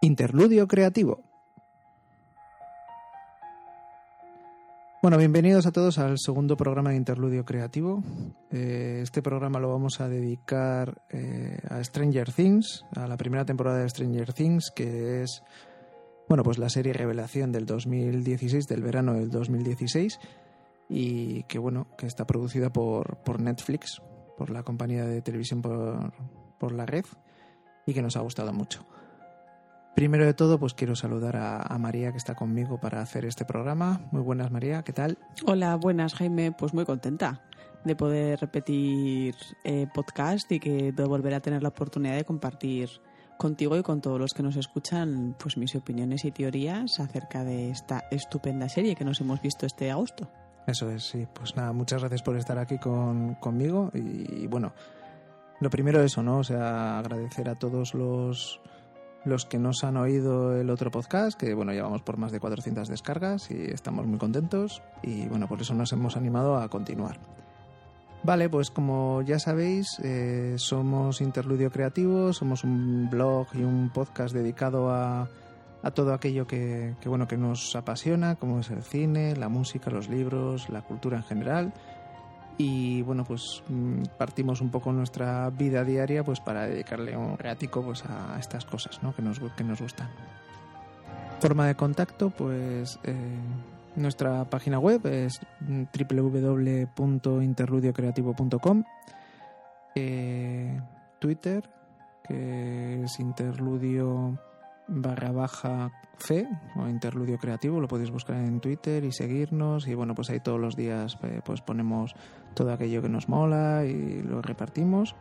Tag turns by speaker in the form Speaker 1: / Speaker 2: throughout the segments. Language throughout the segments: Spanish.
Speaker 1: Interludio creativo. Bueno, bienvenidos a todos al segundo programa de Interludio Creativo. Eh, este programa lo vamos a dedicar eh, a Stranger Things, a la primera temporada de Stranger Things, que es, bueno, pues la serie revelación del 2016, del verano del 2016, y que, bueno, que está producida por, por Netflix, por la compañía de televisión por, por la red, y que nos ha gustado mucho. Primero de todo, pues quiero saludar a, a María que está conmigo para hacer este programa. Muy buenas, María, ¿qué tal?
Speaker 2: Hola, buenas Jaime, pues muy contenta de poder repetir eh, podcast y que de volver a tener la oportunidad de compartir contigo y con todos los que nos escuchan pues mis opiniones y teorías acerca de esta estupenda serie que nos hemos visto este agosto.
Speaker 1: Eso es, sí. Pues nada, muchas gracias por estar aquí con, conmigo. Y, bueno, lo primero eso, ¿no? O sea, agradecer a todos los, los que nos han oído el otro podcast, que bueno, ya vamos por más de 400 descargas y estamos muy contentos. Y bueno, por eso nos hemos animado a continuar. Vale, pues como ya sabéis, eh, somos Interludio Creativo, somos un blog y un podcast dedicado a, a todo aquello que, que, bueno, que nos apasiona, como es el cine, la música, los libros, la cultura en general. Y bueno, pues mm, partimos un poco nuestra vida diaria pues para dedicarle un ratico pues a estas cosas ¿no? que, nos, gu- que nos gustan. Forma de contacto, pues eh, nuestra página web es mm, www.interludiocreativo.com eh, Twitter, que es interludio barra baja fe o interludio creativo, lo podéis buscar en Twitter y seguirnos y bueno, pues ahí todos los días eh, pues ponemos todo aquello que nos mola y lo repartimos.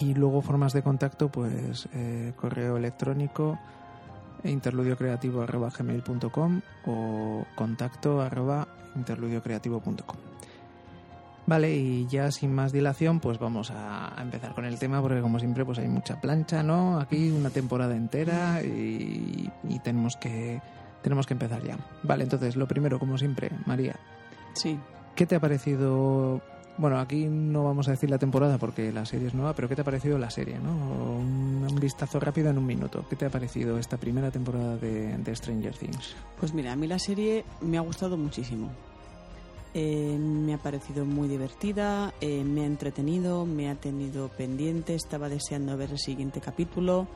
Speaker 1: Y luego formas de contacto, pues eh, correo electrónico e interludiocreativo.gmail.com o contacto arroba interludiocreativo.com. Vale, y ya sin más dilación, pues vamos a a empezar con el tema, porque como siempre, pues hay mucha plancha, ¿no? Aquí una temporada entera y, y tenemos que tenemos que empezar ya. Vale, entonces, lo primero, como siempre, María,
Speaker 2: Sí.
Speaker 1: ¿qué te ha parecido? Bueno, aquí no vamos a decir la temporada porque la serie es nueva, pero ¿qué te ha parecido la serie, no? O Un, un vistazo rápido en un minuto. ¿Qué te ha parecido esta primera temporada de, de Stranger Things?
Speaker 2: Pues mira, a mí la serie me ha gustado muchísimo. Eh, me ha parecido muy divertida, eh, me ha entretenido, me ha tenido pendiente, estaba deseando ver el siguiente capítulo.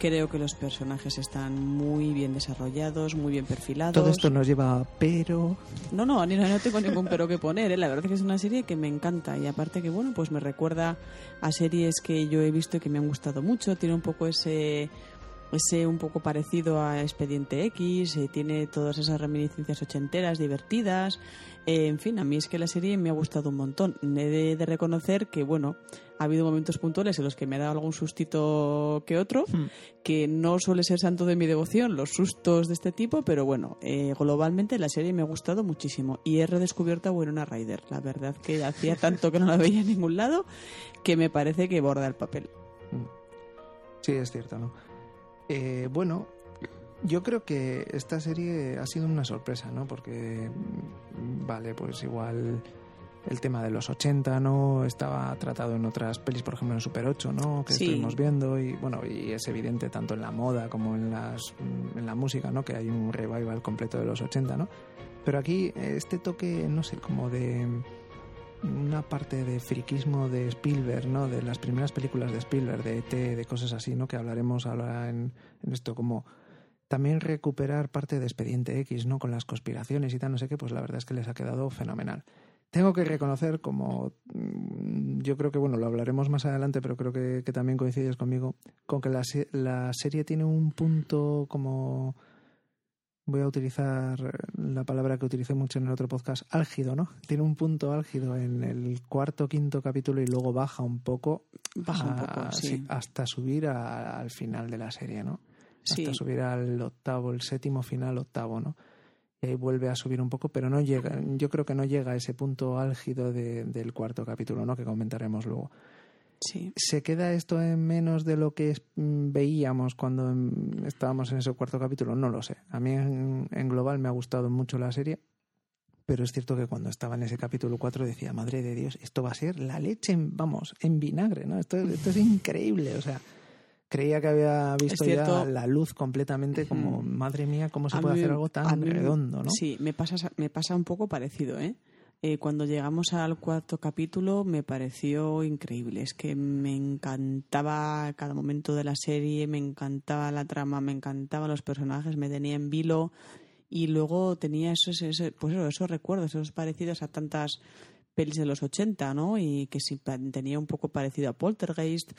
Speaker 2: Creo que los personajes están muy bien desarrollados, muy bien perfilados.
Speaker 1: Todo esto nos lleva a pero...
Speaker 2: No, no, ni- no, no tengo ningún pero que poner. ¿eh? La verdad es que es una serie que me encanta y aparte que, bueno, pues me recuerda a series que yo he visto y que me han gustado mucho. Tiene un poco ese, ese un poco parecido a Expediente X, eh, tiene todas esas reminiscencias ochenteras divertidas. Eh, en fin, a mí es que la serie me ha gustado un montón. He de, de reconocer que, bueno, ha habido momentos puntuales en los que me ha dado algún sustito que otro, que no suele ser santo de mi devoción los sustos de este tipo, pero bueno, eh, globalmente la serie me ha gustado muchísimo y he redescubierto a Winona Ryder. La verdad que hacía tanto que no la veía en ningún lado que me parece que borda el papel.
Speaker 1: Sí, es cierto, ¿no? Eh, bueno, yo creo que esta serie ha sido una sorpresa, ¿no? Porque, mm, vale, pues igual el tema de los 80, ¿no? Estaba tratado en otras pelis, por ejemplo en Super 8, ¿no? Que
Speaker 2: Sí.
Speaker 1: estuvimos viendo y, bueno, y es evidente tanto en la moda como en, las, mm, en la música, ¿no? Que hay un revival completo de los 80, ¿no? Pero aquí eh, este toque, no sé, como de mm, una parte de friquismo de Spielberg, ¿no? De las primeras películas de Spielberg, de ET, de cosas así, ¿no? Que hablaremos ahora en, en esto, como también recuperar parte de Expediente X, ¿no? Con las conspiraciones y tal, no sé qué, pues la verdad es que les ha quedado fenomenal. Tengo que reconocer, como mm, yo creo que, bueno, lo hablaremos más adelante, pero creo que, que también coincides conmigo, con que la, se- la serie tiene un punto como voy a utilizar la palabra que utilicé mucho en el otro podcast, álgido, ¿no? Tiene un punto álgido en el cuarto, quinto capítulo y luego baja un poco,
Speaker 2: Baja un
Speaker 1: a-
Speaker 2: poco, sí.
Speaker 1: hasta subir a- al final de la serie, ¿no? Hasta
Speaker 2: Sí.
Speaker 1: subir al octavo, el séptimo final, octavo, ¿no? Y ahí vuelve a subir un poco, pero no llega, yo creo que no llega a ese punto álgido de- del cuarto capítulo, ¿no? Que comentaremos luego.
Speaker 2: Sí.
Speaker 1: ¿Se queda esto en menos de lo que es- mm, veíamos cuando mm, estábamos en ese cuarto capítulo? No lo sé. A mí en, en global me ha gustado mucho la serie, pero es cierto que cuando estaba en ese capítulo 4 decía, madre de Dios, esto va a ser la leche, en, vamos, en vinagre, ¿no? Esto, esto es increíble, o sea... Creía que había visto ya
Speaker 2: cierto.
Speaker 1: la luz completamente, como, madre mía, ¿cómo se
Speaker 2: A
Speaker 1: puede
Speaker 2: mí-
Speaker 1: hacer algo
Speaker 2: a
Speaker 1: tan
Speaker 2: mí-
Speaker 1: redondo, no?
Speaker 2: Sí, me pasa, me pasa un poco parecido, ¿eh? Eh, Cuando llegamos al cuarto capítulo me pareció increíble. Es que me encantaba cada momento de la serie, me encantaba la trama, me encantaban los personajes, me tenía en vilo y luego tenía esos, ese- pues eso, esos recuerdos, esos parecidos a tantas pelis de los 80, ¿no? Y que sí, pa- tenía un poco parecido a Poltergeist,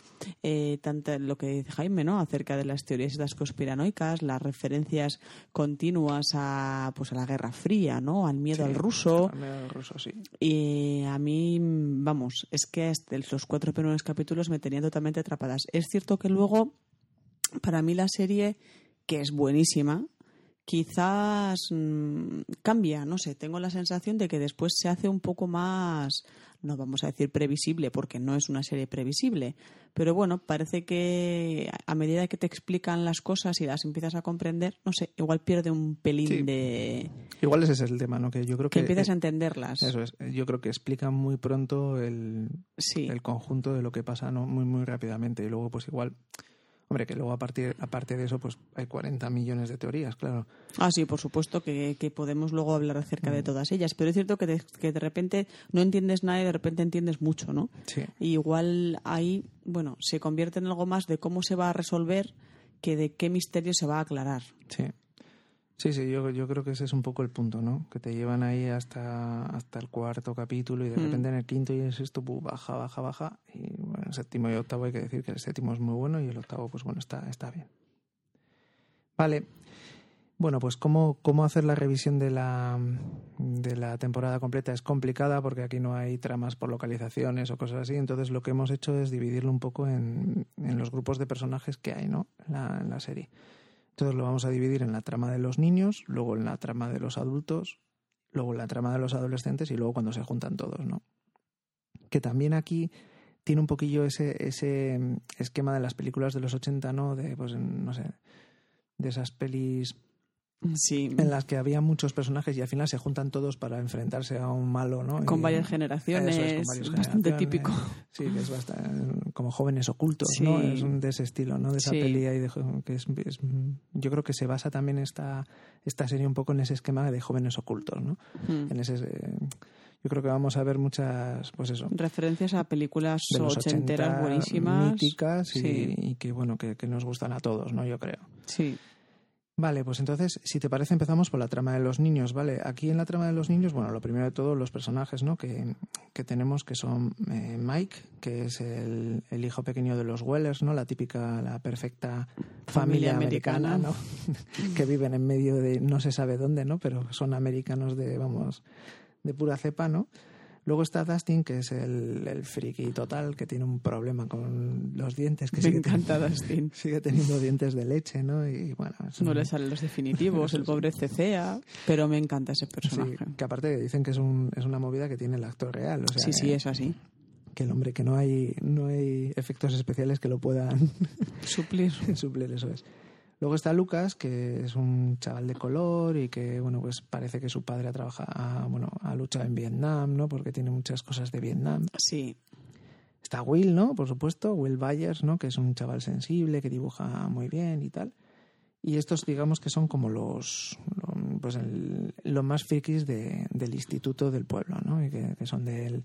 Speaker 2: eh, tanta, lo que dice Jaime, ¿no? Acerca de las teorías estas conspiranoicas, las referencias continuas a, pues a la Guerra Fría, ¿no? Al miedo al ruso.
Speaker 1: Al ruso, sí.
Speaker 2: Y a mí, mm, vamos, es que hasta el- los cuatro primeros capítulos me tenían totalmente atrapadas. Es cierto que luego, para mí la serie, que es buenísima, quizás mm, cambia, no sé, tengo la sensación de que después se hace un poco más, no vamos a decir previsible, porque no es una serie previsible, pero bueno, parece que a- a medida que te explican las cosas y las empiezas a comprender, no sé, igual pierde un pelín
Speaker 1: Sí.
Speaker 2: de...
Speaker 1: Igual ese es el tema, ¿no? Que yo creo
Speaker 2: que
Speaker 1: que...
Speaker 2: empiezas a entenderlas.
Speaker 1: Pues Eso es. Yo creo que explica muy pronto el,
Speaker 2: sí.
Speaker 1: el conjunto de lo que pasa ¿no? muy muy rápidamente y luego pues igual hombre que luego a partir aparte de eso pues hay 40 millones de teorías claro
Speaker 2: Ah, sí, por supuesto que, que podemos luego hablar acerca
Speaker 1: Mm.
Speaker 2: de todas ellas, pero es cierto que de, que de repente no entiendes nada y de repente entiendes mucho, ¿no?
Speaker 1: sí
Speaker 2: Y igual ahí, bueno, se convierte en algo más de cómo se va a resolver que de qué misterio se va a aclarar.
Speaker 1: sí sí sí yo, yo creo que ese es un poco el punto no que te llevan ahí hasta hasta el cuarto capítulo y de
Speaker 2: Mm.
Speaker 1: repente en el quinto y el sexto pu, baja baja baja y bueno el séptimo y octavo hay que decir que el séptimo es muy bueno y el octavo pues bueno está está bien vale Bueno, pues cómo, cómo hacer la revisión de la, de la temporada completa es complicada porque aquí no hay tramas por localizaciones o cosas así. Entonces lo que hemos hecho es dividirlo un poco en, en los grupos de personajes que hay ¿no? en, la, en la serie. Entonces lo vamos a dividir en la trama de los niños, luego en la trama de los adultos, luego en la trama de los adolescentes y luego cuando se juntan todos. ¿no? Que también aquí tiene un poquillo ese, ese mm, esquema de las películas de los 80, ¿no? De, pues, no sé, de esas pelis
Speaker 2: Sí,
Speaker 1: en las que había muchos personajes y al final se juntan todos para enfrentarse a un malo, ¿no?
Speaker 2: con
Speaker 1: Y-
Speaker 2: varias generaciones,
Speaker 1: Eso es, con varias
Speaker 2: bastante
Speaker 1: generaciones.
Speaker 2: típico.
Speaker 1: Sí, que es bastante, como jóvenes ocultos,
Speaker 2: Sí.
Speaker 1: ¿no? Es un- de ese estilo, ¿no? De esa
Speaker 2: Sí.
Speaker 1: peli ahí de jo- que es, es- yo creo que se basa también esta, esta serie un poco en ese esquema de jóvenes ocultos, ¿no?
Speaker 2: Mm.
Speaker 1: En ese, eh, yo creo que vamos a ver muchas, pues eso,
Speaker 2: Mm. Referencias a películas
Speaker 1: de los 80
Speaker 2: ochenteras buenísimas.
Speaker 1: míticas y,
Speaker 2: Sí.
Speaker 1: y que, bueno, que- que nos gustan a todos, ¿no? Yo creo.
Speaker 2: Sí.
Speaker 1: Vale, pues entonces, si te parece, empezamos por la trama de los niños, ¿vale? Aquí en la trama de los niños, bueno, lo primero de todo, los personajes, ¿no? Que, que tenemos, que son eh, Mike, que es el, el hijo pequeño de los Wellers, ¿no? La típica, la perfecta familia,
Speaker 2: Familia
Speaker 1: americana,
Speaker 2: americana.
Speaker 1: ¿no? que viven en medio de no se sabe dónde, ¿no? Pero son americanos de, vamos, de pura cepa, ¿no? Luego está Dustin, que es el, el friki total, que tiene un problema con los dientes, que
Speaker 2: Me
Speaker 1: sigue,
Speaker 2: encanta
Speaker 1: teniendo-
Speaker 2: Dustin.
Speaker 1: sigue teniendo dientes de leche, ¿no? Y bueno, es
Speaker 2: No
Speaker 1: un-
Speaker 2: le salen los definitivos, el pobre CCA, pero me encanta ese
Speaker 1: Sí,
Speaker 2: personaje.
Speaker 1: que aparte dicen que es, un- es una movida que tiene el actor real. O sea,
Speaker 2: sí, sí
Speaker 1: eh,
Speaker 2: es así.
Speaker 1: Que el hombre, que no hay, no hay efectos especiales que lo puedan
Speaker 2: Suplir.
Speaker 1: suplir, eso es. Luego está Lucas, que es un chaval de color y que, bueno, pues parece que su padre ha trabajado, bueno, ha luchado en Vietnam, ¿no? Porque tiene muchas cosas de Vietnam.
Speaker 2: Sí,
Speaker 1: Está Will, ¿no? Por supuesto, Will Byers, ¿no? Que es un chaval sensible, que dibuja muy bien y tal. Y estos, digamos que son como los, lo- pues el- los más frikis de- del instituto del pueblo, ¿no? Y que, que son del,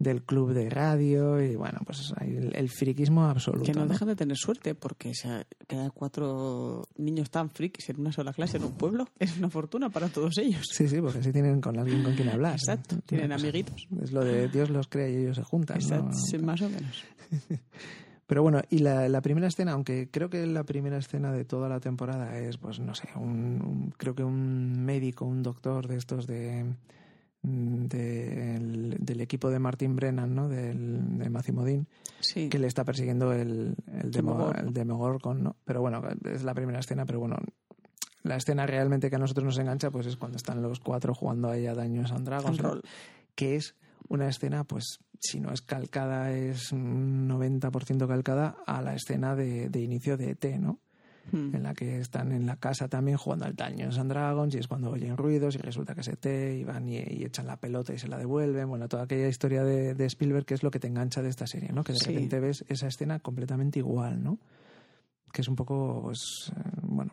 Speaker 1: del club de radio y bueno, pues hay el, el friquismo absoluto.
Speaker 2: que no
Speaker 1: ¿no?
Speaker 2: dejan de tener suerte porque o sea, que haya cuatro niños tan frikis en una sola clase en un pueblo es una fortuna para todos ellos.
Speaker 1: Sí, sí, porque así tienen con alguien con quien hablar.
Speaker 2: Exacto,
Speaker 1: Es
Speaker 2: tienen
Speaker 1: una cosa-
Speaker 2: amiguitos.
Speaker 1: Es lo de Dios los crea y ellos se juntan. ¿no?
Speaker 2: Exacto, sí, más o menos.
Speaker 1: Pero bueno, y la, la primera escena, aunque creo que la primera escena de toda la temporada es, pues no sé, un, un- creo que un médico, un doctor de estos de, mm, de- el- del equipo de Martin Brennan, ¿no? Del, de Máximo Dean,
Speaker 2: Sí.
Speaker 1: que le está persiguiendo el, el, Demo-
Speaker 2: Demogorgon.
Speaker 1: el Demogorgon, ¿no? Pero bueno, es la primera escena, pero bueno, la escena realmente que a nosotros nos engancha, pues es cuando están los cuatro jugando ahí a Daños and Dragons,
Speaker 2: Al
Speaker 1: ¿no?
Speaker 2: rol.
Speaker 1: que es una escena, pues, si no es calcada, es un 90% calcada a la escena de, de inicio de ET, ¿no?
Speaker 2: Mm.
Speaker 1: En la que están en la casa también jugando al Dungeons and Dragons y es cuando oyen ruidos y resulta que es ET y van y, y echan la pelota y se la devuelven. Bueno, toda aquella historia de, de Spielberg que es lo que te engancha de esta serie, ¿no? Que de
Speaker 2: Sí.
Speaker 1: repente ves esa escena completamente igual, ¿no? Que es un poco, pues, eh, bueno,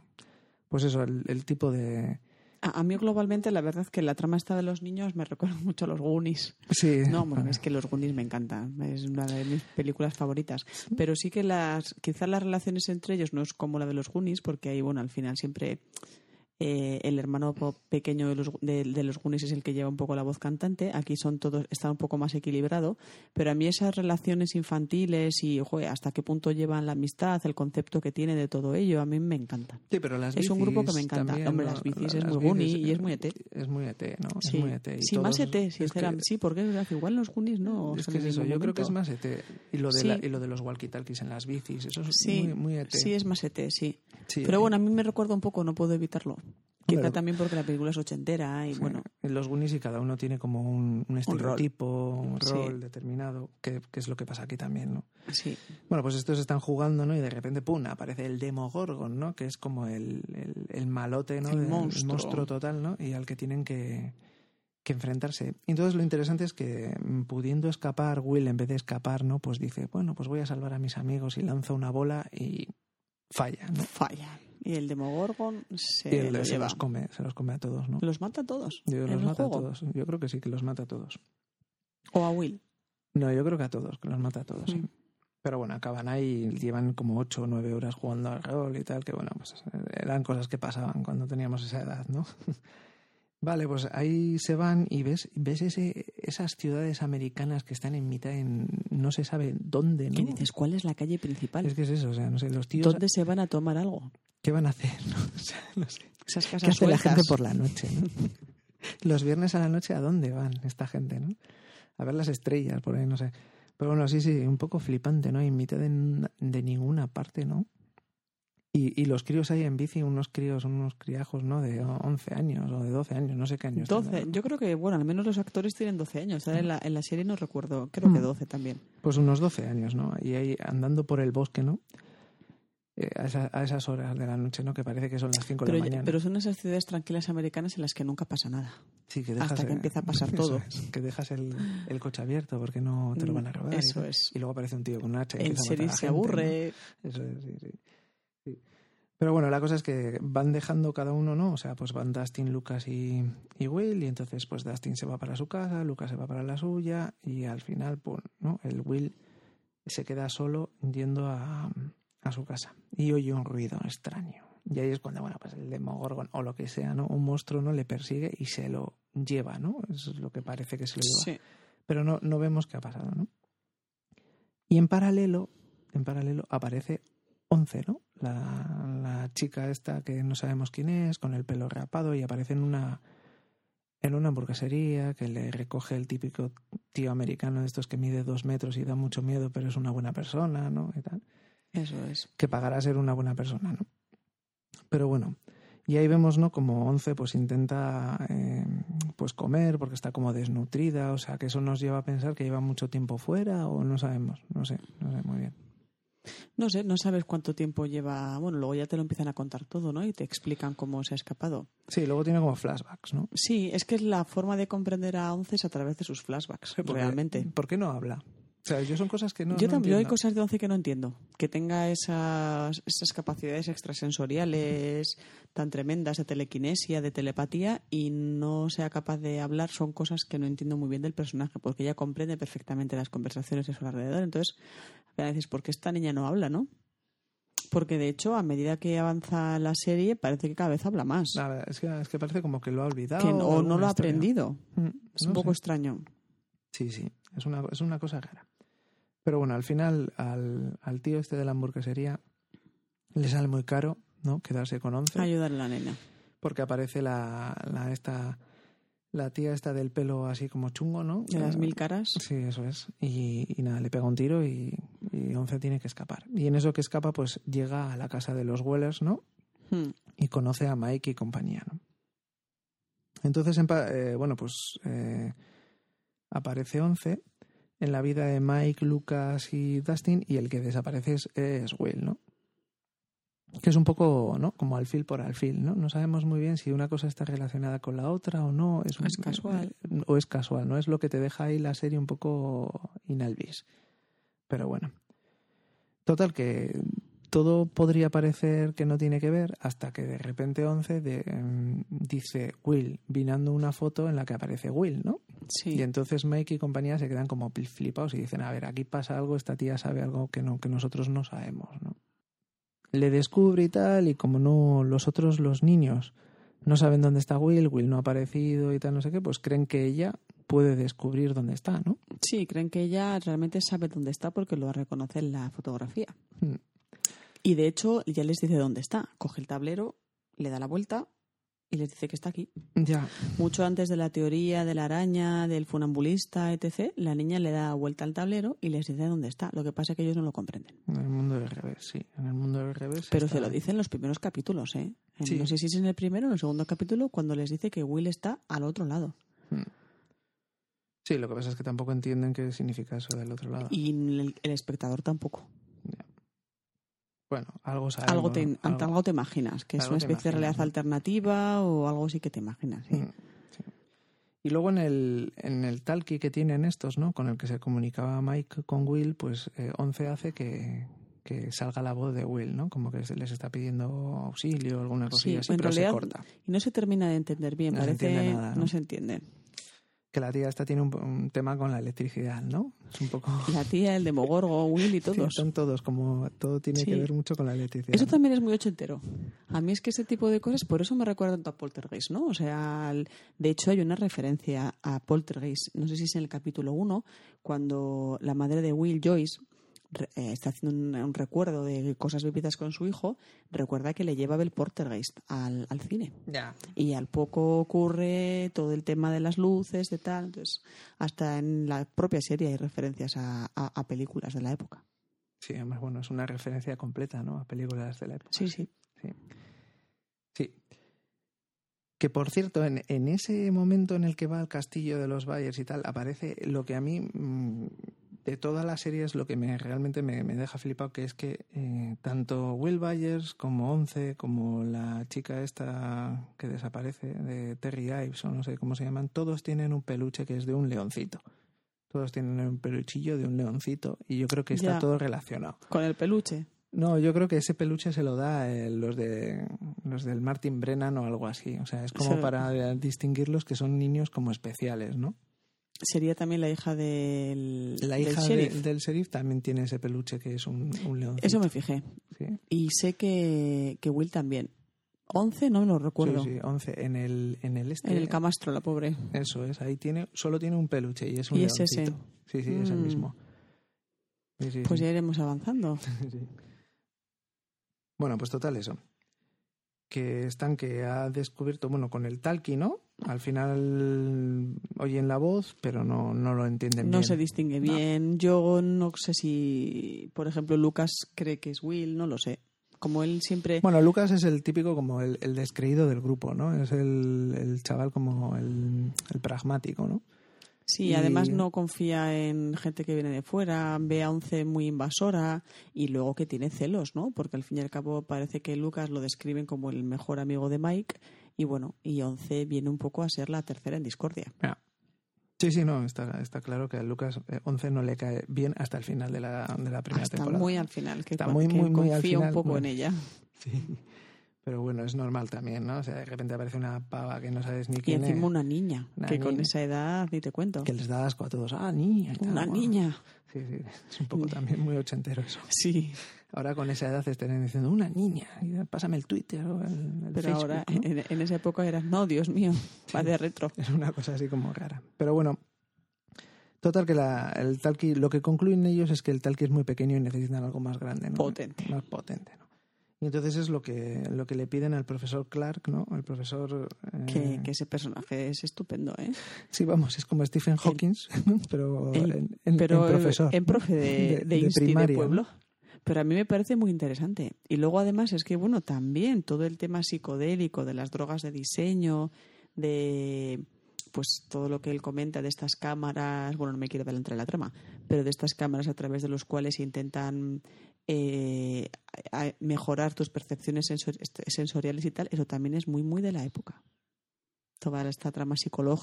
Speaker 1: pues eso, el- el tipo de...
Speaker 2: A, a mí globalmente la verdad es que la trama esta de los niños me recuerda mucho a los Goonies.
Speaker 1: Sí.
Speaker 2: No, bueno, es que los Goonies me encantan, es una de mis películas favoritas. Pero sí que las, quizás las relaciones entre ellos no es como la de los Goonies, porque ahí, bueno, al final siempre eh, el hermano po- pequeño de los, de, de los Goonies es el que lleva un poco la voz cantante. Aquí son todos, está un poco más equilibrado. Pero a mí esas relaciones infantiles y, joder, hasta qué punto llevan la amistad, el concepto que tiene de todo ello, a mí me encantan.
Speaker 1: Sí, pero las
Speaker 2: Es un
Speaker 1: bicis
Speaker 2: grupo que me encanta.
Speaker 1: también,
Speaker 2: Hombre,
Speaker 1: ¿no?
Speaker 2: las bicis es
Speaker 1: Las
Speaker 2: muy Goonies
Speaker 1: bicis,
Speaker 2: y
Speaker 1: eh,
Speaker 2: es muy ET.
Speaker 1: Es muy ET, ¿no?
Speaker 2: Sí,
Speaker 1: es muy ET. Y
Speaker 2: Sí,
Speaker 1: todos-
Speaker 2: más ET,
Speaker 1: es que-
Speaker 2: sinceramente. Sí, porque es verdad, igual los Goonies no.
Speaker 1: Es
Speaker 2: son
Speaker 1: que es
Speaker 2: del
Speaker 1: eso,
Speaker 2: mismo
Speaker 1: yo creo que es
Speaker 2: momento.
Speaker 1: más ET. Y lo de, la-
Speaker 2: Sí.
Speaker 1: y lo de los walkie-talkies en las bicis, eso es
Speaker 2: Sí,
Speaker 1: muy, muy E ET.
Speaker 2: sí, es más ET, sí.
Speaker 1: Sí,
Speaker 2: Pero
Speaker 1: eh.
Speaker 2: bueno, a mí me recuerda un poco, no puedo evitarlo. Quizá
Speaker 1: Pero-
Speaker 2: también porque la película es ochentera y bueno,
Speaker 1: En los Goonies y cada uno tiene como un, un estereotipo, un
Speaker 2: Sí.
Speaker 1: rol, determinado, que, que es lo que pasa aquí también, ¿no?
Speaker 2: sí.
Speaker 1: Bueno, pues estos están jugando, ¿no? Y de repente, ¡pum!, aparece el Demogorgon, ¿no? Que es como el, el, el malote, ¿no?
Speaker 2: El
Speaker 1: De-
Speaker 2: monstruo.
Speaker 1: monstruo total, ¿no? Y al que tienen que, que enfrentarse. Y entonces lo interesante es que, mm, pudiendo escapar, Will, en vez de escapar, ¿no? Pues dice, bueno, pues voy a salvar a mis amigos y lanza una bola y falla, ¿no?
Speaker 2: Falla. Y el Demogorgon se,
Speaker 1: Y él
Speaker 2: lo
Speaker 1: se
Speaker 2: lleva.
Speaker 1: los come, se los come a todos, ¿no?
Speaker 2: Los mata a todos.
Speaker 1: Yo
Speaker 2: en
Speaker 1: los
Speaker 2: el
Speaker 1: mata
Speaker 2: juego.
Speaker 1: a todos. Yo creo que sí, que los mata a todos.
Speaker 2: O a Will.
Speaker 1: No, yo creo que a todos, que los mata a todos, sí.
Speaker 2: Mm.
Speaker 1: Pero bueno, acaban ahí y llevan como ocho o 9 horas jugando al rol y tal, que bueno, pues eran cosas que pasaban cuando teníamos esa edad, ¿no? vale, pues ahí se van y ves, ves ese, esas ciudades americanas que están en mitad en no se sabe dónde, ¿no?
Speaker 2: Y dices, ¿cuál es la calle principal?
Speaker 1: Mm. Es que es eso, o sea, no sé, los tíos
Speaker 2: ¿Dónde se van a tomar algo?
Speaker 1: ¿qué van a hacer? ¿no? O sea, no sé.
Speaker 2: Esas casas
Speaker 1: ¿Qué hace la
Speaker 2: sueltas.
Speaker 1: gente por la noche? ¿no? Los viernes a la noche, ¿a dónde van esta gente? ¿no? A ver las estrellas, por ahí, no sé. Pero bueno, sí, sí, un poco flipante, ¿no? Y en mitad de, n- de ninguna parte, ¿no? Y, y los críos ahí en bici, unos críos, unos criajos, ¿no? De 11 años o de 12 años, no sé qué años.
Speaker 2: 12.
Speaker 1: tendrán.
Speaker 2: Yo creo que, bueno, al menos los actores tienen 12 años. Ahora En la, en la serie no recuerdo, creo que
Speaker 1: Mm.
Speaker 2: 12 también.
Speaker 1: Pues unos 12 años, ¿no? Y ahí andando por el bosque, ¿no? Eh, a, esa- a esas horas de la noche, ¿no? Que parece que son las 5 de
Speaker 2: Pero,
Speaker 1: la mañana.
Speaker 2: pero son esas ciudades tranquilas americanas en las que nunca pasa nada.
Speaker 1: Sí, que
Speaker 2: Hasta
Speaker 1: dejas
Speaker 2: que
Speaker 1: el-
Speaker 2: empieza a pasar
Speaker 1: eso
Speaker 2: todo. Mm,
Speaker 1: es, que dejas el, el coche abierto porque no te lo van a robar. y
Speaker 2: Eso
Speaker 1: tal.
Speaker 2: es.
Speaker 1: Y luego aparece un tío con un hacha y
Speaker 2: En
Speaker 1: empieza a matar a
Speaker 2: serie
Speaker 1: la
Speaker 2: se
Speaker 1: gente,
Speaker 2: aburre.
Speaker 1: ¿no? Eso es, sí, sí, sí. Pero bueno, la cosa es que van dejando cada uno, ¿no? O sea, pues van Dustin, Lucas y, y Will, y entonces pues Dustin se va para su casa, Lucas se va para la suya, y al final, pues, ¿no? El Will se queda solo yendo a, a su casa y oye un ruido extraño. Y ahí es cuando, bueno, pues el Demogorgon o lo que sea, ¿no? Un monstruo no le persigue y se lo lleva, ¿no? Eso es lo que parece que se lo lleva.
Speaker 2: Sí.
Speaker 1: Pero no, no vemos qué ha pasado, ¿no? Y en paralelo, en paralelo aparece Once, ¿no? La, la chica esta que no sabemos quién es, con el pelo rapado y aparece en una en una hamburguesería que le recoge el típico tío americano de estos que mide dos metros y da mucho miedo, pero es una buena persona, ¿no? Y tal
Speaker 2: Eso es.
Speaker 1: que pagará ser una buena persona, ¿no? Pero bueno, y ahí vemos, ¿no? Como Once pues intenta eh, pues comer porque está como desnutrida, o sea, que eso nos lleva a pensar que lleva mucho tiempo fuera o no sabemos, no sé, no sé muy bien.
Speaker 2: No sé, no sabes cuánto tiempo lleva. Bueno, luego ya te lo empiezan a contar todo, ¿no? Y te explican cómo se ha escapado.
Speaker 1: Sí, luego tiene como flashbacks, ¿no?
Speaker 2: Sí, es que es la forma de comprender a Once es a través de sus flashbacks,
Speaker 1: Porque-
Speaker 2: realmente.
Speaker 1: ¿Por qué no habla? O sea, yo son cosas que no
Speaker 2: yo
Speaker 1: no
Speaker 2: también yo hay
Speaker 1: entiendo.
Speaker 2: cosas de Once que no entiendo. Que tenga esas, esas capacidades extrasensoriales tan tremendas de telequinesia, de telepatía y no sea capaz de hablar son cosas que no entiendo muy bien del personaje porque ella comprende perfectamente las conversaciones a su alrededor. Entonces, al final dices, ¿por qué esta niña no habla, no? Porque de hecho, a medida que avanza la serie, parece que cada vez habla más.
Speaker 1: Nada, es, que, es que parece como que lo ha olvidado.
Speaker 2: Que no- o
Speaker 1: alguna
Speaker 2: no lo ha
Speaker 1: historia.
Speaker 2: aprendido.
Speaker 1: Mm,
Speaker 2: Es
Speaker 1: no
Speaker 2: un poco
Speaker 1: sé.
Speaker 2: extraño.
Speaker 1: Sí, sí, es una, es una cosa rara. Pero bueno, al final al, al tío este de la hamburguesería le sale muy caro, ¿no? Quedarse con 11.
Speaker 2: Ayudar a la nena.
Speaker 1: porque aparece la, la esta la tía esta del pelo así como chungo, ¿no?
Speaker 2: De las
Speaker 1: Eh,
Speaker 2: mil caras.
Speaker 1: Sí, eso es. Y, y nada, le pega un tiro y, y Once tiene que escapar. Y en eso que escapa, pues llega a la casa de los Wellers, ¿no?
Speaker 2: Hmm.
Speaker 1: Y conoce a Mike y compañía, ¿no? Entonces, en pa- eh, bueno, pues eh, aparece Once en la vida de Mike, Lucas y Dustin y el que desaparece es, es Will, ¿no? Que es un poco, ¿no? Como alfil por alfil, ¿no? No sabemos muy bien si una cosa está relacionada con la otra o no. Es, un-
Speaker 2: Es casual.
Speaker 1: eh, o es casual, ¿no? Es lo que te deja ahí la serie un poco inalvis. Pero bueno. Total, que todo podría parecer que no tiene que ver hasta que de repente Once de, em, dice Will, vinando una foto en la que aparece Will, ¿no?
Speaker 2: Sí.
Speaker 1: Y entonces Mike y compañía se quedan como pil- flipados y dicen, a ver, aquí pasa algo, esta tía sabe algo que, no, que nosotros no sabemos, ¿no? Le descubre y tal, y como no los otros, los niños, no saben dónde está Will, Will no ha aparecido y tal, no sé qué, pues creen que ella puede descubrir dónde está, ¿no?
Speaker 2: Sí, creen que ella realmente sabe dónde está porque lo reconoce en la fotografía.
Speaker 1: Hmm.
Speaker 2: Y de hecho, ya les dice dónde está. Coge el tablero, le da la vuelta y les dice que está aquí.
Speaker 1: Ya,
Speaker 2: Mucho antes de la teoría de la araña, del funambulista, etc., la niña le da vuelta al tablero y les dice dónde está. Lo que pasa es que ellos no lo comprenden.
Speaker 1: en el mundo del revés, sí, en el mundo del revés.
Speaker 2: Pero
Speaker 1: está-
Speaker 2: se lo dice en los primeros capítulos, ¿eh? En-
Speaker 1: Sí.
Speaker 2: No sé si es en el primero o en el segundo capítulo cuando les dice que Will está al otro lado.
Speaker 1: Sí, lo que pasa es que tampoco entienden qué significa eso del otro lado.
Speaker 2: Y el, el espectador tampoco.
Speaker 1: Bueno, algo sabe.
Speaker 2: Algo, te,
Speaker 1: ¿no?
Speaker 2: algo. te imaginas, que es
Speaker 1: algo
Speaker 2: una
Speaker 1: te
Speaker 2: especie de
Speaker 1: imaginas,
Speaker 2: realidad
Speaker 1: ¿no?
Speaker 2: alternativa o algo sí que te imaginas. ¿eh?
Speaker 1: Mm, sí. Y luego en el, en el talkie que tienen estos, ¿no? Con el que se comunicaba Mike con Will, pues eh, 11 hace que, que salga la voz de Will, ¿no? Como que se les está pidiendo auxilio o alguna cosilla así,
Speaker 2: en
Speaker 1: pero
Speaker 2: realidad-
Speaker 1: se corta.
Speaker 2: Y no se termina de entender bien,
Speaker 1: No se
Speaker 2: parece
Speaker 1: entiende nada,
Speaker 2: ¿no?
Speaker 1: ¿no?
Speaker 2: se entiende.
Speaker 1: Que la tía esta tiene un, un tema con la electricidad, ¿no? Es un poco...
Speaker 2: La tía, el demogorgo, Will y todos.
Speaker 1: Son todos, como todo tiene que
Speaker 2: Sí.
Speaker 1: ver mucho con la electricidad.
Speaker 2: Eso
Speaker 1: ¿no?
Speaker 2: también es muy ochentero. A mí es que ese tipo de cosas, por eso me recuerda tanto a Poltergeist, ¿no? O sea, al- de hecho hay una referencia a Poltergeist, no sé si es en el capítulo 1, cuando la madre de Will Joyce re- eh, está haciendo un, un recuerdo de cosas vividas con su hijo, recuerda que le llevaba el Poltergeist al, al cine.
Speaker 1: Ya.
Speaker 2: Y al poco ocurre todo el tema de las luces, de tal. Entonces, hasta en la propia serie hay referencias a, a- a películas de la época.
Speaker 1: Sí, además, bueno, es una referencia completa, ¿no? A películas de la época.
Speaker 2: Sí, sí.
Speaker 1: Sí. Que por cierto, en, en ese momento en el que va al castillo de los Bayers y tal, aparece lo que a mí, mm, de toda la serie, es lo que me, realmente me, me deja flipado, que es que eh, tanto Will Byers como Once, como la chica esta que desaparece, de Terry Ives o no sé cómo se llaman, todos tienen un peluche que es de un leoncito. Todos tienen un peluchillo de un leoncito y yo creo que está
Speaker 2: Ya.
Speaker 1: todo relacionado.
Speaker 2: Con el peluche.
Speaker 1: No, yo creo que ese peluche se lo da eh, los de los del Martin Brennan o algo así. O sea, es como
Speaker 2: Sí.
Speaker 1: para distinguirlos que son niños como especiales, ¿no?
Speaker 2: Sería también la hija del,
Speaker 1: La
Speaker 2: del
Speaker 1: hija de-
Speaker 2: sheriff.
Speaker 1: del sheriff también tiene ese peluche que es un, un león.
Speaker 2: Eso me fijé.
Speaker 1: Sí,
Speaker 2: Y sé que, que Will también. 11, no me lo recuerdo.
Speaker 1: sí, sí, 11. En el, en el este.
Speaker 2: En el camastro, la pobre.
Speaker 1: Eso es, ahí tiene, solo tiene un peluche y es un
Speaker 2: Y es ese.
Speaker 1: leoncito. Sí, sí, es el
Speaker 2: Mm.
Speaker 1: mismo. Sí, sí,
Speaker 2: Pues
Speaker 1: sí.
Speaker 2: ya iremos avanzando.
Speaker 1: Sí. Bueno, pues total eso. Que están que ha descubierto, bueno, con el talkie, ¿no? Al final oyen la voz, pero no, no lo entienden
Speaker 2: No
Speaker 1: bien.
Speaker 2: se distingue
Speaker 1: No.
Speaker 2: bien. Yo no sé si, por ejemplo, Lucas cree que es Will, no lo sé. Como él siempre.
Speaker 1: Bueno, Lucas es el típico como el, el descreído del grupo, ¿no? Es el, el chaval como el, el pragmático, ¿no?
Speaker 2: Sí,
Speaker 1: Y-
Speaker 2: además no confía en gente que viene de fuera, ve a Once muy invasora y luego que tiene celos, ¿no? Porque al fin y al cabo parece que Lucas lo describen como el mejor amigo de Mike y bueno, y Once viene un poco a ser la tercera en discordia.
Speaker 1: Ya. Sí, sí, no, está, está claro que a Lucas eh, 11 no le cae bien hasta el final de la, de la primera
Speaker 2: Hasta
Speaker 1: temporada.
Speaker 2: muy al final, que,
Speaker 1: Está
Speaker 2: cua-
Speaker 1: muy,
Speaker 2: que
Speaker 1: muy, muy al
Speaker 2: confía
Speaker 1: final,
Speaker 2: un poco
Speaker 1: bueno.
Speaker 2: en ella.
Speaker 1: Sí. Pero bueno, es normal también, ¿no? O sea, de repente aparece una pava que no sabes ni
Speaker 2: Y
Speaker 1: quién es.
Speaker 2: encima una niña,
Speaker 1: Una
Speaker 2: que con
Speaker 1: niña.
Speaker 2: esa edad ni te cuento.
Speaker 1: que les da asco a todos. Ah, niña. y tal,
Speaker 2: Una
Speaker 1: bueno.
Speaker 2: niña.
Speaker 1: Sí, sí. Es un poco también muy ochentero eso.
Speaker 2: Sí,
Speaker 1: Ahora con esa edad estarán diciendo, una niña. y Pásame el Twitter o el, el
Speaker 2: pero
Speaker 1: Facebook,
Speaker 2: ahora eh,
Speaker 1: ¿no?
Speaker 2: en, en esa época eras, no, Dios mío, va de retro.
Speaker 1: Es una cosa así como rara. Pero bueno, Total, que la- el talkie, lo que concluyen ellos es que el talkie es muy pequeño y necesitan algo más grande, ¿no?
Speaker 2: Potente.
Speaker 1: Más potente, ¿no? Y entonces es lo que, lo que le piden al profesor Clark, ¿no? El profesor... eh,
Speaker 2: Que, que ese personaje es estupendo, ¿eh?
Speaker 1: Sí, vamos, es como Stephen Hawking, pero
Speaker 2: el-
Speaker 1: en, en-
Speaker 2: pero em
Speaker 1: en profesor.
Speaker 2: En profe de, de, insti, de
Speaker 1: primaria, ¿no?
Speaker 2: pueblo. Pero a mí me parece muy interesante. Y luego, además, es que, bueno, también todo el tema psicodélico de las drogas de diseño, de pues todo lo que él comenta de estas cámaras, bueno, no me quiero adelantar en la trama, pero de estas cámaras a través de los cuales intentan eh, a- a- mejorar tus percepciones sensor- est- sensoriales y tal, eso también es muy, muy de la época. Toda esta trama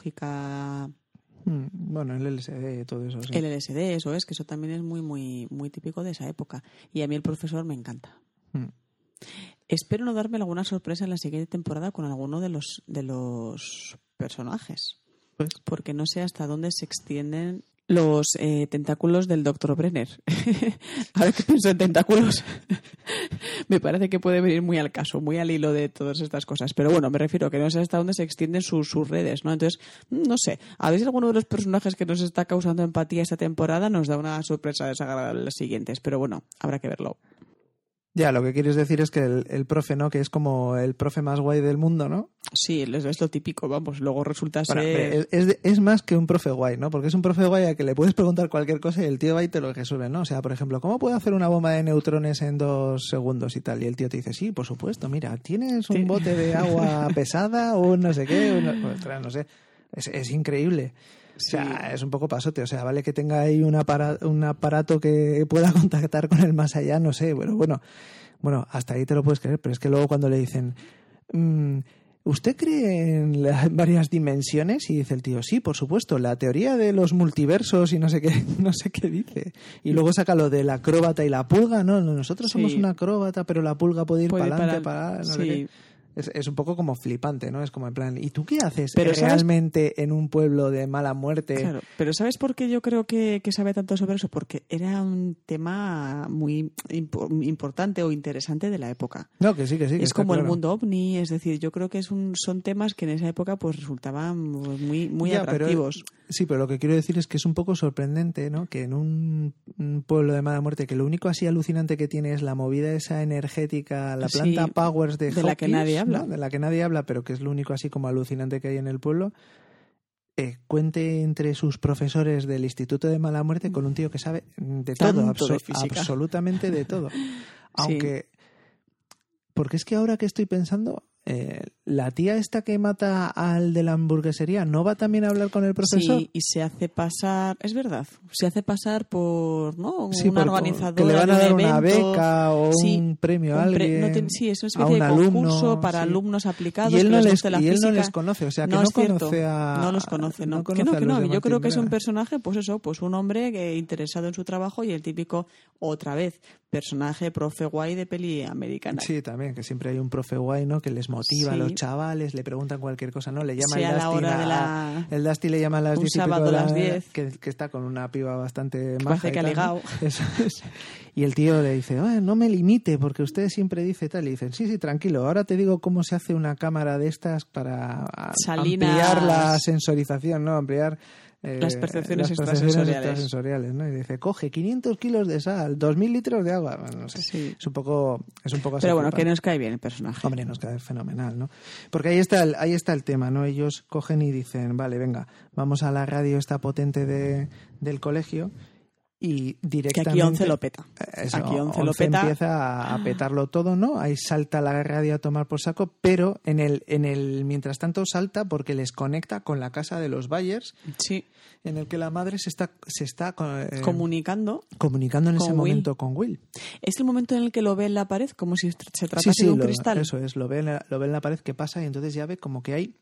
Speaker 2: psicológica
Speaker 1: Mm, Bueno, el LSD, todo eso. sí.
Speaker 2: el LSD, eso es, que eso también es muy, muy, muy típico de esa época. Y a mí el profesor me encanta.
Speaker 1: Mm.
Speaker 2: Espero no darme alguna sorpresa en la siguiente temporada con alguno de los, de los personajes.
Speaker 1: Pues.
Speaker 2: Porque no sé hasta dónde se extienden los eh, tentáculos del doctor Brenner. Ahora que pienso en tentáculos, me parece que puede venir muy al caso, muy al hilo de todas estas cosas. Pero bueno, me refiero que no sé hasta dónde se extienden sus, sus redes, ¿no? Entonces, mm, no sé. A ver si alguno de los personajes que nos está causando empatía esta temporada nos da una sorpresa desagradable en las siguientes. Pero bueno, habrá que verlo.
Speaker 1: Ya, lo que quieres decir es que el, el profe, ¿no? Que es como el profe más guay del mundo, ¿no?
Speaker 2: Sí, es es lo típico, vamos. Luego resulta ser.
Speaker 1: Bueno, hombre, es, es de- es más que un profe guay, ¿no? Porque es un profe guay al que le puedes preguntar cualquier cosa y el tío va y te lo resuelve, ¿no? O sea, por ejemplo, ¿cómo puedo hacer una bomba de neutrones en dos segundos y tal? Y el tío te dice, sí, por supuesto, mira, tienes
Speaker 2: Sí.
Speaker 1: un bote de agua pesada o un no sé qué, un no- ostras, no sé. Es, es increíble. O sea, es un poco pasote. O sea, vale que tenga ahí un, apara- un aparato que pueda contactar con el más allá, no sé. Bueno, bueno, bueno, hasta ahí te lo puedes creer, pero es que luego cuando le dicen, mm, ¿usted cree en las varias dimensiones? Y dice el tío, sí, por supuesto, la teoría de los multiversos y no sé qué, no sé qué dice. Y luego saca lo del acróbata y la pulga, no, nosotros somos
Speaker 2: Sí.
Speaker 1: un acróbata, pero la pulga puede ir
Speaker 2: Puede ir
Speaker 1: para adelante,
Speaker 2: para-
Speaker 1: para no sé
Speaker 2: sí.
Speaker 1: qué. Es, es un poco como flipante, ¿no? Es como en plan, ¿y tú qué haces
Speaker 2: Pero, ¿sabes?
Speaker 1: realmente en un pueblo de mala muerte?
Speaker 2: Claro, pero ¿sabes por qué yo creo que, que sabe tanto sobre eso? Porque era un tema muy impo- importante o interesante de la época.
Speaker 1: No, que sí, que sí. que
Speaker 2: es
Speaker 1: está
Speaker 2: como el
Speaker 1: claro.
Speaker 2: mundo ovni, es decir, yo creo que es un, son temas que en esa época pues resultaban muy, muy
Speaker 1: Ya, pero-
Speaker 2: atractivos.
Speaker 1: sí, pero lo que quiero decir es que es un poco sorprendente, ¿no? Que en un, un pueblo de mala muerte, que lo único así alucinante que tiene es la movida esa energética, la
Speaker 2: Sí,
Speaker 1: planta Powers de,
Speaker 2: de la que
Speaker 1: Hopkins,
Speaker 2: nadie
Speaker 1: ¿no?
Speaker 2: habla.
Speaker 1: De la que nadie habla, pero que es lo único así como alucinante que hay en el pueblo. eh, cuente entre sus profesores del Instituto de Mala Muerte con un tío que sabe de
Speaker 2: Tanto
Speaker 1: todo,
Speaker 2: de
Speaker 1: abso-
Speaker 2: física.
Speaker 1: absolutamente de todo. Aunque. Porque es que ahora que estoy pensando, eh, la tía esta que mata al de la hamburguesería, ¿no va también a hablar con el profesor?
Speaker 2: Sí, y se hace pasar, es verdad, se hace pasar por ¿no?
Speaker 1: Sí,
Speaker 2: una
Speaker 1: porque-
Speaker 2: organizadora.
Speaker 1: Que le van a
Speaker 2: de
Speaker 1: dar
Speaker 2: un
Speaker 1: una
Speaker 2: evento.
Speaker 1: beca o
Speaker 2: Sí,
Speaker 1: un premio a
Speaker 2: un pre-
Speaker 1: alguien.
Speaker 2: no tiene- sí, es una
Speaker 1: a
Speaker 2: especie
Speaker 1: un
Speaker 2: de
Speaker 1: alumno,
Speaker 2: concurso para
Speaker 1: sí.
Speaker 2: alumnos aplicados.
Speaker 1: Y él,
Speaker 2: que
Speaker 1: no
Speaker 2: les
Speaker 1: les,
Speaker 2: guste la
Speaker 1: y él no
Speaker 2: física.
Speaker 1: les conoce, o sea, que
Speaker 2: No
Speaker 1: no,
Speaker 2: es cierto.
Speaker 1: conoce a.
Speaker 2: No los conoce, no. que
Speaker 1: conoce
Speaker 2: no,
Speaker 1: a
Speaker 2: que
Speaker 1: los
Speaker 2: no.
Speaker 1: de
Speaker 2: Yo creo que es un
Speaker 1: Martín
Speaker 2: personaje, pues eso, pues un hombre que interesado en su trabajo y el típico, otra vez, personaje profe guay de peli americana.
Speaker 1: Sí, también, que siempre hay un profe guay, ¿no? Que les motiva a
Speaker 2: Sí.
Speaker 1: los chavales, le preguntan cualquier cosa, ¿no? Le llama
Speaker 2: Sea
Speaker 1: el
Speaker 2: la
Speaker 1: Dustin
Speaker 2: hora de
Speaker 1: a-
Speaker 2: la-
Speaker 1: El Dusty le llama a las
Speaker 2: Un
Speaker 1: 10 y pico
Speaker 2: sábado
Speaker 1: de
Speaker 2: a
Speaker 1: la-
Speaker 2: las 10.
Speaker 1: Que, que está con una piba bastante maja.
Speaker 2: parece
Speaker 1: y
Speaker 2: que ha
Speaker 1: tal, ¿no?
Speaker 2: ligado.
Speaker 1: Eso es. Y el tío le dice, "Ah, no me limite, porque usted siempre dice tal. Y dicen, sí, sí, tranquilo, ahora te digo cómo se hace una cámara de estas para a-
Speaker 2: Salinas.
Speaker 1: ampliar la sensorización, ¿no? Ampliar... eh,
Speaker 2: Las percepciones
Speaker 1: las
Speaker 2: extrasensoriales.
Speaker 1: extrasensoriales, ¿no? Y dice, coge 500 kilos de sal, 2.000 litros de agua. Bueno, no sé.
Speaker 2: Sí.
Speaker 1: Es un poco, es un poco así
Speaker 2: Pero bueno, que
Speaker 1: flipante.
Speaker 2: nos cae bien el personaje.
Speaker 1: Hombre, nos queda fenomenal, ¿no? Porque ahí está, el, ahí está el tema, ¿no? Ellos cogen y dicen, vale, venga, vamos a la radio esta potente de, del colegio y
Speaker 2: que
Speaker 1: directamente... Eh,
Speaker 2: aquí 11 lo peta.
Speaker 1: Eso,
Speaker 2: aquí 11 lo
Speaker 1: 11
Speaker 2: peta. Ah.
Speaker 1: empieza a petarlo todo, ¿no? Ahí salta la radio a tomar por saco, pero en el, en el mientras tanto salta porque les conecta con la casa de los Bayers,
Speaker 2: Sí,
Speaker 1: en el que la madre se está, se está eh,
Speaker 2: comunicando.
Speaker 1: comunicando en
Speaker 2: con
Speaker 1: ese
Speaker 2: Will.
Speaker 1: momento con Will.
Speaker 2: Es el momento en el que lo ve en la pared como si se tratase de un
Speaker 1: lo-
Speaker 2: cristal.
Speaker 1: Eso es, lo ve, en la, lo ve en la pared que pasa y entonces ya ve como que hay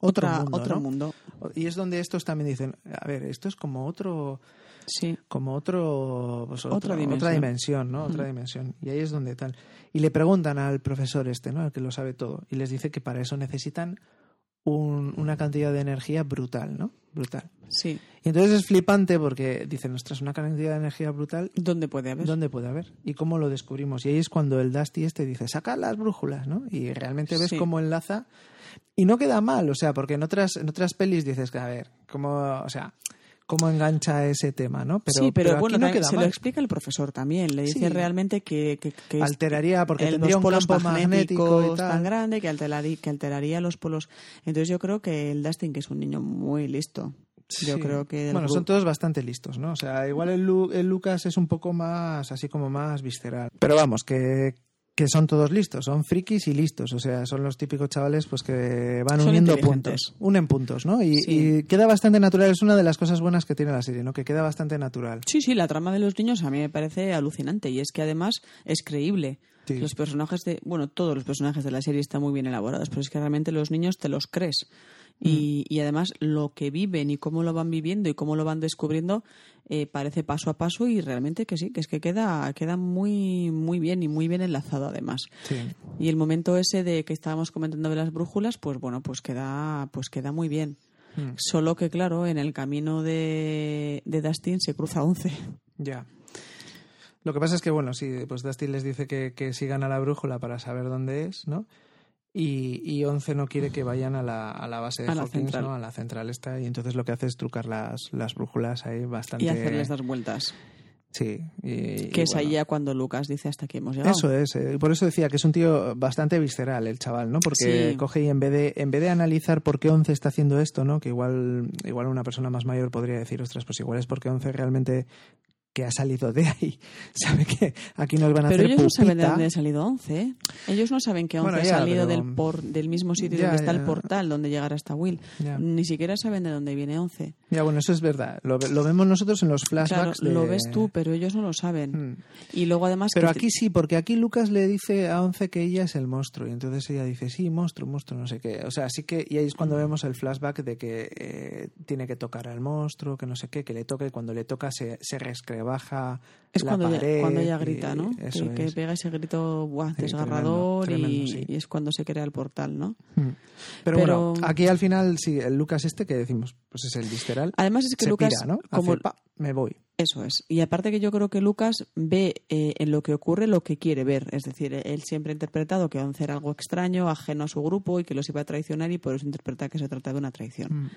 Speaker 1: otro,
Speaker 2: Otra-
Speaker 1: mundo,
Speaker 2: otro
Speaker 1: ¿no?
Speaker 2: mundo.
Speaker 1: Y es donde estos también dicen, a ver, esto es como otro,
Speaker 2: Sí.
Speaker 1: como otro, pues,
Speaker 2: Otra dimensión.
Speaker 1: dimensión, ¿no? Otra dimensión. Y ahí es donde tal. Y le preguntan al profesor este, ¿no? El que lo sabe todo. Y les dice que para eso necesitan un- una cantidad de energía brutal, ¿no? Brutal.
Speaker 2: Sí.
Speaker 1: Y entonces es flipante porque dicen, ostras, una cantidad de energía brutal
Speaker 2: ¿Dónde puede haber?
Speaker 1: ¿Dónde puede haber? ¿Y cómo lo descubrimos? Y ahí es cuando el Dusty este dice, saca las brújulas, ¿no? Y realmente ves
Speaker 2: Sí.
Speaker 1: cómo enlaza. Y no queda mal, o sea, porque en otras, en otras pelis dices que, a ver, como, o sea, cómo engancha ese tema, ¿no?
Speaker 2: sí, pero,
Speaker 1: aquí
Speaker 2: bueno,
Speaker 1: no
Speaker 2: también
Speaker 1: queda
Speaker 2: se lo
Speaker 1: mal.
Speaker 2: explica el profesor también. Le dice
Speaker 1: Sí.
Speaker 2: realmente que, que- que es-
Speaker 1: alteraría porque
Speaker 2: el-
Speaker 1: tendría
Speaker 2: los
Speaker 1: un
Speaker 2: polos
Speaker 1: campo magnético y
Speaker 2: magnéticos
Speaker 1: tal.
Speaker 2: tan grande que alteraría, que alteraría los polos. Entonces yo creo que el Dustin, que es un niño muy listo, yo
Speaker 1: Sí.
Speaker 2: creo que... el
Speaker 1: Bueno, son
Speaker 2: grupo-
Speaker 1: todos bastante listos, ¿no? O sea, igual el, Lu- el Lucas es un poco más, así como más visceral. Pero vamos, que, que son todos listos, son frikis y listos. O sea, son los típicos chavales pues que van
Speaker 2: Son
Speaker 1: uniendo
Speaker 2: inteligentes.
Speaker 1: puntos. Unen puntos, ¿no? Y,
Speaker 2: Sí.
Speaker 1: y queda bastante natural. Es una de las cosas buenas que tiene la serie, ¿no? Que queda bastante natural.
Speaker 2: Sí, sí, la trama de los niños a mí me parece alucinante y es que además es creíble.
Speaker 1: Sí.
Speaker 2: Los personajes de, bueno, todos los personajes de la serie están muy bien elaborados, pero es que realmente los niños te los crees. Y, y además lo que viven y cómo lo van viviendo y cómo lo van descubriendo eh, parece paso a paso y realmente que sí, que es que queda, queda muy, muy bien y muy bien enlazado además.
Speaker 1: Sí.
Speaker 2: Y el momento ese de que estábamos comentando de las brújulas, pues bueno, pues queda, pues queda muy bien.
Speaker 1: Mm.
Speaker 2: Solo que claro, en el camino de, de Dustin se cruza 11.
Speaker 1: Ya. Lo que pasa es que, bueno, sí, pues Dustin les dice que, que sigan a la brújula para saber dónde es, ¿no? Y, y Once no quiere que vayan a la, a la base de
Speaker 2: A la
Speaker 1: Hawkins,
Speaker 2: central.
Speaker 1: ¿no? A la central esta. Y entonces lo que hace es trucar las, las brújulas ahí bastante...
Speaker 2: Y hacerles dar vueltas.
Speaker 1: Sí. y-
Speaker 2: Que
Speaker 1: y
Speaker 2: es
Speaker 1: bueno.
Speaker 2: ahí ya cuando Lucas dice hasta aquí hemos llegado.
Speaker 1: Eso es, eh, por eso decía que es un tío bastante visceral el chaval, ¿no? Porque
Speaker 2: Sí.
Speaker 1: coge y en vez de en vez de analizar por qué Once está haciendo esto, ¿no? Que igual igual una persona más mayor podría decir, ostras, pues igual es porque Once realmente que ha salido de ahí, sabe que aquí nos van a
Speaker 2: Pero
Speaker 1: hacer
Speaker 2: ellos no saben de
Speaker 1: pupita.
Speaker 2: dónde ha salido 11. ¿eh? Ellos no saben que 11
Speaker 1: Bueno,
Speaker 2: ha
Speaker 1: ya,
Speaker 2: salido
Speaker 1: pero-
Speaker 2: del, por, del mismo sitio
Speaker 1: Ya,
Speaker 2: donde está el
Speaker 1: ya.
Speaker 2: portal, donde llegará hasta Will.
Speaker 1: Ya.
Speaker 2: Ni siquiera saben de dónde viene 11.
Speaker 1: Ya, bueno, eso es verdad. Lo, ve- lo vemos nosotros en los
Speaker 2: Claro,
Speaker 1: flashbacks. de-
Speaker 2: lo ves tú, pero ellos no lo saben.
Speaker 1: Mm.
Speaker 2: Y luego además...
Speaker 1: Pero
Speaker 2: que-
Speaker 1: aquí sí, porque aquí Lucas le dice a Once que ella es el monstruo. Y entonces ella dice, sí, monstruo, monstruo, no sé qué. O sea, sí que. Y ahí es
Speaker 2: Mm.
Speaker 1: cuando vemos el flashback de que eh, tiene que tocar al monstruo, que no sé qué, que le toca. Y cuando le toca se, se rescrebaja.
Speaker 2: Es
Speaker 1: la
Speaker 2: cuando,
Speaker 1: pared
Speaker 2: ella, cuando ella
Speaker 1: y-
Speaker 2: grita, ¿no?
Speaker 1: Eso
Speaker 2: que, que
Speaker 1: es.
Speaker 2: pega ese grito buah,
Speaker 1: Sí,
Speaker 2: desgarrador
Speaker 1: tremendo,
Speaker 2: y,
Speaker 1: tremendo, sí.
Speaker 2: y es cuando se crea el portal, ¿no?
Speaker 1: Mm. Pero,
Speaker 2: Pero-
Speaker 1: bueno, aquí al final, sí, el Lucas este que decimos, pues es el visceral.
Speaker 2: Además es que
Speaker 1: se
Speaker 2: Lucas,
Speaker 1: pira, ¿no? Hace,
Speaker 2: como
Speaker 1: "Pa, me voy.
Speaker 2: Eso es. Y aparte que yo creo que Lucas ve eh, en lo que ocurre lo que quiere ver. Es decir, él siempre ha interpretado que Once era algo extraño, ajeno a su grupo y que los iba a traicionar y por eso interpreta que se trata de una traición.
Speaker 1: Mm.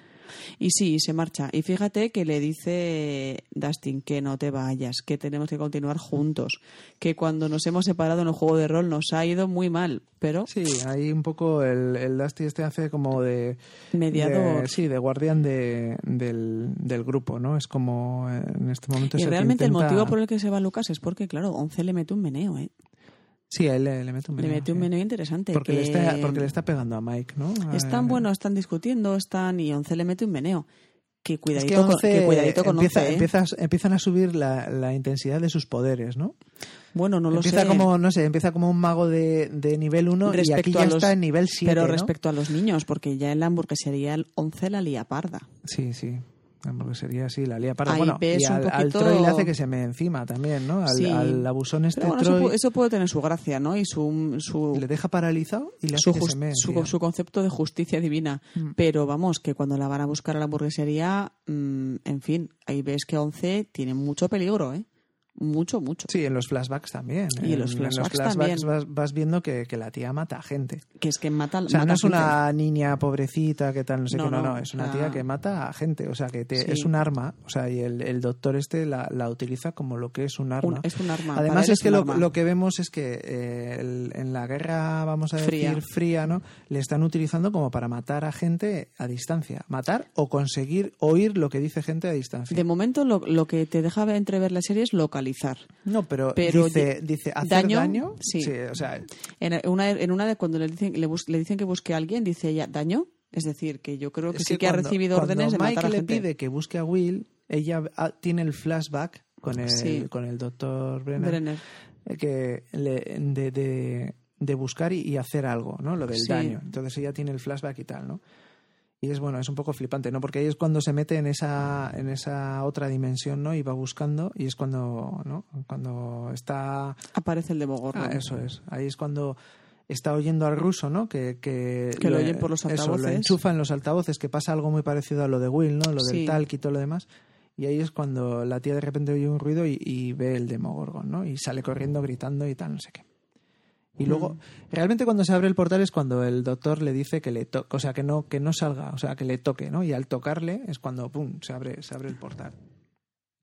Speaker 2: Y sí, se marcha. Y fíjate que le dice Dustin que no te vayas, que tenemos que continuar juntos, que cuando nos hemos separado en el juego de rol nos ha ido muy mal, pero
Speaker 1: Sí, ahí un poco el, el Dusty este hace como de...
Speaker 2: mediador.
Speaker 1: de- sí, de guardián de- del, del grupo, ¿no? Es como eh, en este momento... es
Speaker 2: y
Speaker 1: el que
Speaker 2: realmente
Speaker 1: intenta-
Speaker 2: el motivo por el que se va Lucas es porque, claro, Once le mete un meneo, ¿eh?
Speaker 1: Sí, a él le, le mete un
Speaker 2: Le
Speaker 1: meneo.
Speaker 2: mete un
Speaker 1: sí.
Speaker 2: meneo interesante.
Speaker 1: Porque, le
Speaker 2: que-
Speaker 1: está, porque le está pegando a Mike, ¿no?
Speaker 2: Están,
Speaker 1: Eh,
Speaker 2: bueno, están discutiendo, están y Once le mete un meneo. Que
Speaker 1: es
Speaker 2: cuidadito,
Speaker 1: que
Speaker 2: con-
Speaker 1: Once
Speaker 2: que cuidadito con
Speaker 1: empieza,
Speaker 2: Once, ¿eh?
Speaker 1: empiezas- empiezan a subir la, la intensidad de sus poderes, ¿no?
Speaker 2: Bueno, no lo
Speaker 1: empieza
Speaker 2: sé.
Speaker 1: como, no sé, empieza como un mago de, de nivel 1 y
Speaker 2: Respecto
Speaker 1: aquí
Speaker 2: a
Speaker 1: ya
Speaker 2: los-
Speaker 1: está en nivel 7,
Speaker 2: pero
Speaker 1: ¿no?
Speaker 2: respecto a los niños, porque ya en la hamburguesería el Once la lía parda.
Speaker 1: Sí, sí. Porque sería así, la lía para
Speaker 2: Ahí
Speaker 1: bueno,
Speaker 2: ves
Speaker 1: y
Speaker 2: un
Speaker 1: al, al
Speaker 2: poquito-
Speaker 1: Troy le hace que se me encima también, ¿no? Al,
Speaker 2: Sí.
Speaker 1: al abusón este
Speaker 2: Pero bueno, eso,
Speaker 1: Troy
Speaker 2: pu- eso puede tener su gracia, ¿no? Y su, su,
Speaker 1: le deja paralizado y le hace
Speaker 2: su,
Speaker 1: que
Speaker 2: jus-
Speaker 1: se Mm. me
Speaker 2: su-
Speaker 1: encima.
Speaker 2: su concepto de justicia divina. Pero vamos, que cuando la van a buscar a la hamburguesería, mm, en fin, ahí ves que Once tiene mucho peligro, ¿eh? Mucho, mucho.
Speaker 1: Sí, en los flashbacks también.
Speaker 2: Y en los flashbacks también.
Speaker 1: Vas, vas viendo que, que la tía mata a gente.
Speaker 2: Que es que mata,
Speaker 1: O sea,
Speaker 2: mata
Speaker 1: no es
Speaker 2: gente.
Speaker 1: una niña pobrecita que tal, no sé
Speaker 2: No,
Speaker 1: qué, no,
Speaker 2: no,
Speaker 1: no, es una
Speaker 2: ah.
Speaker 1: tía que mata a gente, o sea, que te-
Speaker 2: Sí.
Speaker 1: es un arma, o sea, y el, el doctor este la, la utiliza como lo que es un arma.
Speaker 2: Un- es un arma. Para
Speaker 1: Además
Speaker 2: él
Speaker 1: es que
Speaker 2: un
Speaker 1: lo,
Speaker 2: arma.
Speaker 1: lo que vemos es que eh, el- en la guerra, vamos a
Speaker 2: Fría.
Speaker 1: decir, fría, ¿no? Le están utilizando como para matar a gente a distancia. Matar o conseguir oír lo que dice gente a distancia.
Speaker 2: De momento lo, lo que te dejaba entrever la serie es localizar.
Speaker 1: no, pero,
Speaker 2: pero
Speaker 1: dice,
Speaker 2: ye-
Speaker 1: dice hacer daño.
Speaker 2: daño, sí.
Speaker 1: o sea,
Speaker 2: En una, en una de cuando le dicen, le, bus- le dicen que busque a alguien, dice ella, ¿daño? Es decir, que yo creo que
Speaker 1: es
Speaker 2: sí que, ha
Speaker 1: cuando-
Speaker 2: recibido
Speaker 1: cuando
Speaker 2: órdenes de
Speaker 1: Mike
Speaker 2: matar a
Speaker 1: le
Speaker 2: gente.
Speaker 1: pide que busque a Will, ella ah, tiene el flashback con el,
Speaker 2: Sí.
Speaker 1: con el doctor Brenner.
Speaker 2: Brenner.
Speaker 1: eh, que le- de, de- de buscar y, y hacer algo, ¿no? Lo del
Speaker 2: Sí.
Speaker 1: daño. Entonces ella tiene el flashback y tal, ¿no? Y es bueno, es un poco flipante, ¿no? Porque ahí es cuando se mete en esa, en esa otra dimensión, ¿no? Y va buscando, y es cuando, ¿no? Cuando está.
Speaker 2: Aparece el de Bogorra.
Speaker 1: Ah, eso es. Ahí es cuando está oyendo al ruso, ¿no? Que, que,
Speaker 2: Que lo oyen por los
Speaker 1: eso, lo
Speaker 2: altavoces.
Speaker 1: enchufa en los altavoces, que pasa algo muy parecido a lo de Will, ¿no? Lo del
Speaker 2: Sí.
Speaker 1: talk y todo lo demás. Y ahí es cuando la tía de repente oye un ruido y, y ve el Demogorgon, ¿no? Y sale corriendo gritando y tal, no sé qué. Y
Speaker 2: Mm.
Speaker 1: luego, realmente cuando se abre el portal es cuando el doctor le dice que le toque, o sea, que no, que no salga, o sea, que le toque, ¿no? Y al tocarle es cuando, ¡pum!, se abre, se abre el portal.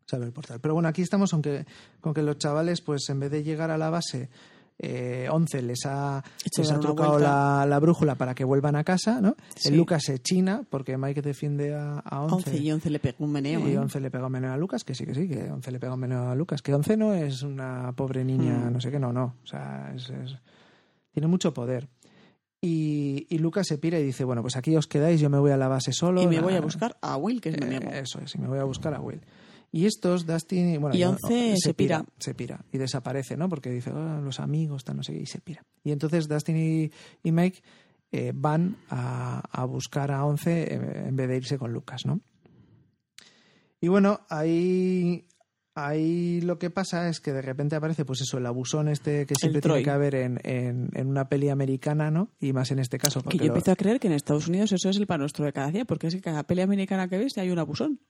Speaker 1: Se abre el portal. Pero bueno, aquí estamos aunque, con que los chavales, pues en vez de llegar a la base, eh, 11 les ha,
Speaker 2: Hecho
Speaker 1: les
Speaker 2: dar
Speaker 1: ha
Speaker 2: una
Speaker 1: trucado
Speaker 2: vuelta.
Speaker 1: la, la brújula para que vuelvan a casa, ¿no?
Speaker 2: Sí.
Speaker 1: El Lucas se china porque Mike defiende a, a 11.
Speaker 2: 11 y 11 le pegó un meneo.
Speaker 1: Y
Speaker 2: ¿eh?
Speaker 1: 11 le pega un meneo a Lucas, que sí, que sí, que 11 le pega un meneo a Lucas. Que 11 no es una pobre niña,
Speaker 2: Hmm.
Speaker 1: no sé qué, no, no. O sea, es- es- tiene mucho poder. Y, y Lucas se pira y dice, bueno, pues aquí os quedáis, yo me voy a la base solo.
Speaker 2: Y me
Speaker 1: na-
Speaker 2: voy a buscar a Will, que es mi
Speaker 1: eh,
Speaker 2: amigo.
Speaker 1: Eso es, y me voy a buscar a Will. Y estos, Dustin... Bueno, eh,
Speaker 2: Y Once se pira.
Speaker 1: Se pira. Y desaparece, ¿no? Porque dice, "Ah, los amigos, tal, no sé qué, y se pira. Y entonces Dustin y, y Mike eh, van a, a buscar a Once eh, en vez de irse con Lucas, ¿no? Y bueno, ahí, ahí lo que pasa es que de repente aparece, pues eso, el abusón este que siempre tiene
Speaker 2: Troy.
Speaker 1: que haber en, en- en una peli americana, ¿no? Y más en este caso.
Speaker 2: Que
Speaker 1: porque
Speaker 2: yo
Speaker 1: lo-
Speaker 2: empiezo a creer que en Estados Unidos eso es el pan nuestro de cada día, porque es que cada pelea americana que ves hay un abusón.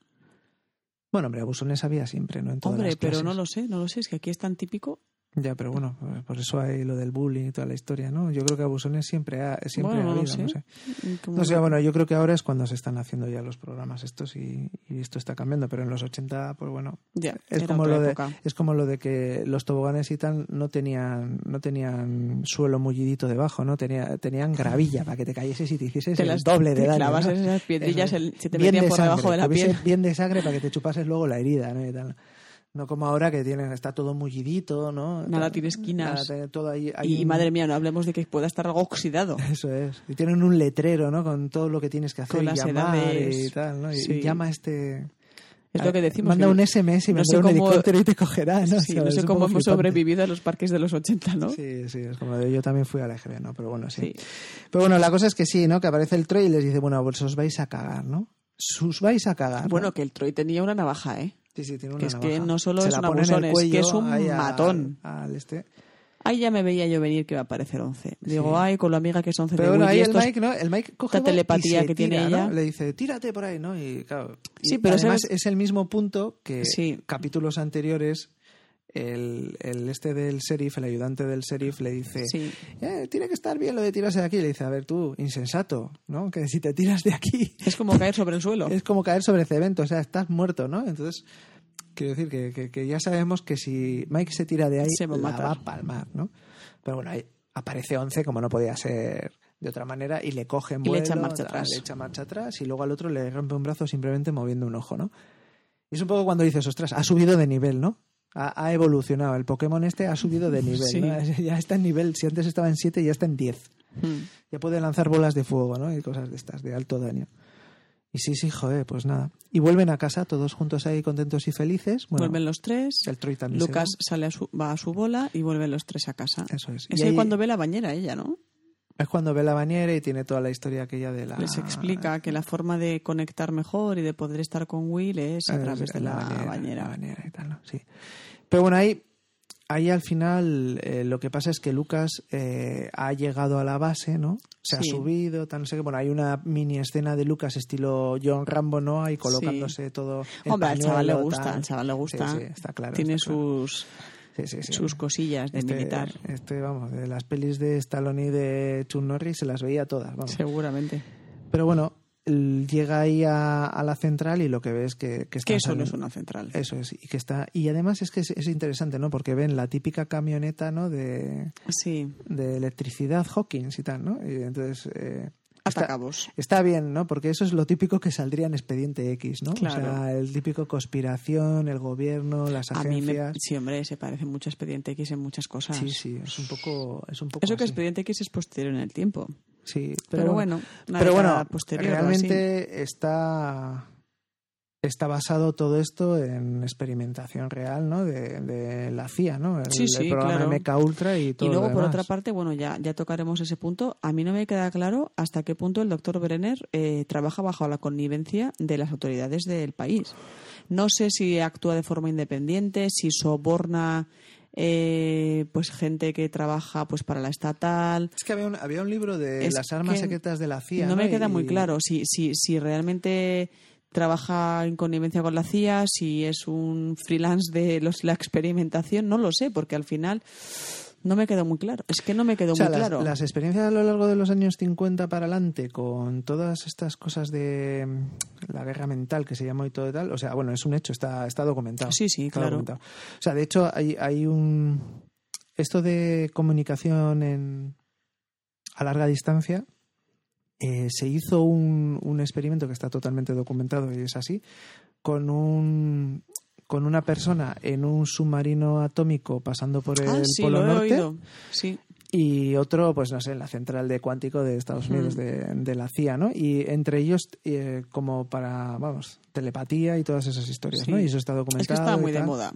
Speaker 1: Bueno, hombre, abusones había siempre, ¿no? En todas
Speaker 2: Hombre,
Speaker 1: las
Speaker 2: pero
Speaker 1: clases.
Speaker 2: no lo sé, no lo sé, es que aquí es tan típico.
Speaker 1: Ya, pero bueno, eh, por eso hay lo del bullying y toda la historia, ¿no? Yo creo que abusones siempre ha, siempre
Speaker 2: Bueno,
Speaker 1: ha
Speaker 2: no lo
Speaker 1: habido, no
Speaker 2: sé. Mm,
Speaker 1: sé.
Speaker 2: como-
Speaker 1: No sé, bueno, yo creo que ahora es cuando se están haciendo ya los programas estos y, y esto está cambiando, pero en los 80, pues bueno,
Speaker 2: Ya,
Speaker 1: es
Speaker 2: era
Speaker 1: como
Speaker 2: otra
Speaker 1: lo de
Speaker 2: época.
Speaker 1: es como lo de que los toboganes y tal no tenían no tenían suelo mullidito debajo, no tenía tenían gravilla para que te cayeses y te hicieses
Speaker 2: Te
Speaker 1: el
Speaker 2: las-
Speaker 1: doble de
Speaker 2: te
Speaker 1: daño.
Speaker 2: clavas
Speaker 1: ¿no?
Speaker 2: esas piedrillas,
Speaker 1: Eso es.
Speaker 2: el- se te
Speaker 1: Bien
Speaker 2: metían por
Speaker 1: sangre,
Speaker 2: debajo de la
Speaker 1: que hubiese
Speaker 2: piel.
Speaker 1: Bien de sangre para que te chupases luego la herida, ¿no? Y tal. No como ahora que tienen está todo mullidito, ¿no?
Speaker 2: Nada
Speaker 1: Tal-
Speaker 2: tiene esquinas.
Speaker 1: nada, tiene todo ahí, hay
Speaker 2: Y
Speaker 1: un-
Speaker 2: madre mía, no hablemos de que pueda estar algo oxidado.
Speaker 1: eso es. Y tienen un letrero, ¿no? Con todo lo que tienes que hacer.
Speaker 2: Con
Speaker 1: y
Speaker 2: las
Speaker 1: llamar y
Speaker 2: edades.
Speaker 1: tal, ¿no? Y, y
Speaker 2: Sí.
Speaker 1: llama a este...
Speaker 2: Es lo que decimos.
Speaker 1: Manda
Speaker 2: que-
Speaker 1: un SMS y
Speaker 2: no
Speaker 1: me
Speaker 2: sé
Speaker 1: un
Speaker 2: cómo-
Speaker 1: helicóptero y te cogerá, ¿no? O
Speaker 2: Sí,
Speaker 1: sea,
Speaker 2: no
Speaker 1: es
Speaker 2: sé
Speaker 1: un
Speaker 2: cómo
Speaker 1: poco
Speaker 2: hemos
Speaker 1: flipante.
Speaker 2: sobrevivido a los parques de los 80, ¿no?
Speaker 1: Sí, sí, es como de yo también fui al EGB, ¿no? Pero bueno, sí.
Speaker 2: Sí.
Speaker 1: Pero bueno, la cosa es que sí, ¿no? Que aparece el Troy y les dice, bueno, pues os vais a cagar, ¿no? Sus vais a cagar. ¿no?
Speaker 2: Bueno, que el Troy tenía una navaja, ¿eh?
Speaker 1: Sí, sí, tiene una
Speaker 2: que es que
Speaker 1: navaja.
Speaker 2: no solo
Speaker 1: Se
Speaker 2: es
Speaker 1: la
Speaker 2: un
Speaker 1: pone en el
Speaker 2: abusón, es que
Speaker 1: cuello,
Speaker 2: es un
Speaker 1: ahí al-
Speaker 2: matón.
Speaker 1: al este.
Speaker 2: Ahí ya me veía yo venir que iba a aparecer 11. Digo,
Speaker 1: Sí.
Speaker 2: ay, con lo amiga que es 11
Speaker 1: Pero
Speaker 2: de
Speaker 1: bueno,
Speaker 2: Will
Speaker 1: ahí
Speaker 2: y
Speaker 1: el
Speaker 2: estos-
Speaker 1: Mike, ¿no? El Mike coge
Speaker 2: esta
Speaker 1: va y
Speaker 2: telepatía
Speaker 1: se
Speaker 2: que tiene
Speaker 1: tira, ¿no?
Speaker 2: ella.
Speaker 1: Le dice, tírate por ahí, ¿no? Y claro. y
Speaker 2: Sí, pero
Speaker 1: además
Speaker 2: sabes-
Speaker 1: es el mismo punto que
Speaker 2: Sí.
Speaker 1: capítulos anteriores. El, el este del sheriff, el ayudante del sheriff, le dice:
Speaker 2: Sí.
Speaker 1: "Eh, Tiene que estar bien lo de tirarse de aquí. Le dice: A ver, tú, insensato, ¿no? Que si te tiras de aquí
Speaker 2: Es como caer sobre el suelo.
Speaker 1: es como caer sobre cemento, o sea, estás muerto, ¿no? Entonces, quiero decir que, que- que ya sabemos que si Mike se tira de ahí,
Speaker 2: Se va a
Speaker 1: la
Speaker 2: matar.
Speaker 1: va a palmar, ¿no? Pero bueno, ahí aparece 11, como no podía ser de otra manera, y le coge en
Speaker 2: Y le
Speaker 1: vuelo,
Speaker 2: echa marcha
Speaker 1: tal,
Speaker 2: atrás.
Speaker 1: le echa marcha atrás, y luego al otro le rompe un brazo simplemente moviendo un ojo, ¿no? Y es un poco cuando dices, ostras, ha subido de nivel, ¿no? Ha, ha evolucionado, el Pokémon este ha subido de nivel,
Speaker 2: Sí.
Speaker 1: ¿no? ya está en nivel, si antes estaba en 7, ya está en 10
Speaker 2: Mm.
Speaker 1: ya puede lanzar bolas de fuego, ¿no? Y cosas de estas, de alto daño. Y sí, sí, joder, pues nada. Y vuelven a casa todos juntos ahí contentos y felices. Bueno,
Speaker 2: vuelven los tres.
Speaker 1: el Troy también se
Speaker 2: Lucas sale a su, va a su bola y vuelven los tres a casa.
Speaker 1: Eso es.
Speaker 2: Es
Speaker 1: Y
Speaker 2: ahí
Speaker 1: ahí-
Speaker 2: cuando ve la bañera ella, ¿no?
Speaker 1: va. es cuando ve la bañera y tiene toda la historia aquella de la...
Speaker 2: Les explica que la forma de conectar mejor y de poder estar con Will es a
Speaker 1: Eh,
Speaker 2: través de
Speaker 1: en
Speaker 2: la,
Speaker 1: en La
Speaker 2: bañera.
Speaker 1: bañera y tal, ¿no? Sí. Pero bueno, ahí, ahí al final eh, lo que pasa es que Lucas eh, ha llegado a la base, ¿no? Se
Speaker 2: Sí.
Speaker 1: ha subido, tal, no sé qué. Bueno, hay una mini escena de Lucas estilo John Rambo, ¿no? Ahí colocándose todo. el
Speaker 2: Hombre, al chaval le
Speaker 1: pañuelo,
Speaker 2: gusta,
Speaker 1: tal.
Speaker 2: al chaval le gusta.
Speaker 1: Sí, sí, está claro.
Speaker 2: Tiene
Speaker 1: está claro.
Speaker 2: sus,
Speaker 1: Sí, sí, sí.
Speaker 2: sus cosillas de
Speaker 1: Este-
Speaker 2: militar,
Speaker 1: Este, vamos, de las pelis de Stallone y de Chuck Norris se las veía todas. Vamos.
Speaker 2: seguramente.
Speaker 1: Pero bueno, él llega ahí a, a la central y lo que ves que, que está
Speaker 2: Que eso no es una central.
Speaker 1: eso es, y que está. Y además es que es, es interesante, ¿no? Porque ven la típica camioneta, ¿no? De,
Speaker 2: Sí,
Speaker 1: de electricidad Hawkins y tal, ¿no? Y entonces. eh,
Speaker 2: hasta
Speaker 1: está,
Speaker 2: cabos.
Speaker 1: está bien, ¿no? Porque eso es lo típico que saldría en Expediente X, ¿no? O
Speaker 2: Claro.
Speaker 1: sea, el típico conspiración, el gobierno, las
Speaker 2: A mí me,
Speaker 1: agencias.
Speaker 2: sí, hombre, se parece mucho a Expediente X en muchas cosas.
Speaker 1: Sí, sí, es un poco. Es un poco
Speaker 2: Eso que
Speaker 1: así.
Speaker 2: Expediente X es posterior en el tiempo.
Speaker 1: Sí, pero,
Speaker 2: Pero, bueno, una
Speaker 1: pero
Speaker 2: década
Speaker 1: bueno,
Speaker 2: posterior, o
Speaker 1: realmente está está basado todo esto en experimentación real, ¿no? De, de la CIA, ¿no? El,
Speaker 2: Sí,
Speaker 1: el
Speaker 2: sí,
Speaker 1: programa
Speaker 2: claro.
Speaker 1: MK Ultra y
Speaker 2: Y
Speaker 1: todo.
Speaker 2: luego,
Speaker 1: lo
Speaker 2: por
Speaker 1: demás.
Speaker 2: otra parte, bueno, ya, ya tocaremos ese punto. A mí no me queda claro hasta qué punto el doctor Brenner eh, trabaja bajo la connivencia de las autoridades del país. No sé si actúa de forma independiente, si soborna eh, pues gente que trabaja pues para la estatal.
Speaker 1: es que había un, había un libro de
Speaker 2: Es
Speaker 1: las armas
Speaker 2: que
Speaker 1: secretas de la CIA.
Speaker 2: no me queda muy
Speaker 1: Y-
Speaker 2: claro si, si, si realmente trabaja en connivencia con la CIA, si es un freelance de los, la experimentación, no lo sé, porque al final No me quedó muy claro. Es que no me quedó
Speaker 1: O sea,
Speaker 2: muy
Speaker 1: las,
Speaker 2: claro.
Speaker 1: las experiencias a lo largo de los años 50 para adelante con todas estas cosas de mm, la guerra mental que se llama y todo y tal, o sea, bueno, es un hecho, está, está documentado.
Speaker 2: Sí, sí,
Speaker 1: Está
Speaker 2: claro.
Speaker 1: documentado. O sea, de hecho, hay, hay un... Esto de comunicación en, a larga distancia, eh, se hizo un, un experimento que está totalmente documentado y es así, con un con una persona en un submarino atómico pasando por el
Speaker 2: ah, sí,
Speaker 1: Polo
Speaker 2: lo he
Speaker 1: Norte
Speaker 2: oído. Sí.
Speaker 1: y otro, pues no sé, en la central de cuántico de Estados Unidos, de, de la CIA, ¿no? Y entre ellos, eh, como para, vamos, telepatía y todas esas historias,
Speaker 2: Sí.
Speaker 1: ¿no? Y eso está
Speaker 2: Es que
Speaker 1: documentado.
Speaker 2: estaba
Speaker 1: y
Speaker 2: muy de
Speaker 1: tal.
Speaker 2: moda.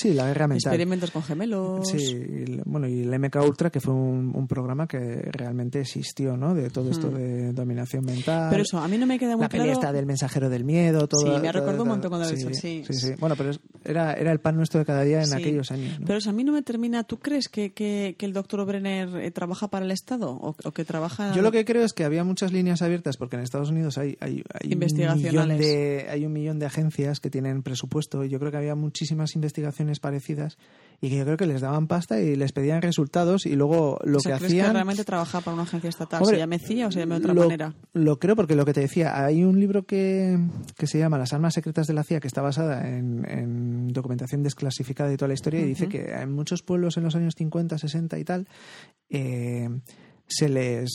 Speaker 1: Sí, la guerra mental.
Speaker 2: Experimentos con gemelos.
Speaker 1: Sí, y el- bueno, y el MK Ultra, que fue un, un programa que realmente existió, ¿no? De todo esto de dominación mental.
Speaker 2: Hmm. Pero eso, a mí no me queda muy
Speaker 1: la
Speaker 2: claro.
Speaker 1: peli esta del mensajero del miedo, todo.
Speaker 2: Sí, me ha
Speaker 1: todo-
Speaker 2: recordado un montón cuando lo he
Speaker 1: sí,
Speaker 2: visto, sí.
Speaker 1: sí, sí. Bueno, pero es- era, era el pan nuestro de cada día en
Speaker 2: Sí.
Speaker 1: aquellos años. ¿no?
Speaker 2: Pero o sea, a mí no me termina. ¿Tú crees que, que, que el doctor Brenner eh, trabaja para el Estado o, o que trabaja?
Speaker 1: Yo lo que creo es que había muchas líneas abiertas porque en Estados Unidos hay, hay, hay, un, millón
Speaker 2: Investigacionales.
Speaker 1: de, hay un millón de agencias que tienen presupuesto y yo creo que había muchísimas investigaciones parecidas y que yo creo que les daban pasta y les pedían resultados y luego lo
Speaker 2: o sea,
Speaker 1: que
Speaker 2: ¿crees
Speaker 1: hacían...
Speaker 2: que realmente trabaja para una agencia estatal?
Speaker 1: Hombre,
Speaker 2: ¿Se llame CIA o se llame de otra
Speaker 1: lo,
Speaker 2: manera?
Speaker 1: Lo creo porque lo que te decía, hay un libro que, que se llama Las armas secretas de la CIA que está basada en, en documentación desclasificada y toda la historia y dice que en muchos pueblos en los años 50, 60 y tal eh, se les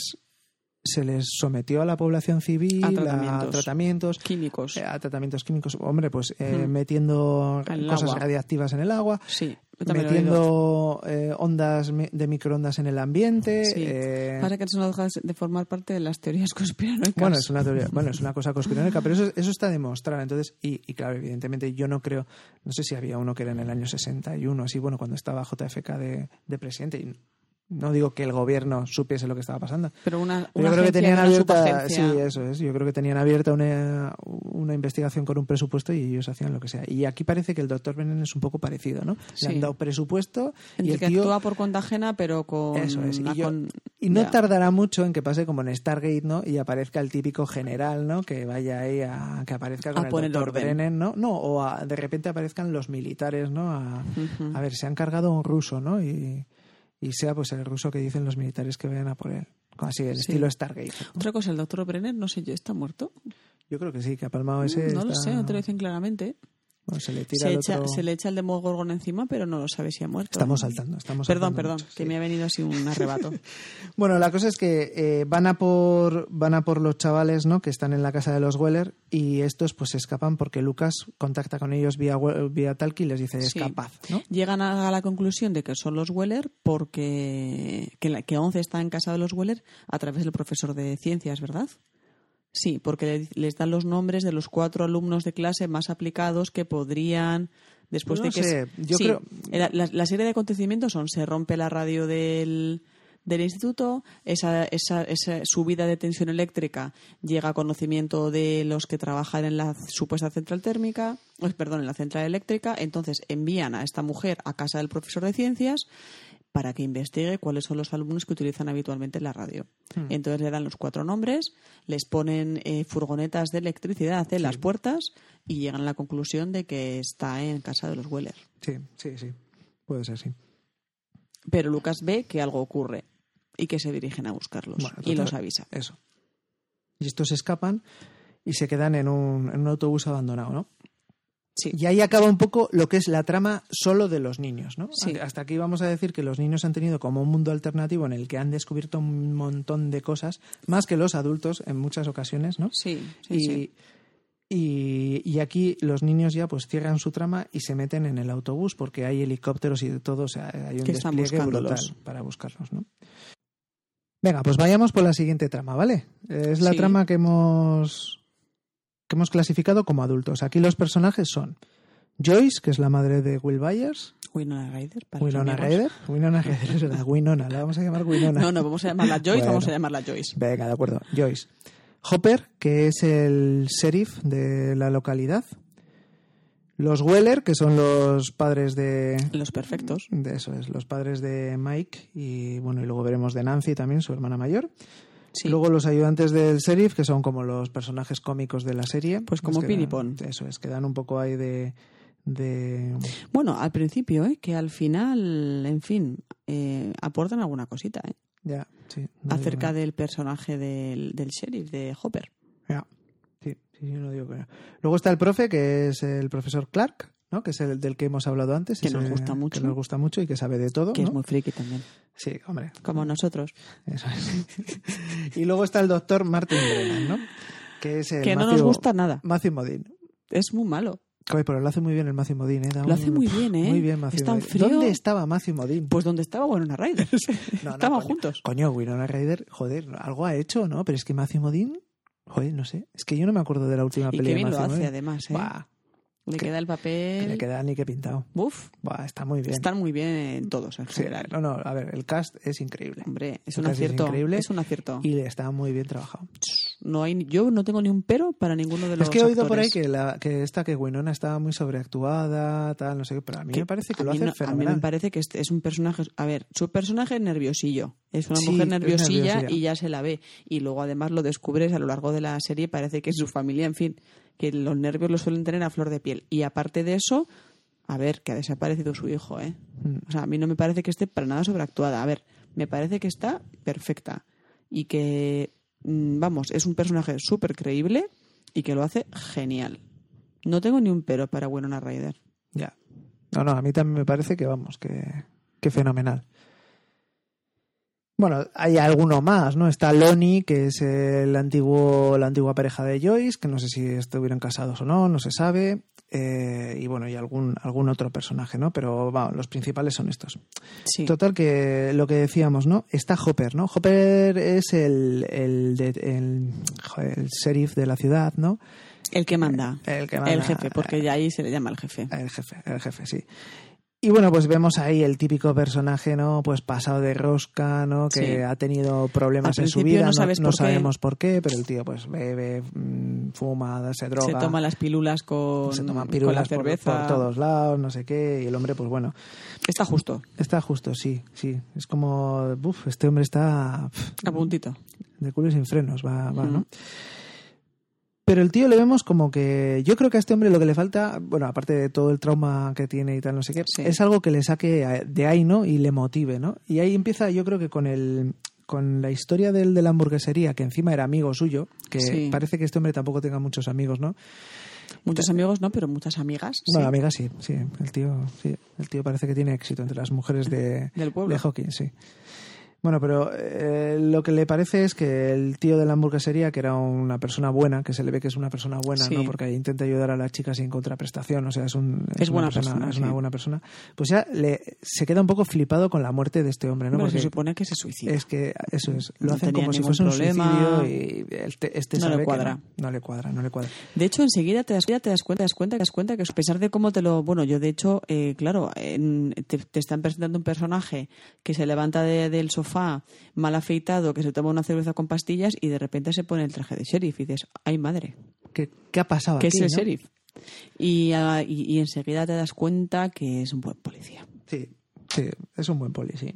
Speaker 1: se les sometió a la población civil
Speaker 2: A
Speaker 1: a
Speaker 2: tratamientos.
Speaker 1: tratamientos
Speaker 2: Químicos.
Speaker 1: eh, a tratamientos químicos hombre pues eh,
Speaker 2: Ujú.
Speaker 1: metiendo
Speaker 2: Al
Speaker 1: cosas
Speaker 2: agua.
Speaker 1: radiactivas en el agua
Speaker 2: sí. yo también lo he
Speaker 1: metiendo
Speaker 2: oído.
Speaker 1: eh, ondas mi- de microondas en el ambiente
Speaker 2: Sí.
Speaker 1: eh,
Speaker 2: Pasa que eso no deja de formar parte de las teorías conspiranoicas.
Speaker 1: bueno, es una teoría, bueno, es una cosa conspiranoica, pero eso, eso está demostrado. Entonces, y, y claro, evidentemente yo no creo, no sé si había uno que era en el año 61, así, bueno, cuando estaba JFK de, de presidente. Y no digo que el gobierno supiese lo que estaba pasando.
Speaker 2: Pero una,
Speaker 1: pero
Speaker 2: una
Speaker 1: yo creo que
Speaker 2: agencia
Speaker 1: tenían
Speaker 2: de una
Speaker 1: abierta, sí,
Speaker 2: subagencia.
Speaker 1: eso es. Yo creo que tenían abierta una, una investigación con un presupuesto y ellos hacían lo que sea. Y aquí parece que el doctor Brennan es un poco parecido, ¿no?
Speaker 2: Sí.
Speaker 1: Le han dado presupuesto y
Speaker 2: Entre
Speaker 1: el
Speaker 2: que
Speaker 1: tío
Speaker 2: actúa por cuenta ajena, pero con.
Speaker 1: eso es.
Speaker 2: ah,
Speaker 1: Y, yo-
Speaker 2: con-
Speaker 1: y no
Speaker 2: ya.
Speaker 1: tardará mucho en que pase como en Stargate, ¿no? Y aparezca el típico general, ¿no? Que vaya ahí a... Que aparezca con
Speaker 2: A
Speaker 1: el
Speaker 2: poner
Speaker 1: doctor
Speaker 2: orden.
Speaker 1: Brennan, ¿no? No, o a- de repente aparezcan los militares, ¿no? A, a ver, se han cargado a un ruso, ¿no? Y, y sea pues el ruso que dicen los militares que vayan a por él. Como Así, el
Speaker 2: Sí.
Speaker 1: estilo Stargate.
Speaker 2: Otra cosa, el doctor Brenner, no sé yo, ¿está muerto?
Speaker 1: Yo creo que sí, que ha palmado ese...
Speaker 2: Mm, no lo
Speaker 1: está-
Speaker 2: sé, no te lo dicen claramente.
Speaker 1: bueno, se le tira
Speaker 2: Se,
Speaker 1: el
Speaker 2: echa-
Speaker 1: otro-
Speaker 2: se le echa el demogorgon encima, pero no lo sabe si ha muerto.
Speaker 1: Estamos saltando, estamos
Speaker 2: Perdón,
Speaker 1: saltando
Speaker 2: perdón,
Speaker 1: mucho,
Speaker 2: que
Speaker 1: sí.
Speaker 2: me ha venido así un arrebato.
Speaker 1: Bueno, la cosa es que eh, van a por van a por los chavales, ¿no? Que están en la casa de los Weller y estos pues se escapan porque Lucas contacta con ellos vía we- vía talki y les dice
Speaker 2: Sí.
Speaker 1: escapad, ¿no?
Speaker 2: Llegan a la conclusión de que son los Weller porque que, la- que 11 está en casa de los Weller a través del profesor de ciencias, ¿verdad? Sí, porque le- les dan los nombres de los cuatro alumnos de clase más aplicados que podrían después
Speaker 1: No
Speaker 2: de que
Speaker 1: sé, yo
Speaker 2: Sí,
Speaker 1: creo-
Speaker 2: la, la- la serie de acontecimientos son se rompe la radio del del instituto, esa, esa, esa subida de tensión eléctrica llega a conocimiento de los que trabajan en la supuesta central térmica, pues, perdón, en la central eléctrica, entonces envían a esta mujer a casa del profesor de ciencias para que investigue cuáles son los alumnos que utilizan habitualmente la radio.
Speaker 1: Hmm.
Speaker 2: Entonces le dan los cuatro nombres, les ponen eh, furgonetas de electricidad en las puertas y llegan a la conclusión de que está en casa de los Weller.
Speaker 1: Sí, sí, sí. Puede ser, sí.
Speaker 2: Pero Lucas ve que algo ocurre y que se dirigen a buscarlos
Speaker 1: Bueno,
Speaker 2: y
Speaker 1: total,
Speaker 2: los avisa.
Speaker 1: Eso. Y estos se escapan y se quedan en un, en un autobús abandonado, ¿no?
Speaker 2: Sí.
Speaker 1: Y ahí acaba un poco lo que es la trama solo de los niños, ¿no?
Speaker 2: Sí.
Speaker 1: Hasta aquí vamos a decir que los niños han tenido como un mundo alternativo en el que han descubierto un montón de cosas, más que los adultos en muchas ocasiones, ¿no?
Speaker 2: Sí, sí,
Speaker 1: y,
Speaker 2: sí.
Speaker 1: y- y aquí los niños ya pues cierran su trama y se meten en el autobús porque hay helicópteros y de todo, o sea, hay un
Speaker 2: Que están
Speaker 1: despliegue brutal
Speaker 2: buscándolos.
Speaker 1: para buscarlos, ¿no? Venga, pues vayamos por la siguiente trama, ¿vale? Eh, Es la
Speaker 2: Sí.
Speaker 1: trama que hemos que hemos clasificado como adultos. Aquí los personajes son Joyce, que es la madre de Will Byers,
Speaker 2: Winona Ryder. para
Speaker 1: Winona
Speaker 2: los amigos.
Speaker 1: Ryder, Winona Ryder, es verdad, Winona, la vamos a llamar Winona.
Speaker 2: No, no, vamos a llamarla Joyce,
Speaker 1: Bueno.
Speaker 2: vamos a llamarla Joyce.
Speaker 1: Venga, de acuerdo. Joyce. Hopper, que es el sheriff de la localidad. Los Weller, que son los padres de.
Speaker 2: Los perfectos.
Speaker 1: de eso es, los padres de Mike. Y bueno, y luego veremos de Nancy también, su hermana mayor.
Speaker 2: Sí.
Speaker 1: Luego los ayudantes del sheriff, que son como los personajes cómicos de la serie.
Speaker 2: Pues como
Speaker 1: Es que dan-
Speaker 2: Pinipon.
Speaker 1: Eso es, que dan un poco ahí de, de...
Speaker 2: Bueno, al principio, ¿eh? que al final, en fin, eh, aportan alguna cosita ¿eh?
Speaker 1: Ya, sí.
Speaker 2: acerca
Speaker 1: de...
Speaker 2: del personaje del, del sheriff, de Hopper.
Speaker 1: Ya, sí, sí, sí, no digo que no. Luego está el profe, que es el profesor Clark, ¿no? Que es el del que hemos hablado antes.
Speaker 2: Que
Speaker 1: ese-
Speaker 2: nos gusta mucho.
Speaker 1: Que nos gusta mucho y que sabe de todo,
Speaker 2: Que
Speaker 1: ¿no?
Speaker 2: es muy friki también,
Speaker 1: Sí, hombre.
Speaker 2: como nosotros.
Speaker 1: Eso es. y luego está el doctor Martin Brennan, ¿no? Que es el
Speaker 2: que no nos
Speaker 1: Matthew-
Speaker 2: gusta nada.
Speaker 1: Matthew Modine.
Speaker 2: Es muy malo.
Speaker 1: Oye, pero lo hace muy bien el Matthew Modine, ¿eh? Da
Speaker 2: Lo hace
Speaker 1: un-
Speaker 2: muy bien, ¿eh?
Speaker 1: Muy bien, Matthew
Speaker 2: Es tan
Speaker 1: Modine.
Speaker 2: frío.
Speaker 1: ¿Dónde estaba Matthew Modine?
Speaker 2: Pues donde estaba Winona Ryder.
Speaker 1: No, no,
Speaker 2: Estaban
Speaker 1: coño.
Speaker 2: juntos.
Speaker 1: Coño, Winona Ryder, joder, algo ha hecho, ¿no? Pero es que Matthew Modine, joder, no sé. Es que yo no me acuerdo de la última
Speaker 2: Y
Speaker 1: película
Speaker 2: qué
Speaker 1: de
Speaker 2: bien lo
Speaker 1: Matthew
Speaker 2: hace,
Speaker 1: Modine.
Speaker 2: además. ¿eh?
Speaker 1: Buah,
Speaker 2: le
Speaker 1: que-
Speaker 2: queda el
Speaker 1: que le
Speaker 2: papel.
Speaker 1: queda ni que pintado.
Speaker 2: Uf,
Speaker 1: Buah, está muy bien.
Speaker 2: están muy bien todos en
Speaker 1: Sí,
Speaker 2: general.
Speaker 1: no, no, a ver, el cast es increíble.
Speaker 2: Hombre, es
Speaker 1: El
Speaker 2: un
Speaker 1: cast es
Speaker 2: acierto.
Speaker 1: increíble.
Speaker 2: Es un acierto.
Speaker 1: Y está muy bien trabajado.
Speaker 2: No hay, yo no tengo ni un pero para ninguno de los.
Speaker 1: Es que he oído por ahí
Speaker 2: actores.
Speaker 1: que, la, que esta que Winona estaba muy sobreactuada, tal, no sé qué, pero a mí
Speaker 2: Que
Speaker 1: me parece que
Speaker 2: a
Speaker 1: lo
Speaker 2: mí
Speaker 1: hace
Speaker 2: no- A mí
Speaker 1: fenomenal.
Speaker 2: me parece que es, es un personaje. A ver, su personaje es nerviosillo. Es una
Speaker 1: Sí,
Speaker 2: mujer
Speaker 1: es
Speaker 2: nerviosilla,
Speaker 1: nerviosilla.
Speaker 2: y ya se la ve. Y luego además lo descubres a lo largo de la serie. Parece que su familia, en fin, que los nervios los suelen tener a flor de piel. Y aparte de eso, a ver, que ha desaparecido su hijo, ¿eh?
Speaker 1: Mm.
Speaker 2: O sea, a mí no me parece que esté para nada sobreactuada. A ver, me parece que está perfecta. Y que, mm, vamos, es un personaje súper creíble y que lo hace genial. No tengo ni un pero para Winona Ryder.
Speaker 1: Ya. No, no, a mí también me parece que vamos, que, que fenomenal. Bueno, hay alguno más, ¿no? Está Lonnie, que es el antiguo, la antigua pareja de Joyce, que no sé si estuvieron casados o no, no se sabe. Eh, y bueno, y algún, algún otro personaje, ¿no? Pero vamos, los principales son estos.
Speaker 2: Sí.
Speaker 1: Total, que lo que decíamos, ¿no? Está Hopper, ¿no? Hopper es el, el, de- el, joder, el sheriff de la ciudad, ¿no?
Speaker 2: El que manda.
Speaker 1: El que manda-
Speaker 2: El jefe, porque ya ahí se le llama el jefe.
Speaker 1: El jefe, el jefe, sí. Y bueno, pues vemos ahí el típico personaje, ¿no? Pues pasado de rosca, ¿no? Que
Speaker 2: Sí.
Speaker 1: ha tenido problemas
Speaker 2: Al
Speaker 1: en su
Speaker 2: principio
Speaker 1: vida,
Speaker 2: no sabes por qué.
Speaker 1: sabemos por qué, pero el tío pues bebe, mm, fuma, se droga.
Speaker 2: Se toma las pilulas con,
Speaker 1: se toman
Speaker 2: con la
Speaker 1: pirulas por-
Speaker 2: cerveza.
Speaker 1: por todos lados, no sé qué, y el hombre, pues bueno,
Speaker 2: Está justo,
Speaker 1: está justo, sí, sí. Es como, uff, este hombre está pf,
Speaker 2: a puntito.
Speaker 1: de culo y sin frenos, va, va, ¿no?
Speaker 2: Mm.
Speaker 1: Pero el tío le vemos como que. Yo creo que a este hombre lo que le falta, bueno, aparte de todo el trauma que tiene y tal, no sé qué,
Speaker 2: Sí.
Speaker 1: es algo que le saque a- de ahí, ¿no? Y le motive, ¿no? Y ahí empieza, yo creo que con el con la historia del de la hamburguesería, que encima era amigo suyo, que
Speaker 2: Sí.
Speaker 1: parece que este hombre tampoco tenga muchos amigos, ¿no?
Speaker 2: Muchos amigos no, pero muchas amigas. sí.
Speaker 1: Bueno, amiga sí, sí, el tío, sí, el tío parece que tiene éxito entre las mujeres de,
Speaker 2: Del pueblo.
Speaker 1: de Hawkins, sí. Bueno, pero eh, lo que le parece es que el tío de la hamburguesería, que era una persona buena, que se le ve que es una persona buena,
Speaker 2: Sí.
Speaker 1: ¿no? Porque intenta ayudar a la chica sin contraprestación, o sea, es, un,
Speaker 2: Es
Speaker 1: una
Speaker 2: buena persona,
Speaker 1: es una
Speaker 2: sí.
Speaker 1: buena persona. Pues ya le, se queda un poco flipado con la muerte de este hombre, ¿no?
Speaker 2: Bueno, se
Speaker 1: Porque
Speaker 2: supone que se suicida.
Speaker 1: es que eso es, lo
Speaker 2: No
Speaker 1: hacen
Speaker 2: tenía
Speaker 1: como si
Speaker 2: ningún
Speaker 1: fuese un
Speaker 2: problema.
Speaker 1: suicidio y el te- este
Speaker 2: No le
Speaker 1: sabe que
Speaker 2: cuadra.
Speaker 1: no le cuadra, no le cuadra.
Speaker 2: De hecho, enseguida te das, te das cuenta, te das cuenta, te das cuenta que a pesar de cómo te lo... Bueno, yo de hecho, eh, claro, en- te, te están presentando un personaje que se levanta de- del sofá mal afeitado, que se toma una cerveza con pastillas y de repente se pone el traje de sheriff y dices, ¡ay madre!
Speaker 1: ¿Qué, qué ha pasado
Speaker 2: que
Speaker 1: aquí,
Speaker 2: es el
Speaker 1: no?
Speaker 2: sheriff. Y, ah, y- y enseguida te das cuenta que es un buen policía.
Speaker 1: Sí, sí, es un buen poli, sí.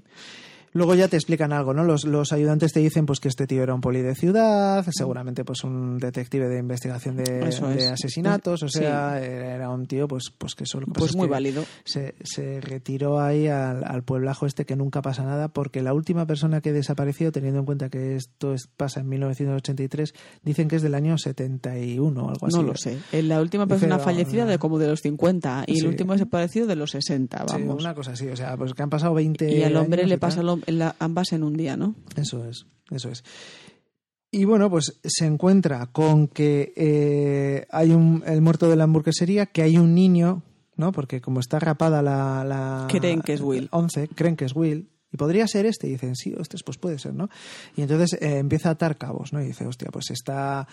Speaker 1: Luego ya te explican algo, ¿no? Los, los ayudantes te dicen pues que este tío era un poli de ciudad, seguramente pues un detective de investigación de,
Speaker 2: Eso
Speaker 1: de
Speaker 2: es.
Speaker 1: asesinatos, o
Speaker 2: Sí.
Speaker 1: sea, era era un tío pues, pues que solo...
Speaker 2: Pues muy válido.
Speaker 1: Se, se retiró ahí al, al pueblajo este que nunca pasa nada porque la última persona que desapareció, teniendo en cuenta que esto es- pasa en 1983, dicen que es del año 71 o algo así.
Speaker 2: No lo sé. Eh, La última
Speaker 1: Dice,
Speaker 2: persona
Speaker 1: vamos,
Speaker 2: fallecida
Speaker 1: no.
Speaker 2: de como de los 50 y
Speaker 1: Sí.
Speaker 2: el último desaparecido de los 60,
Speaker 1: Sí,
Speaker 2: vamos.
Speaker 1: una cosa así, o sea, pues que han pasado 20
Speaker 2: y al hombre
Speaker 1: años
Speaker 2: le
Speaker 1: y tal.
Speaker 2: pasa lo- la- ambas en un día, ¿no?
Speaker 1: Eso es, eso es. Y bueno, pues se encuentra con que eh, hay un, el muerto de la hamburguesería, que hay un niño, ¿no? Porque como está rapada la... la-
Speaker 2: Creen que es Will.
Speaker 1: 11, creen que es Will. Y podría ser este, y dicen, sí, este pues puede ser, ¿no? Y entonces eh, empieza a atar cabos, ¿no? Y dice, hostia, pues está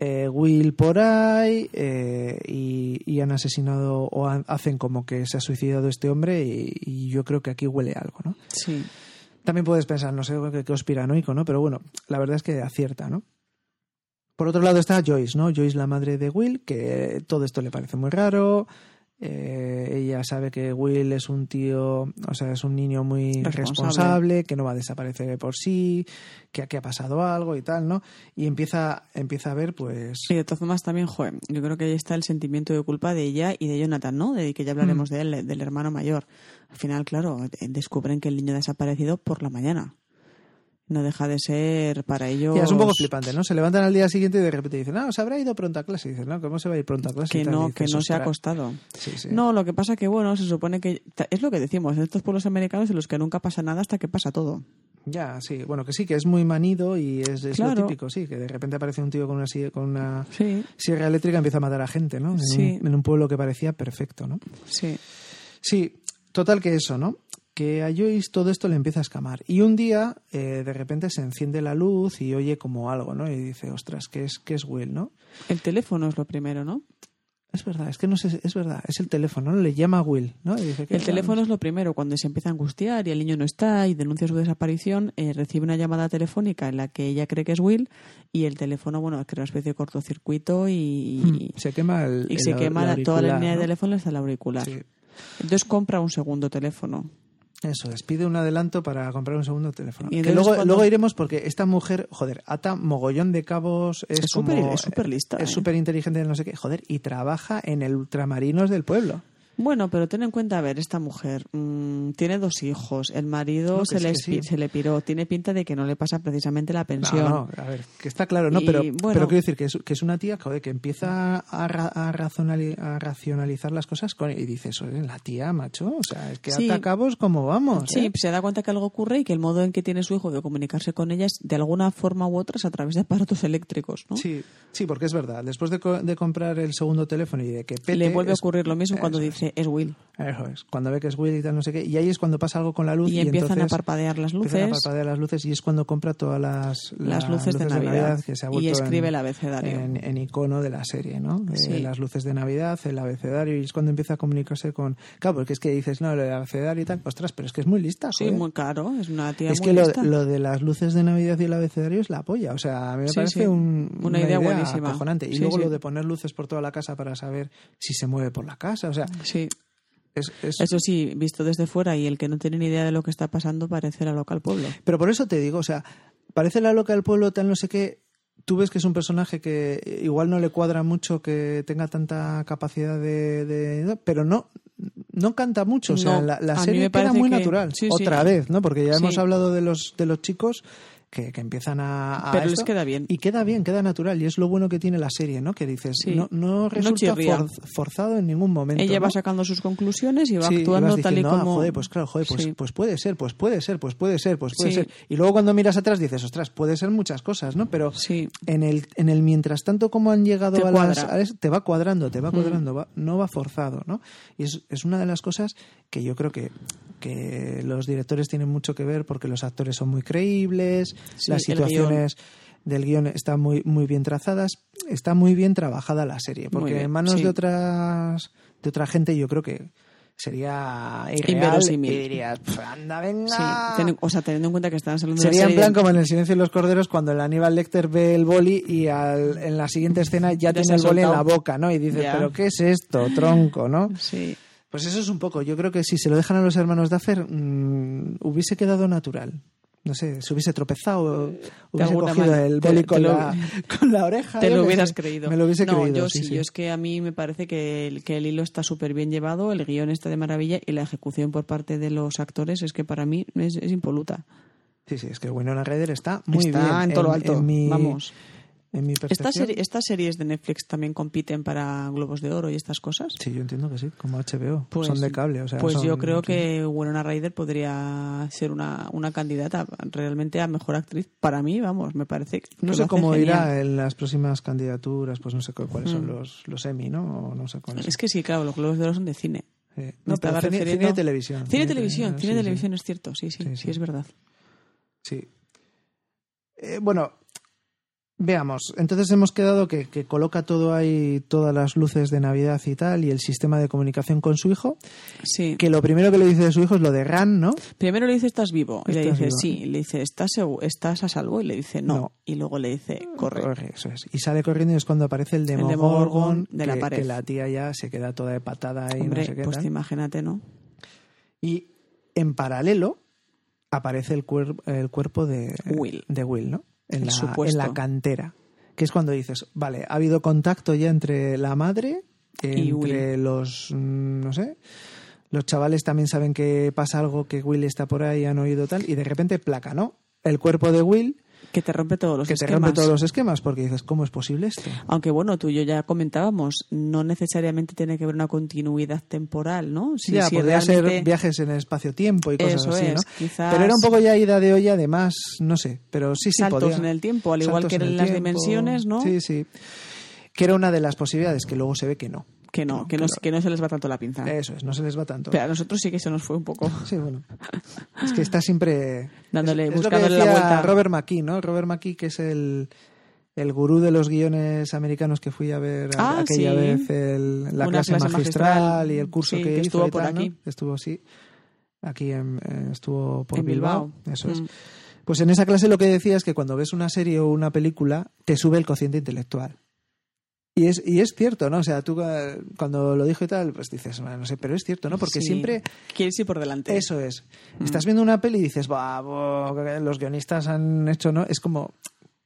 Speaker 1: eh, Will por ahí eh, y, y han asesinado o han- hacen como que se ha suicidado este hombre y- y yo creo que aquí huele algo, ¿no?
Speaker 2: Sí.
Speaker 1: También puedes pensar, no sé qué, qué os piranoico, ¿no? Pero bueno, la verdad es que acierta, ¿no? Por otro lado está Joyce, ¿no? Joyce, la madre de Will, que todo esto le parece muy raro. Eh, ella sabe que Will es un tío, o sea, es un niño muy
Speaker 2: Responsable.
Speaker 1: responsable, que no va a desaparecer de por sí, que aquí ha pasado algo y tal, ¿no? Y empieza, empieza a ver, pues.
Speaker 2: Y de todas formas también, joder, yo creo que ahí está el sentimiento de culpa de ella y de Jonathan, ¿no? De que ya
Speaker 1: Mm.
Speaker 2: hablaremos de él, del hermano mayor. Al final, claro, eh, descubren que el niño ha desaparecido por la mañana. No deja de ser para ellos...
Speaker 1: Ya, es un poco flipante, ¿no? Se levantan al día siguiente y de repente dicen, ah, se habrá ido pronto a clase. Y dicen, no, ¿cómo se va a ir pronto a clase? Y
Speaker 2: Que
Speaker 1: tal, y
Speaker 2: no,
Speaker 1: dices,
Speaker 2: que no se ha
Speaker 1: "Ostras".
Speaker 2: acostado.
Speaker 1: Sí, sí.
Speaker 2: No, lo que pasa que, bueno, se supone que... Es lo que decimos, en estos pueblos americanos en los que nunca pasa nada hasta que pasa todo.
Speaker 1: Ya, sí. Bueno, que sí, que es muy manido y es, es
Speaker 2: Claro.
Speaker 1: lo típico, sí. Que de repente aparece un tío con una, sie- con una
Speaker 2: Sí,
Speaker 1: sierra eléctrica y empieza a matar a gente, ¿no? En,
Speaker 2: Sí.
Speaker 1: un, en un pueblo que parecía perfecto, ¿no?
Speaker 2: sí.
Speaker 1: Sí, total que eso, ¿no? Que a Joyce todo esto le empieza a escamar. Y un día, eh, de repente, se enciende la luz y oye como algo, ¿no? Y dice, ostras, ¿qué es, qué es Will, no?
Speaker 2: El teléfono es lo primero, ¿no?
Speaker 1: Es verdad, es que no sé, es verdad, es el teléfono, ¿no? Le llama Will, ¿no? Y dice, "¿Qué
Speaker 2: El
Speaker 1: tal?".
Speaker 2: teléfono es lo primero, cuando se empieza a angustiar y el niño no está y denuncia su desaparición, eh, recibe una llamada telefónica en la que ella cree que es Will y el teléfono, bueno, crea una especie de cortocircuito y,
Speaker 1: Se quema el.
Speaker 2: y
Speaker 1: Hmm. el
Speaker 2: se
Speaker 1: au-
Speaker 2: quema
Speaker 1: el
Speaker 2: la- toda la
Speaker 1: auricular,
Speaker 2: línea
Speaker 1: ¿no?
Speaker 2: de teléfono hasta el auricular.
Speaker 1: Sí.
Speaker 2: Entonces compra un segundo teléfono.
Speaker 1: Eso es, pide un adelanto para comprar un segundo teléfono.
Speaker 2: Y
Speaker 1: Que
Speaker 2: entonces
Speaker 1: luego,
Speaker 2: cuando-
Speaker 1: luego iremos porque esta mujer, joder, ata mogollón de cabos. Es
Speaker 2: Es súper-
Speaker 1: como-
Speaker 2: es súper lista,
Speaker 1: Es
Speaker 2: ¿eh?
Speaker 1: súper inteligente, no sé qué. Joder, y trabaja en el Ultramarinos del pueblo.
Speaker 2: Bueno, pero ten en cuenta, a ver, esta mujer mm, tiene dos hijos, el marido
Speaker 1: No, que
Speaker 2: se,
Speaker 1: sí,
Speaker 2: le
Speaker 1: que sí.
Speaker 2: espi- se le piró, tiene pinta de que no le pasa precisamente la
Speaker 1: No,
Speaker 2: pensión.
Speaker 1: no, a ver, que está claro, ¿no?
Speaker 2: Y,
Speaker 1: pero,
Speaker 2: bueno.
Speaker 1: pero quiero decir que es, que es una tía joder, que empieza a, ra- a, razonali- a racionalizar las cosas con- y dice, eso la tía, macho, o sea, es que
Speaker 2: Sí.
Speaker 1: ata cabos como vamos.
Speaker 2: Sí, pues,
Speaker 1: ¿eh?
Speaker 2: se da cuenta que algo ocurre y que el modo en que tiene su hijo de comunicarse con ella es de alguna forma u otra es a través de aparatos eléctricos, ¿no?
Speaker 1: Sí, sí, porque es verdad. Después de, co- de comprar el segundo teléfono y de que pete,
Speaker 2: Le vuelve a
Speaker 1: es-
Speaker 2: ocurrir lo mismo cuando
Speaker 1: eso es.
Speaker 2: dice es Will
Speaker 1: Eso es, cuando ve que es Will y tal, no sé qué. Y ahí es cuando pasa algo con la luz.
Speaker 2: y,
Speaker 1: Y,
Speaker 2: empiezan
Speaker 1: entonces
Speaker 2: a parpadear las luces,
Speaker 1: empiezan a parpadear las luces y es cuando compra todas las,
Speaker 2: las luces, de, Navidad,
Speaker 1: que se ha
Speaker 2: y
Speaker 1: vuelto
Speaker 2: escribe
Speaker 1: en,
Speaker 2: el abecedario.
Speaker 1: en- en icono de la serie, ¿no? De
Speaker 2: Sí.
Speaker 1: Las luces de Navidad, el abecedario y es cuando empieza a comunicarse con... Claro, porque es que dices, no, el abecedario y tal, ostras, pero es que es muy lista.
Speaker 2: sí,
Speaker 1: joder.
Speaker 2: muy caro, es una tía
Speaker 1: Es
Speaker 2: muy
Speaker 1: que lo,
Speaker 2: lista.
Speaker 1: lo de las luces de Navidad y el abecedario es la polla. O sea, a mí me
Speaker 2: Sí,
Speaker 1: parece
Speaker 2: sí.
Speaker 1: un-
Speaker 2: Una idea buenísima.
Speaker 1: acojonante. Y
Speaker 2: Sí,
Speaker 1: luego
Speaker 2: sí.
Speaker 1: lo de poner luces por toda la casa para saber si se mueve por la casa. O sea,
Speaker 2: Sí,
Speaker 1: es, es-
Speaker 2: eso sí, visto desde fuera y el que no tiene ni idea de lo que está pasando parece la loca al pueblo.
Speaker 1: Pero por eso te digo, o sea, parece la loca del pueblo, tal no sé qué. Tú ves que es un personaje que igual no le cuadra mucho que tenga tanta capacidad de. de- pero no no canta mucho, o sea,
Speaker 2: No,
Speaker 1: la, la
Speaker 2: a mí me
Speaker 1: serie queda
Speaker 2: parece
Speaker 1: muy
Speaker 2: que-
Speaker 1: natural.
Speaker 2: sí, sí.
Speaker 1: Otra vez, ¿no? Porque ya hemos
Speaker 2: Sí.
Speaker 1: hablado de los, de los chicos que, que empiezan a. a
Speaker 2: Pero les
Speaker 1: esto,
Speaker 2: queda bien.
Speaker 1: Y queda bien, queda natural. Y es lo bueno que tiene la serie, ¿no? Que dices,
Speaker 2: Sí.
Speaker 1: no, no
Speaker 2: No
Speaker 1: resulta
Speaker 2: chirría.
Speaker 1: forz- forzado en ningún momento.
Speaker 2: Ella va
Speaker 1: ¿no?
Speaker 2: sacando sus conclusiones y va
Speaker 1: Sí,
Speaker 2: actuando
Speaker 1: ibas
Speaker 2: tal
Speaker 1: diciendo,
Speaker 2: y
Speaker 1: "Ah,
Speaker 2: como
Speaker 1: joder, pues claro, joder, pues,
Speaker 2: Sí.
Speaker 1: pues puede ser, pues puede ser, pues puede ser, pues puede
Speaker 2: Sí.
Speaker 1: ser. Y luego cuando miras atrás dices, ostras, puede ser muchas cosas, ¿no? Pero
Speaker 2: Sí.
Speaker 1: en el en el mientras tanto como han llegado
Speaker 2: Te
Speaker 1: a las...
Speaker 2: cuadra. Mm.
Speaker 1: a es- te va cuadrando, te va cuadrando, va- no va forzado, ¿no? Y es, es una de las cosas que yo creo que, que los directores tienen mucho que ver porque los actores son muy creíbles,
Speaker 2: Sí,
Speaker 1: las
Speaker 2: el guión.
Speaker 1: situaciones del guión están muy, muy bien trazadas, está muy bien trabajada la serie, porque
Speaker 2: bien,
Speaker 1: en manos
Speaker 2: sí.
Speaker 1: de otras de otra gente yo creo que sería irreal
Speaker 2: Inverosímil.
Speaker 1: y dirías, "Pf, anda,
Speaker 2: Sí,
Speaker 1: venga.
Speaker 2: ten- o sea, teniendo en cuenta que están saliendo de una
Speaker 1: Sería en
Speaker 2: serie
Speaker 1: plan
Speaker 2: de-
Speaker 1: como en El silencio de los corderos cuando el Aníbal Lecter ve el boli y al- en la siguiente escena ya,
Speaker 2: Ya se
Speaker 1: tiene el
Speaker 2: ha
Speaker 1: boli en la
Speaker 2: soltado.
Speaker 1: boca, ¿no? Y dices,
Speaker 2: Ya.
Speaker 1: pero ¿qué es esto, tronco, no?
Speaker 2: Sí.
Speaker 1: Pues eso es un poco. Yo creo que si se lo dejan a los hermanos Duffer, mm, hubiese quedado natural. No sé, se hubiese tropezado, hubiese
Speaker 2: alguna
Speaker 1: cogido
Speaker 2: manera.
Speaker 1: el
Speaker 2: Te-
Speaker 1: boli
Speaker 2: te
Speaker 1: con,
Speaker 2: lo-
Speaker 1: la, con la oreja.
Speaker 2: Te
Speaker 1: Ah, yo
Speaker 2: lo
Speaker 1: qué
Speaker 2: hubieras
Speaker 1: sé.
Speaker 2: creído.
Speaker 1: Me lo hubiese
Speaker 2: no,
Speaker 1: creído.
Speaker 2: yo
Speaker 1: sí,
Speaker 2: sí,
Speaker 1: sí.
Speaker 2: Yo es que a mí me parece que el, que el hilo está súper bien llevado, el guión está de maravilla y la ejecución por parte de los actores es que para mí es, es impoluta.
Speaker 1: Sí, sí, es que Winona Ryder está muy
Speaker 2: está
Speaker 1: bien.
Speaker 2: en todo lo alto.
Speaker 1: en mi-
Speaker 2: Vamos.
Speaker 1: En mi
Speaker 2: Esta
Speaker 1: percepción.
Speaker 2: serie- ¿Estas series de Netflix también compiten para Globos de Oro y estas cosas?
Speaker 1: Sí, yo entiendo que sí, como HBO.
Speaker 2: Pues-
Speaker 1: son de cable, o sea.
Speaker 2: Pues yo
Speaker 1: son-
Speaker 2: creo
Speaker 1: sí.
Speaker 2: que Winona Ryder podría ser una, una candidata realmente a mejor actriz. Para mí, vamos, me parece que
Speaker 1: No
Speaker 2: lo
Speaker 1: sé
Speaker 2: hace
Speaker 1: cómo
Speaker 2: genial.
Speaker 1: irá eh. en las próximas candidaturas, pues no sé cu- cuáles son los, los Emmy, ¿no? O no sé cuáles.
Speaker 2: Es que sí, claro, los Globos de Oro son de cine.
Speaker 1: Eh,
Speaker 2: Me
Speaker 1: no, pero
Speaker 2: estaba
Speaker 1: cine,
Speaker 2: refiriendo-
Speaker 1: cine y televisión.
Speaker 2: Cine y televisión,
Speaker 1: tele-
Speaker 2: cine y
Speaker 1: sí, sí.
Speaker 2: televisión es cierto, sí, sí,
Speaker 1: Sí,
Speaker 2: sí,
Speaker 1: sí.
Speaker 2: es verdad.
Speaker 1: Sí. Eh, bueno, Veamos, entonces hemos quedado que, que coloca todo ahí, todas las luces de Navidad y tal, y el sistema de comunicación con su hijo,
Speaker 2: Sí.
Speaker 1: que lo primero que le dice de su hijo es lo de RAN, ¿no?
Speaker 2: Primero le dice, ¿estás vivo? Y le
Speaker 1: Estás
Speaker 2: dice,
Speaker 1: vivo.
Speaker 2: sí. Y le dice, ¿estás, segu- ¿estás a salvo? Y le dice, no.
Speaker 1: No.
Speaker 2: Y luego le dice, corre.
Speaker 1: Corre, eso es. Y sale corriendo y es cuando aparece el
Speaker 2: Demogorgon
Speaker 1: Demogorgon,
Speaker 2: de la
Speaker 1: que-
Speaker 2: pared.
Speaker 1: que la tía ya se queda toda de patada y
Speaker 2: Hombre,
Speaker 1: no sé qué
Speaker 2: pues
Speaker 1: tal.
Speaker 2: te imagínate, ¿no?
Speaker 1: Y en paralelo aparece el, cuer- el cuerpo de
Speaker 2: Will.
Speaker 1: de Will, ¿no? En
Speaker 2: El
Speaker 1: la, en
Speaker 2: supuesto.
Speaker 1: la cantera. Que es cuando dices, vale, ha habido contacto ya entre la madre,
Speaker 2: Y
Speaker 1: entre los, mm, no sé, los chavales también saben que pasa algo, que Will está por ahí, han oído tal, y de repente placa, ¿no? El cuerpo de Will,
Speaker 2: Que te rompe todos los
Speaker 1: que te
Speaker 2: esquemas.
Speaker 1: rompe todos los esquemas, porque dices, ¿cómo es posible esto?
Speaker 2: Aunque bueno, tú y yo ya comentábamos, no necesariamente tiene que haber una continuidad temporal, ¿no? Si,
Speaker 1: ya,
Speaker 2: si
Speaker 1: podría ser
Speaker 2: realmente-
Speaker 1: viajes en el espacio-tiempo y cosas
Speaker 2: Eso
Speaker 1: así,
Speaker 2: es,
Speaker 1: ¿no?
Speaker 2: quizás-
Speaker 1: Pero era un poco ya ida de olla, además, no sé, pero sí, sí
Speaker 2: Saltos
Speaker 1: podía.
Speaker 2: en el tiempo, al igual
Speaker 1: Saltos
Speaker 2: que en
Speaker 1: el
Speaker 2: las
Speaker 1: tiempo.
Speaker 2: dimensiones, ¿no?
Speaker 1: Sí, sí. Que era una de las posibilidades, que luego se ve que no.
Speaker 2: que no, que no,
Speaker 1: pero-
Speaker 2: que no se les va tanto la pinza.
Speaker 1: Eso es, no se les va tanto.
Speaker 2: Ah. Pero a nosotros sí que se nos fue un poco.
Speaker 1: Sí, bueno. Es que está siempre...
Speaker 2: Dándole-
Speaker 1: es- es lo que
Speaker 2: buscándole la
Speaker 1: decía
Speaker 2: vuelta.
Speaker 1: Robert McKee, ¿no? Robert McKee, que es el... El gurú de los guiones americanos que fui a ver a-
Speaker 2: Ah,
Speaker 1: aquella
Speaker 2: sí.
Speaker 1: vez, el- la
Speaker 2: Una
Speaker 1: clase,
Speaker 2: clase
Speaker 1: magistral,
Speaker 2: magistral,
Speaker 1: y el curso
Speaker 2: sí,
Speaker 1: que,
Speaker 2: que
Speaker 1: hizo
Speaker 2: estuvo
Speaker 1: y
Speaker 2: por
Speaker 1: tal, ¿no?
Speaker 2: aquí.
Speaker 1: Estuvo, sí, aquí en- eh, estuvo por
Speaker 2: En
Speaker 1: Bilbao.
Speaker 2: Bilbao.
Speaker 1: Eso es.
Speaker 2: Mm.
Speaker 1: Pues en esa clase lo que decía es que cuando ves una serie o una película, te sube el cociente intelectual. Y es, y es cierto, ¿no? O sea, tú eh, cuando lo dijo y tal, pues dices, "Bueno, no sé, pero es cierto, ¿no? Porque
Speaker 2: Sí.
Speaker 1: siempre
Speaker 2: Quieres ir por delante.
Speaker 1: eso es.
Speaker 2: Mm.
Speaker 1: Estás viendo una peli y dices, "Buah, buah, los guionistas han hecho, ¿no? Es como,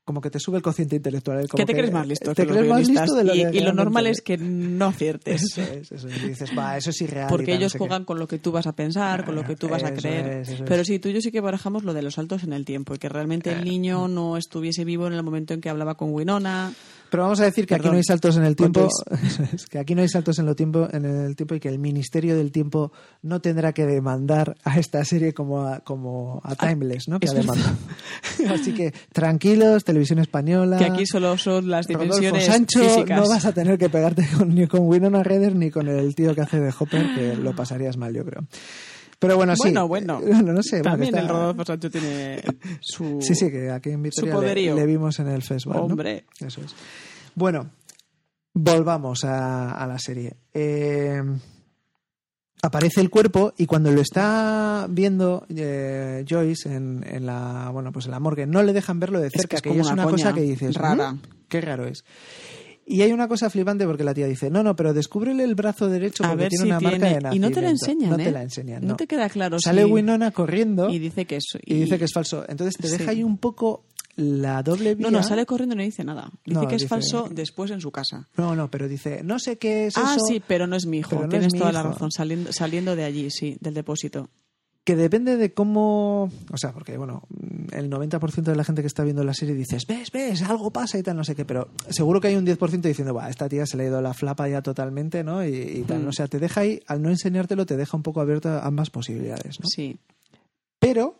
Speaker 1: como que te sube el cociente intelectual. el
Speaker 2: Que
Speaker 1: como
Speaker 2: te crees más listo.
Speaker 1: Te
Speaker 2: que los
Speaker 1: crees más
Speaker 2: guionistas?
Speaker 1: listo de lo
Speaker 2: y,
Speaker 1: que
Speaker 2: y lo
Speaker 1: realmente
Speaker 2: normal
Speaker 1: eres.
Speaker 2: es que no aciertes.
Speaker 1: Eso es, eso es. Y dices, va, eso es irreal. y
Speaker 2: Porque
Speaker 1: tal, no
Speaker 2: ellos
Speaker 1: sé qué".
Speaker 2: juegan con lo que tú vas a pensar, con lo que tú vas a
Speaker 1: Eso
Speaker 2: creer.
Speaker 1: es, eso es.
Speaker 2: Pero sí, tú y yo sí que barajamos lo de los saltos en el tiempo y que realmente el niño no estuviese vivo en el momento en que hablaba con Winona.
Speaker 1: Pero vamos a decir que aquí
Speaker 2: Perdón.
Speaker 1: no hay saltos en el
Speaker 2: Con
Speaker 1: tiempo, Eso es, que aquí no hay saltos en, lo tiempo, en el tiempo y que el Ministerio del Tiempo no tendrá que demandar a esta serie como a, como a Timeless, ¿no? Que
Speaker 2: Ah, es
Speaker 1: ha demandado. Así que tranquilos, televisión española.
Speaker 2: Que aquí solo son las
Speaker 1: Rodolfo
Speaker 2: dimensiones
Speaker 1: Sancho,
Speaker 2: físicas.
Speaker 1: no vas a tener que pegarte con- ni con Winona Ryder ni con el tío que hace de Hopper, que lo pasarías mal, yo creo. Pero bueno, sí.
Speaker 2: Bueno, bueno.
Speaker 1: Eh, bueno, no sé. bueno, que
Speaker 2: También el
Speaker 1: está-
Speaker 2: Rodolfo Sancho tiene su...
Speaker 1: Sí, sí, que aquí en Vitoria
Speaker 2: su
Speaker 1: le-
Speaker 2: poderío.
Speaker 1: Le, vimos en el festival. ¿no?
Speaker 2: Hombre.
Speaker 1: Eso es. Bueno, volvamos a, a la serie. Eh, aparece el cuerpo y cuando lo está viendo eh, Joyce en, en la bueno pues en la morgue no le dejan verlo de
Speaker 2: que
Speaker 1: cerca
Speaker 2: es
Speaker 1: que,
Speaker 2: como
Speaker 1: ya es
Speaker 2: una
Speaker 1: una cosa
Speaker 2: coña
Speaker 1: que dices
Speaker 2: rara.
Speaker 1: "Mm, qué raro es y hay una cosa flipante porque la tía dice no no pero descúbrele el brazo derecho
Speaker 2: A
Speaker 1: porque
Speaker 2: ver
Speaker 1: tiene
Speaker 2: si
Speaker 1: una marca de
Speaker 2: tiene".
Speaker 1: nacimiento
Speaker 2: Y no te la enseñan,
Speaker 1: no
Speaker 2: ¿eh?
Speaker 1: te la enseñan
Speaker 2: No
Speaker 1: no.
Speaker 2: te queda claro
Speaker 1: sale
Speaker 2: si-
Speaker 1: Winona corriendo
Speaker 2: Y dice que eso.
Speaker 1: y dice que es falso. Entonces te deja
Speaker 2: Sí.
Speaker 1: ahí un poco la doble vía.
Speaker 2: No, no, sale corriendo y no dice nada. Dice
Speaker 1: No,
Speaker 2: que es
Speaker 1: dice-
Speaker 2: falso después en su casa.
Speaker 1: No, no, pero dice, no sé qué es
Speaker 2: ah,
Speaker 1: eso.
Speaker 2: sí, pero no es mi hijo.
Speaker 1: pero no
Speaker 2: Tienes
Speaker 1: es mi
Speaker 2: toda la
Speaker 1: hijo.
Speaker 2: razón. Saliendo, saliendo de allí, sí, del depósito.
Speaker 1: Que depende de cómo. O sea, porque, bueno, el 90% de la gente que está viendo la serie dices, ves, ves, algo pasa y tal, no sé qué. Pero seguro que hay un 10% diciendo, va, esta tía se le ha ido la flapa ya totalmente, ¿no? Y, y tal.
Speaker 2: Mm.
Speaker 1: O sea, te deja ahí, al no enseñártelo, te deja un poco abierta ambas posibilidades, ¿no?
Speaker 2: Sí.
Speaker 1: Pero.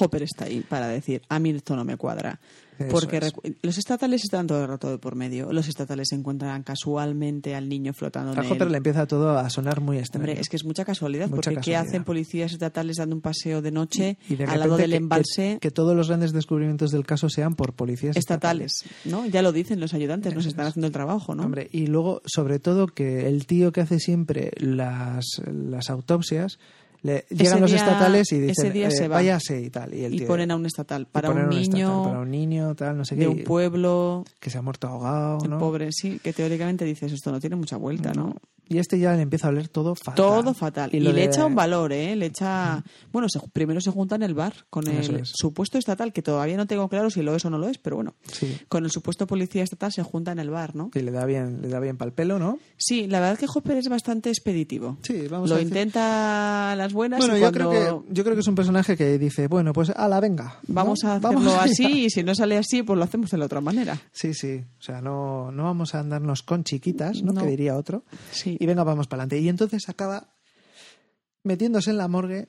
Speaker 2: Hopper está ahí para decir, a mí esto no me cuadra.
Speaker 1: Eso
Speaker 2: Porque
Speaker 1: es.
Speaker 2: recu- los estatales están todo el rato de por medio. Los estatales encuentran casualmente al niño flotando en
Speaker 1: A Hopper
Speaker 2: el-
Speaker 1: le empieza todo a sonar muy extraño.
Speaker 2: Hombre, es que es mucha casualidad,
Speaker 1: Mucha
Speaker 2: porque
Speaker 1: casualidad.
Speaker 2: ¿qué hacen policías estatales dando un paseo de noche
Speaker 1: Y de
Speaker 2: al lado
Speaker 1: repente que-
Speaker 2: del
Speaker 1: que-
Speaker 2: embalse
Speaker 1: Que, todos los grandes descubrimientos del caso sean por policías
Speaker 2: estatales? ¿no? Ya lo dicen los ayudantes, nos
Speaker 1: Eso
Speaker 2: están
Speaker 1: es.
Speaker 2: haciendo el trabajo, ¿no?
Speaker 1: Hombre, y luego, sobre todo, que el tío que hace siempre las, las autopsias, le, llegan los
Speaker 2: día-
Speaker 1: estatales y
Speaker 2: ese
Speaker 1: dicen,
Speaker 2: día se
Speaker 1: eh,
Speaker 2: va.
Speaker 1: váyase y tal. Y, el
Speaker 2: Y
Speaker 1: tío-
Speaker 2: ponen a un estatal
Speaker 1: y
Speaker 2: para
Speaker 1: ponen
Speaker 2: un
Speaker 1: estatal
Speaker 2: niño
Speaker 1: para un niño, tal, no sé
Speaker 2: de
Speaker 1: qué,
Speaker 2: un
Speaker 1: y-
Speaker 2: pueblo,
Speaker 1: que se ha muerto ahogado,
Speaker 2: el
Speaker 1: ¿no?
Speaker 2: pobre, sí, que teóricamente dices esto no tiene mucha vuelta, ¿no?
Speaker 1: Y este ya le empieza a oler todo fatal.
Speaker 2: Todo fatal. Y,
Speaker 1: lo
Speaker 2: le
Speaker 1: de-
Speaker 2: echa un valor, ¿eh? Le echa. Bueno, se- primero se junta en el bar con
Speaker 1: Eso
Speaker 2: el
Speaker 1: es.
Speaker 2: supuesto estatal, que todavía no tengo claro si lo es o no lo es, pero bueno.
Speaker 1: Sí.
Speaker 2: Con el supuesto policía estatal se junta en el bar, ¿no?
Speaker 1: Y le da bien, le da bien pal pelo, ¿no?
Speaker 2: Sí, la verdad es que Hopper es bastante expeditivo.
Speaker 1: Sí, vamos
Speaker 2: lo
Speaker 1: a decir-
Speaker 2: intenta a las buenas
Speaker 1: Bueno,
Speaker 2: y
Speaker 1: yo
Speaker 2: cuando
Speaker 1: creo que yo creo que es un personaje que dice, bueno, pues a la venga. ¿no?
Speaker 2: vamos a hacerlo
Speaker 1: Vamos allá.
Speaker 2: así y si no sale así, pues lo hacemos de la otra manera.
Speaker 1: Sí, sí. O sea, no, no vamos a andarnos con chiquitas, ¿no?
Speaker 2: No.
Speaker 1: Que diría otro.
Speaker 2: Sí.
Speaker 1: Y venga, vamos para adelante. Y entonces acaba metiéndose en la morgue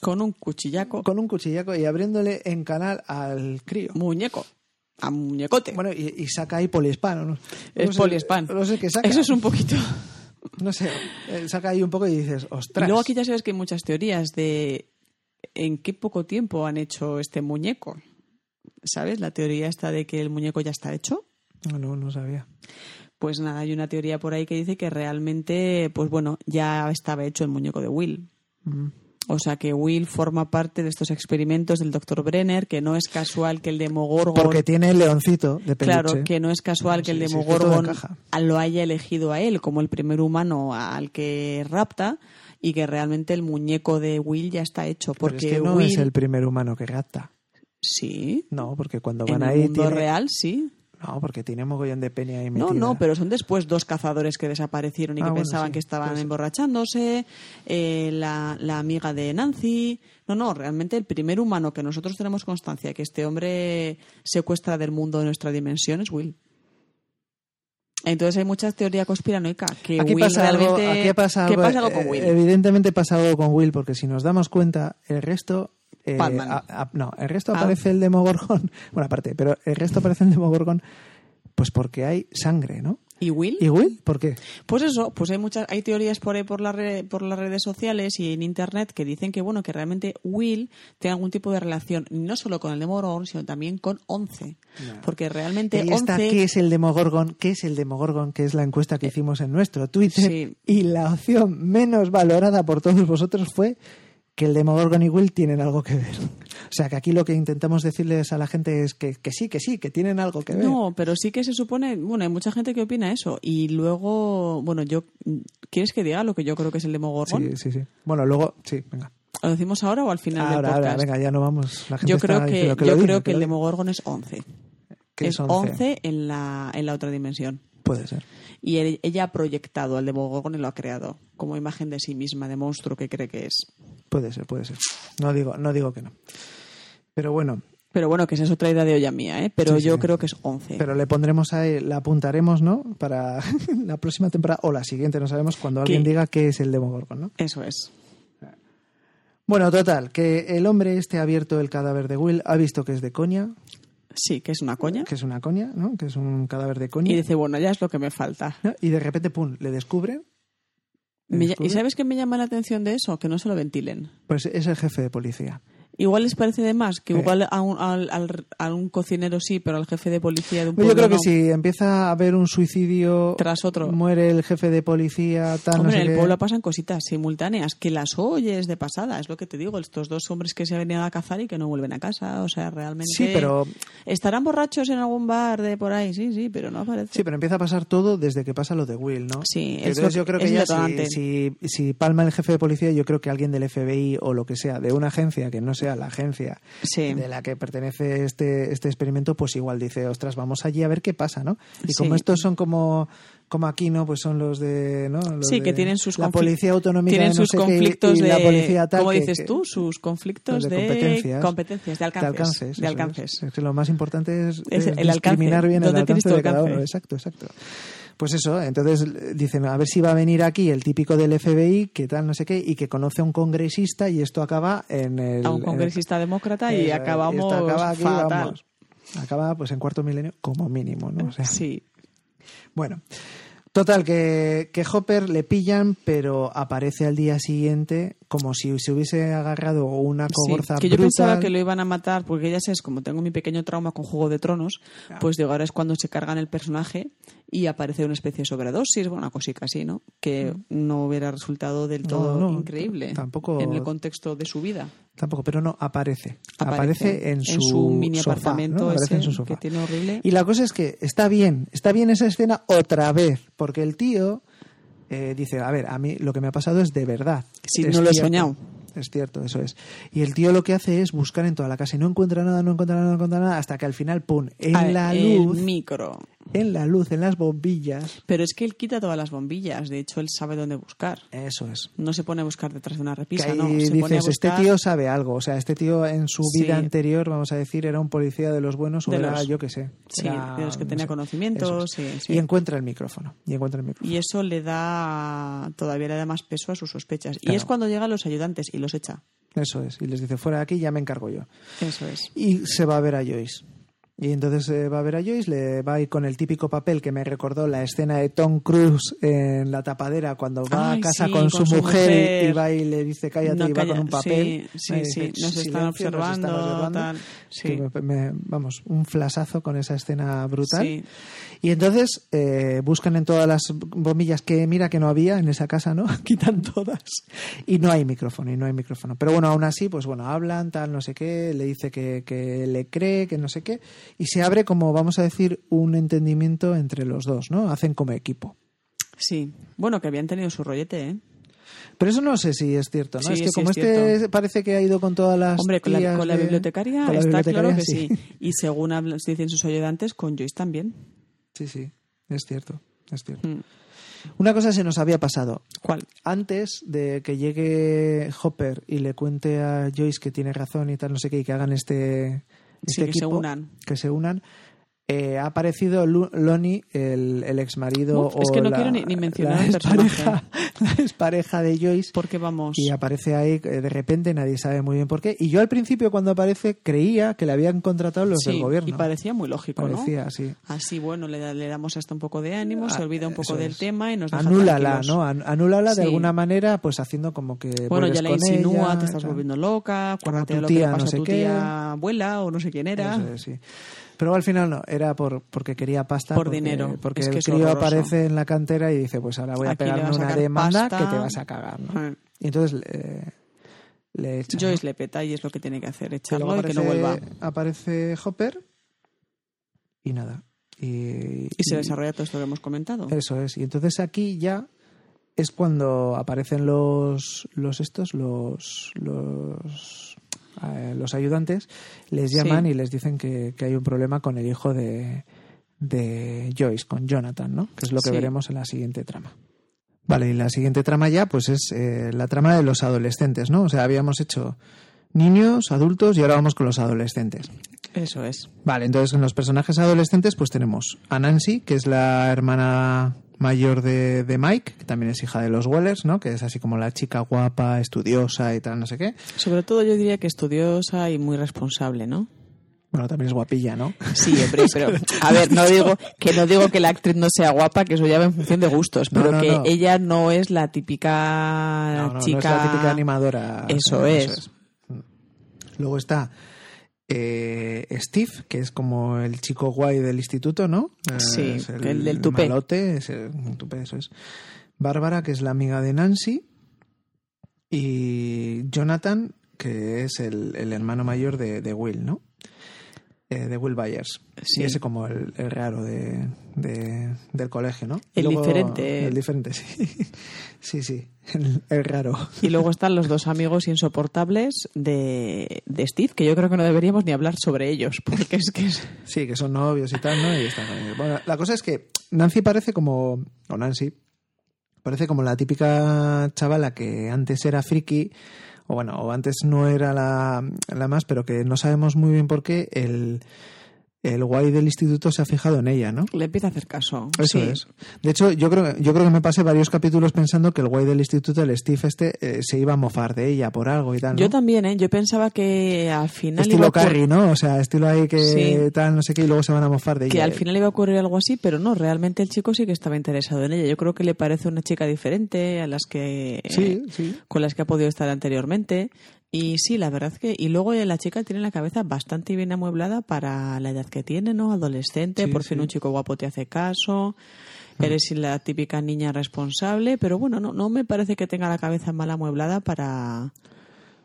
Speaker 2: Con un cuchillaco.
Speaker 1: con un cuchillaco y abriéndole en canal al crío.
Speaker 2: Muñeco. A muñecote.
Speaker 1: Bueno, y, y saca ahí poliespan. ¿o ¿no?
Speaker 2: es
Speaker 1: No sé-
Speaker 2: poliespan.
Speaker 1: No sé qué saca.
Speaker 2: Eso es un poquito.
Speaker 1: No sé. eh, Saca ahí un poco y dices,
Speaker 2: Y
Speaker 1: ostras.
Speaker 2: luego aquí ya sabes que hay muchas teorías de en qué poco tiempo han hecho este muñeco. ¿Sabes? La teoría está de que el muñeco ya está hecho.
Speaker 1: No, no, no sabía.
Speaker 2: Pues nada, hay una teoría por ahí que dice que realmente, pues bueno, ya estaba hecho el muñeco de Will.
Speaker 1: Mm.
Speaker 2: O sea que Will forma parte de estos experimentos del doctor Brenner, que no es casual que el Demogorgon...
Speaker 1: Porque tiene el leoncito de peluche.
Speaker 2: Claro, que no es casual que el
Speaker 1: Sí, sí, es que todo
Speaker 2: Demogorgon
Speaker 1: encaja.
Speaker 2: a- lo haya elegido a él como el primer humano al que rapta y que realmente el muñeco de Will ya está hecho.
Speaker 1: Pero
Speaker 2: Porque
Speaker 1: es que no
Speaker 2: Will...
Speaker 1: es el primer humano que gata.
Speaker 2: Sí,
Speaker 1: No, porque cuando
Speaker 2: en
Speaker 1: van
Speaker 2: el
Speaker 1: ahí
Speaker 2: mundo
Speaker 1: tiene...
Speaker 2: real sí.
Speaker 1: No, porque tiene mogollón de peña ahí
Speaker 2: No,
Speaker 1: metida.
Speaker 2: no, pero son después dos cazadores que desaparecieron y
Speaker 1: Ah,
Speaker 2: que
Speaker 1: bueno,
Speaker 2: pensaban
Speaker 1: sí,
Speaker 2: que estaban
Speaker 1: puede ser.
Speaker 2: emborrachándose, eh, la, la amiga de Nancy. No, no, realmente el primer humano que nosotros tenemos constancia que este hombre secuestra del mundo de nuestra dimensión es Will. Entonces hay mucha teoría conspiranoica que
Speaker 1: Aquí
Speaker 2: Will
Speaker 1: pasa, algo,
Speaker 2: realmente
Speaker 1: aquí pasa
Speaker 2: que
Speaker 1: algo-
Speaker 2: pasa algo con
Speaker 1: eh,
Speaker 2: Will.
Speaker 1: Evidentemente pasa algo con Will, porque si nos damos cuenta, el resto... eh,
Speaker 2: Batman.
Speaker 1: a- a- no, el resto
Speaker 2: Ah.
Speaker 1: aparece el Demogorgon. Bueno, aparte, pero el resto aparece el Demogorgon pues porque hay sangre, ¿no?
Speaker 2: ¿Y Will?
Speaker 1: ¿Y Will? ¿Por qué?
Speaker 2: Pues eso, pues hay muchas, hay teorías por ahí por, la red- por las redes sociales y en internet que dicen que bueno, que realmente Will tiene algún tipo de relación, no solo con el Demogorgon, sino también con 11. Porque realmente
Speaker 1: Ahí
Speaker 2: 11
Speaker 1: está, ¿qué es el Demogorgon? ¿Qué es el Demogorgon? Que es la encuesta que hicimos en nuestro Twitter.
Speaker 2: Eh, sí.
Speaker 1: Y la opción menos valorada por todos vosotros fue que el Demogorgon y Will tienen algo que ver. O sea, que aquí lo que intentamos decirles a la gente es que, que sí, que sí, que tienen algo que ver.
Speaker 2: No, pero sí que se supone, bueno, hay mucha gente que opina eso. Y luego, bueno, yo ¿quieres que diga lo que yo creo que es el Demogorgon?
Speaker 1: sí, sí, sí. Bueno, luego, sí, venga.
Speaker 2: ¿Lo decimos ahora o al final del
Speaker 1: Ahora,
Speaker 2: podcast?
Speaker 1: ahora, venga, ya no vamos. La gente
Speaker 2: yo
Speaker 1: está
Speaker 2: creo que,
Speaker 1: diciendo
Speaker 2: yo
Speaker 1: lo
Speaker 2: creo
Speaker 1: diga,
Speaker 2: que el
Speaker 1: lo
Speaker 2: Demogorgon es 11.
Speaker 1: diga. Que
Speaker 2: es 11 en la, en la otra dimensión.
Speaker 1: Puede ser.
Speaker 2: Y él- ella ha proyectado al Demogorgon y lo ha creado como imagen de sí misma, de monstruo que cree que es.
Speaker 1: Puede ser, puede ser. No digo, no digo que no. Pero bueno,
Speaker 2: Pero bueno, que esa es otra idea de olla mía, ¿eh? Pero
Speaker 1: Sí, sí.
Speaker 2: yo creo que es 11.
Speaker 1: Pero le pondremos ahí, la apuntaremos, ¿no? Para la próxima temporada o la siguiente, no sabemos, cuando alguien
Speaker 2: ¿Qué?
Speaker 1: diga qué es el Demogorgon, ¿no?
Speaker 2: Eso es.
Speaker 1: Bueno, total, que el hombre este ha abierto el cadáver de Will, ha visto que es de coña,
Speaker 2: Sí, que es una coña.
Speaker 1: que es una coña, ¿no? Que es un cadáver de
Speaker 2: Y
Speaker 1: coña.
Speaker 2: dice, bueno, ya es lo que me falta.
Speaker 1: ¿no? Y de repente, pum, le descubren. le
Speaker 2: Me ll- ¿Y
Speaker 1: descubren.
Speaker 2: sabes qué me llama la atención de eso? Que no se lo ventilen.
Speaker 1: Pues es el jefe de policía.
Speaker 2: Igual les parece de más, que
Speaker 1: Eh.
Speaker 2: igual a un, al- al- a un cocinero sí, pero al jefe de policía de un pueblo
Speaker 1: Yo creo que
Speaker 2: no.
Speaker 1: si empieza a haber un suicidio,
Speaker 2: Tras otro.
Speaker 1: muere el jefe de policía, tal, no
Speaker 2: Hombre,
Speaker 1: sé
Speaker 2: en el
Speaker 1: qué.
Speaker 2: pueblo pasan cositas simultáneas, que las oyes de pasada, es lo que te digo, estos dos hombres que se han venido a cazar y que no vuelven a casa, o sea, realmente...
Speaker 1: Sí, pero
Speaker 2: Estarán borrachos en algún bar de por ahí, sí, sí, pero no aparece.
Speaker 1: Sí, pero empieza a pasar todo desde que pasa lo de Will, ¿no?
Speaker 2: Sí,
Speaker 1: Que
Speaker 2: es
Speaker 1: entonces
Speaker 2: lo
Speaker 1: yo
Speaker 2: que-
Speaker 1: creo que
Speaker 2: es
Speaker 1: ya
Speaker 2: detonante.
Speaker 1: si, si, si palma el jefe de policía, yo creo que alguien del FBI o lo que sea, de una agencia que no sea la agencia
Speaker 2: Sí.
Speaker 1: de la que pertenece este, este experimento, pues igual dice, ostras, vamos allí a ver qué pasa, ¿no? Y
Speaker 2: Sí.
Speaker 1: como estos son como, como aquí, ¿no? Pues son los de, ¿no? Los
Speaker 2: Sí, que
Speaker 1: de
Speaker 2: tienen sus
Speaker 1: La
Speaker 2: conflic-
Speaker 1: policía autonómica
Speaker 2: tienen
Speaker 1: de no
Speaker 2: sus
Speaker 1: sé qué y-
Speaker 2: conflictos
Speaker 1: y
Speaker 2: de
Speaker 1: la policía tal.
Speaker 2: ¿cómo
Speaker 1: que-
Speaker 2: dices
Speaker 1: que-
Speaker 2: tú? Sus conflictos de,
Speaker 1: competencias,
Speaker 2: competencias, de
Speaker 1: de
Speaker 2: alcances,
Speaker 1: alcances,
Speaker 2: de
Speaker 1: eso es.
Speaker 2: alcances.
Speaker 1: Es que lo más importante es,
Speaker 2: Es
Speaker 1: es
Speaker 2: el alcance.
Speaker 1: discriminar bien el
Speaker 2: ¿Dónde tienes
Speaker 1: alcance
Speaker 2: tu
Speaker 1: de cada
Speaker 2: alcance?
Speaker 1: uno. Exacto, exacto. Pues eso, entonces eh, dicen, a ver si va a venir aquí el típico del FBI, que tal, no sé qué, y que conoce a un congresista y esto acaba en el...
Speaker 2: a
Speaker 1: en
Speaker 2: un
Speaker 1: el-
Speaker 2: congresista demócrata y
Speaker 1: Eso es,
Speaker 2: acabamos
Speaker 1: esto acaba aquí,
Speaker 2: fatal.
Speaker 1: vamos, acaba pues en cuarto milenio como mínimo, ¿no? O sea,
Speaker 2: Sí,
Speaker 1: bueno, total, que, que Hopper le pillan, pero aparece al día siguiente como si se hubiese agarrado una
Speaker 2: sí,
Speaker 1: cogorza
Speaker 2: que yo pensaba
Speaker 1: brutal.
Speaker 2: que lo iban a matar porque ya sabes, como tengo mi pequeño trauma con Juego de Tronos, pues digo, ahora es cuando se cargan el personaje y aparece una especie de sobredosis, bueno, una cosita así, ¿no? Que no hubiera resultado del
Speaker 1: Mm. No,
Speaker 2: todo
Speaker 1: no,
Speaker 2: increíble
Speaker 1: tampoco-
Speaker 2: en el contexto de su vida.
Speaker 1: Tampoco, pero no, aparece.
Speaker 2: Aparece
Speaker 1: Aparece, en su,
Speaker 2: mini
Speaker 1: sofá,
Speaker 2: apartamento
Speaker 1: ¿no? Aparece
Speaker 2: ese
Speaker 1: en su sofá.
Speaker 2: que tiene horrible.
Speaker 1: Y la cosa es que está bien, está bien esa escena otra vez, porque el tío eh, dice, a ver, a mí lo que me ha pasado es de verdad.
Speaker 2: Sí,
Speaker 1: Es
Speaker 2: no lo he
Speaker 1: cierto.
Speaker 2: soñado.
Speaker 1: Es cierto, eso es. Y el tío lo que hace es buscar en toda la casa y no encuentra nada, no encuentra nada, no encuentra nada, hasta que al final, pum, en
Speaker 2: A ver,
Speaker 1: la
Speaker 2: el
Speaker 1: luz,
Speaker 2: micro.
Speaker 1: en la luz, en las bombillas.
Speaker 2: Pero es que él quita todas las bombillas, de hecho él sabe dónde buscar.
Speaker 1: Eso es.
Speaker 2: No se pone a buscar detrás de una
Speaker 1: Que
Speaker 2: repisa,
Speaker 1: ahí
Speaker 2: no. Se pone a
Speaker 1: dices, este
Speaker 2: buscar...
Speaker 1: tío sabe algo. O sea, este tío en su
Speaker 2: Sí.
Speaker 1: vida anterior, vamos a decir, era un policía de los buenos o
Speaker 2: De
Speaker 1: era,
Speaker 2: los-
Speaker 1: yo qué sé.
Speaker 2: sí,
Speaker 1: era,
Speaker 2: de los que
Speaker 1: no
Speaker 2: tenía conocimientos,
Speaker 1: Eso es.
Speaker 2: sí, sí.
Speaker 1: Y encuentra el micrófono. Y encuentra el micrófono.
Speaker 2: Y eso le da todavía le da más peso a sus sospechas. Y
Speaker 1: Claro.
Speaker 2: es cuando llegan los ayudantes y los echa.
Speaker 1: Eso es. Y les dice, fuera de aquí, ya me encargo yo.
Speaker 2: Eso es.
Speaker 1: Y se va a ver a Joyce. Y entonces eh, va a ver a Joyce, le va a ir con el típico papel que me recordó la escena de Tom Cruise en La Tapadera cuando va
Speaker 2: Ay,
Speaker 1: a casa
Speaker 2: sí,
Speaker 1: con, su, mujer, y
Speaker 2: mujer.
Speaker 1: va y le dice cállate
Speaker 2: No
Speaker 1: y va
Speaker 2: calla-
Speaker 1: con un papel.
Speaker 2: Sí, sí,
Speaker 1: Eh,
Speaker 2: sí,
Speaker 1: dice,
Speaker 2: nos están
Speaker 1: "Silencio, nos
Speaker 2: observando.
Speaker 1: están observando".
Speaker 2: tal.
Speaker 1: Que
Speaker 2: Sí,
Speaker 1: me- me- vamos, un flasazo con esa escena brutal.
Speaker 2: sí.
Speaker 1: Y entonces eh, buscan en todas las bombillas que mira que no había en esa casa, ¿no? Quitan todas y no hay micrófono, y no hay micrófono. Pero bueno, aún así, pues bueno, hablan, tal, no sé qué, le dice que, que le cree, que no sé qué, y se abre como, vamos a decir, un entendimiento entre los dos, ¿no? Hacen como equipo.
Speaker 2: Sí. Bueno, que habían tenido su rollete, ¿eh?
Speaker 1: Pero eso no sé si es cierto, ¿no?
Speaker 2: Sí,
Speaker 1: es que
Speaker 2: sí,
Speaker 1: como
Speaker 2: es
Speaker 1: este
Speaker 2: cierto.
Speaker 1: parece que ha ido con todas las
Speaker 2: Hombre, con la,
Speaker 1: tías
Speaker 2: con la
Speaker 1: de-
Speaker 2: bibliotecaria
Speaker 1: con la
Speaker 2: está
Speaker 1: bibliotecaria,
Speaker 2: claro que sí. Y según hablan- dicen sus ayudantes, con Joyce también.
Speaker 1: Sí, sí, es cierto, es cierto.
Speaker 2: Mm.
Speaker 1: Una cosa se nos había pasado.
Speaker 2: ¿Cuál?
Speaker 1: Antes de que llegue Hopper y le cuente a Joyce que tiene razón y tal, no sé qué, y que hagan este, este
Speaker 2: Sí, que se
Speaker 1: equipo,
Speaker 2: unan.
Speaker 1: que se unan, eh, ha aparecido Lu- Lonnie, el, el exmarido
Speaker 2: Uf, es que
Speaker 1: o
Speaker 2: no
Speaker 1: la-
Speaker 2: quiero ni- ni mencionar
Speaker 1: la
Speaker 2: al personaje.
Speaker 1: expareja- la expareja de Joyce.
Speaker 2: Porque vamos.
Speaker 1: Y aparece ahí eh, de repente, nadie sabe muy bien por qué. Y yo al principio, cuando aparece, creía que le habían contratado los
Speaker 2: Sí,
Speaker 1: del gobierno.
Speaker 2: Y parecía muy lógico,
Speaker 1: Parecía,
Speaker 2: ¿no?
Speaker 1: sí.
Speaker 2: Así, bueno, le, da- le damos hasta un poco de ánimo, se
Speaker 1: Ah,
Speaker 2: olvida un poco
Speaker 1: eso
Speaker 2: del
Speaker 1: es.
Speaker 2: tema y nos deja
Speaker 1: Anúlala,
Speaker 2: tranquilos.
Speaker 1: ¿no? An- Anúlala de
Speaker 2: Sí.
Speaker 1: alguna manera, pues haciendo como que.
Speaker 2: Bueno,
Speaker 1: vuelves
Speaker 2: ya le
Speaker 1: con
Speaker 2: insinúa,
Speaker 1: ella,
Speaker 2: te estás
Speaker 1: tal.
Speaker 2: volviendo loca, acuérdate
Speaker 1: tu
Speaker 2: de lo que le
Speaker 1: tía, no
Speaker 2: pasa
Speaker 1: sé
Speaker 2: a tu
Speaker 1: qué.
Speaker 2: tía abuela o no sé quién era.
Speaker 1: Eso es, sí. Pero al final no, era por, porque quería pasta.
Speaker 2: Por
Speaker 1: porque-
Speaker 2: dinero.
Speaker 1: Porque
Speaker 2: Es que
Speaker 1: el
Speaker 2: es
Speaker 1: crío
Speaker 2: horroroso.
Speaker 1: aparece en la cantera y dice, pues ahora voy a
Speaker 2: Aquí le
Speaker 1: pegarme
Speaker 2: vas a
Speaker 1: una
Speaker 2: sacar
Speaker 1: demanda
Speaker 2: pasta.
Speaker 1: que te vas a cagar. ¿no?
Speaker 2: Ajá.
Speaker 1: Y entonces eh, le echa.
Speaker 2: Joyce le peta y es lo que tiene que hacer,
Speaker 1: ¿no? Y
Speaker 2: echarlo
Speaker 1: luego
Speaker 2: y que no vuelva.
Speaker 1: aparece Hopper y nada. Y,
Speaker 2: Y se desarrolla todo esto que hemos comentado.
Speaker 1: Eso es. Y entonces aquí ya es cuando aparecen los, los estos, los, los, eh, los ayudantes, les llaman
Speaker 2: Sí.
Speaker 1: y les dicen que, que hay un problema con el hijo de, de Joyce, con Jonathan, ¿no? Que es lo que
Speaker 2: Sí.
Speaker 1: veremos en la siguiente trama. Vale, y la siguiente trama ya, pues es eh, la trama de los adolescentes, ¿no? O sea, habíamos hecho niños, adultos y ahora vamos con los adolescentes.
Speaker 2: Eso es.
Speaker 1: Vale, entonces en los personajes adolescentes pues tenemos a Nancy, que es la hermana mayor de, de Mike, que también es hija de los Wellers, ¿no? Que es así como la chica guapa, estudiosa y tal, no sé qué.
Speaker 2: Sobre todo yo diría que estudiosa y muy responsable, ¿no?
Speaker 1: Bueno, también es guapilla, ¿no?
Speaker 2: Sí, hombre, pero a ver, no digo que no digo que la actriz no sea guapa, que eso ya va en función de gustos,
Speaker 1: No,
Speaker 2: pero
Speaker 1: no,
Speaker 2: que
Speaker 1: no.
Speaker 2: ella no es la típica
Speaker 1: No, no, no
Speaker 2: chica
Speaker 1: es la típica animadora.
Speaker 2: Eso
Speaker 1: Eh,
Speaker 2: es.
Speaker 1: Luego está eh, Steve, que es como el chico guay del instituto, ¿no? Eh,
Speaker 2: Sí,
Speaker 1: es
Speaker 2: el del tupé.
Speaker 1: malote, es el tupé, eso es. Bárbara, que es la amiga de Nancy. Y Jonathan, que es el, el hermano mayor de, de Will, ¿no? Eh, de Will Byers.
Speaker 2: Sí.
Speaker 1: Y ese como el, el raro de, de- del colegio, ¿no? Y
Speaker 2: El diferente.
Speaker 1: El diferente, sí. sí, sí. El, el raro.
Speaker 2: Y luego están los dos amigos insoportables de, de Steve, que yo creo que no deberíamos ni hablar sobre ellos, porque es que es-
Speaker 1: Sí, que son novios y tal, ¿no? Y están con ellos. Bueno, la cosa es que Nancy parece como. O Nancy. Parece como la típica chavala que antes era friki. O bueno, o antes no era la, la más, pero que no sabemos muy bien por qué el, el guay del instituto se ha fijado en ella, ¿no?
Speaker 2: le empieza a hacer caso.
Speaker 1: Eso
Speaker 2: Sí.
Speaker 1: es. De hecho, yo creo, yo creo que me pasé varios capítulos pensando que el guay del instituto, el Steve este, eh, se iba a mofar de ella por algo y tal. ¿no?
Speaker 2: Yo también, ¿eh? Yo pensaba que al final... iba a
Speaker 1: Estilo
Speaker 2: ocurrir-
Speaker 1: Carrie, ¿no? O sea, estilo ahí que
Speaker 2: Sí.
Speaker 1: tal, no sé qué, y luego se van a mofar de ella. eh.
Speaker 2: Que al final iba a ocurrir algo así, pero no, realmente el chico sí que estaba interesado en ella. Yo creo que le parece una chica diferente a las que...
Speaker 1: Sí, sí.
Speaker 2: con las que ha podido estar anteriormente. Y sí, la verdad que. Y luego eh, la chica tiene la cabeza bastante bien amueblada para la edad que tiene, ¿no? Adolescente,
Speaker 1: Sí,
Speaker 2: por fin
Speaker 1: sí. Ah.
Speaker 2: un chico guapo te hace caso. Eres la típica niña responsable, pero bueno, no, no me parece que tenga la cabeza mal amueblada para.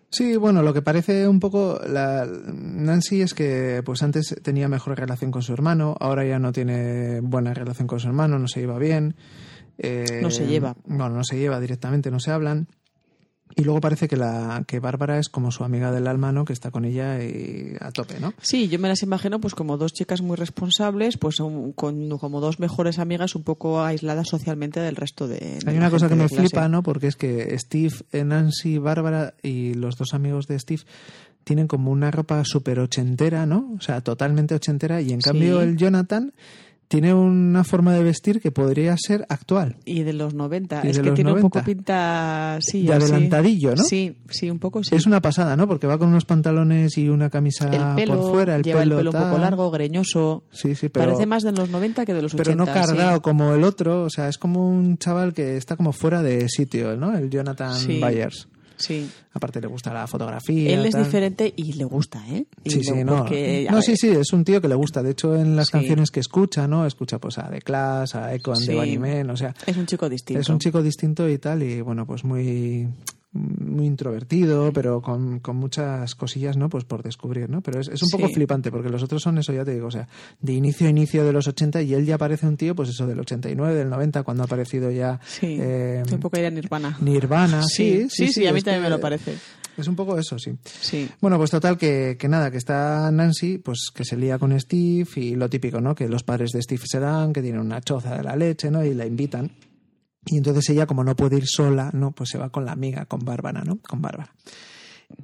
Speaker 1: Sí, bueno, lo que parece un poco la Nancy es que pues antes tenía mejor relación con su hermano, ahora ya no tiene buena relación con su hermano, no se lleva bien. eh,
Speaker 2: No se lleva.
Speaker 1: Bueno, no se lleva directamente, no se hablan. Y luego parece que la que Bárbara es como su amiga del alma, ¿no? Que está con ella y a tope, ¿no?
Speaker 2: Sí, yo me las imagino pues como dos chicas muy responsables, pues un- con, como dos mejores amigas un poco aisladas socialmente del resto de. de
Speaker 1: Hay
Speaker 2: la
Speaker 1: una cosa que
Speaker 2: gente
Speaker 1: me
Speaker 2: de clase.
Speaker 1: flipa, ¿no? Porque es que Steve, eh, Nancy, Bárbara y los dos amigos de Steve tienen como una ropa súper ochentera, ¿no? O sea, totalmente ochentera. Y en
Speaker 2: Sí.
Speaker 1: cambio el Jonathan tiene una forma de vestir que podría ser actual.
Speaker 2: Y de los 90.
Speaker 1: Y
Speaker 2: es
Speaker 1: de
Speaker 2: que
Speaker 1: los
Speaker 2: tiene un
Speaker 1: 90.
Speaker 2: poco pinta. Sí,
Speaker 1: De
Speaker 2: así.
Speaker 1: adelantadillo, ¿no?
Speaker 2: Sí, sí, un poco sí.
Speaker 1: Es una pasada, ¿no? Porque va con unos pantalones y una camisa
Speaker 2: el pelo,
Speaker 1: por fuera, el
Speaker 2: lleva
Speaker 1: pelo,
Speaker 2: el pelo un poco
Speaker 1: tal.
Speaker 2: largo, greñoso.
Speaker 1: Sí, sí, pero,
Speaker 2: Parece más de los 90 que de los
Speaker 1: pero
Speaker 2: 80.
Speaker 1: no cargado como el otro. O sea, es como un chaval que está como fuera de sitio, ¿no? El Jonathan
Speaker 2: Sí.
Speaker 1: Byers.
Speaker 2: Sí. sí.
Speaker 1: Aparte le gusta la fotografía.
Speaker 2: Él es
Speaker 1: tal.
Speaker 2: diferente y le gusta, ¿eh? Y
Speaker 1: Sí,
Speaker 2: le-
Speaker 1: sí, no.
Speaker 2: porque, a
Speaker 1: no,
Speaker 2: ver,
Speaker 1: sí, sí, es un tío que le gusta. De hecho, en las
Speaker 2: Sí.
Speaker 1: canciones que escucha, ¿no? Escucha pues a The Clash, a Echo and
Speaker 2: Sí.
Speaker 1: the Bunnymen, o sea,
Speaker 2: Es un chico distinto.
Speaker 1: es un chico distinto y tal, y bueno, pues muy muy introvertido, pero con, con muchas cosillas, ¿no? Pues por descubrir, ¿no? Pero es, es un poco
Speaker 2: Sí.
Speaker 1: flipante, porque los otros son eso, ya te digo, o sea, de inicio a inicio de los 80 y él ya parece un tío, pues eso, del 89, del 90, cuando ha aparecido ya
Speaker 2: Sí.
Speaker 1: eh,
Speaker 2: un poco era Nirvana.
Speaker 1: Nirvana.
Speaker 2: sí,
Speaker 1: Sí, sí,
Speaker 2: sí, a mí
Speaker 1: es
Speaker 2: también me
Speaker 1: que
Speaker 2: lo parece.
Speaker 1: Es un poco eso, sí.
Speaker 2: Sí.
Speaker 1: Bueno, pues total que, que nada, que está Nancy, pues que se lía con Steve y lo típico, ¿no? Que los padres de Steve se dan, que tienen una choza de la leche, ¿no? Y la invitan. Y entonces ella, como no puede ir sola, ¿no? Pues se va con la amiga, con Bárbara, ¿no? Con Bárbara.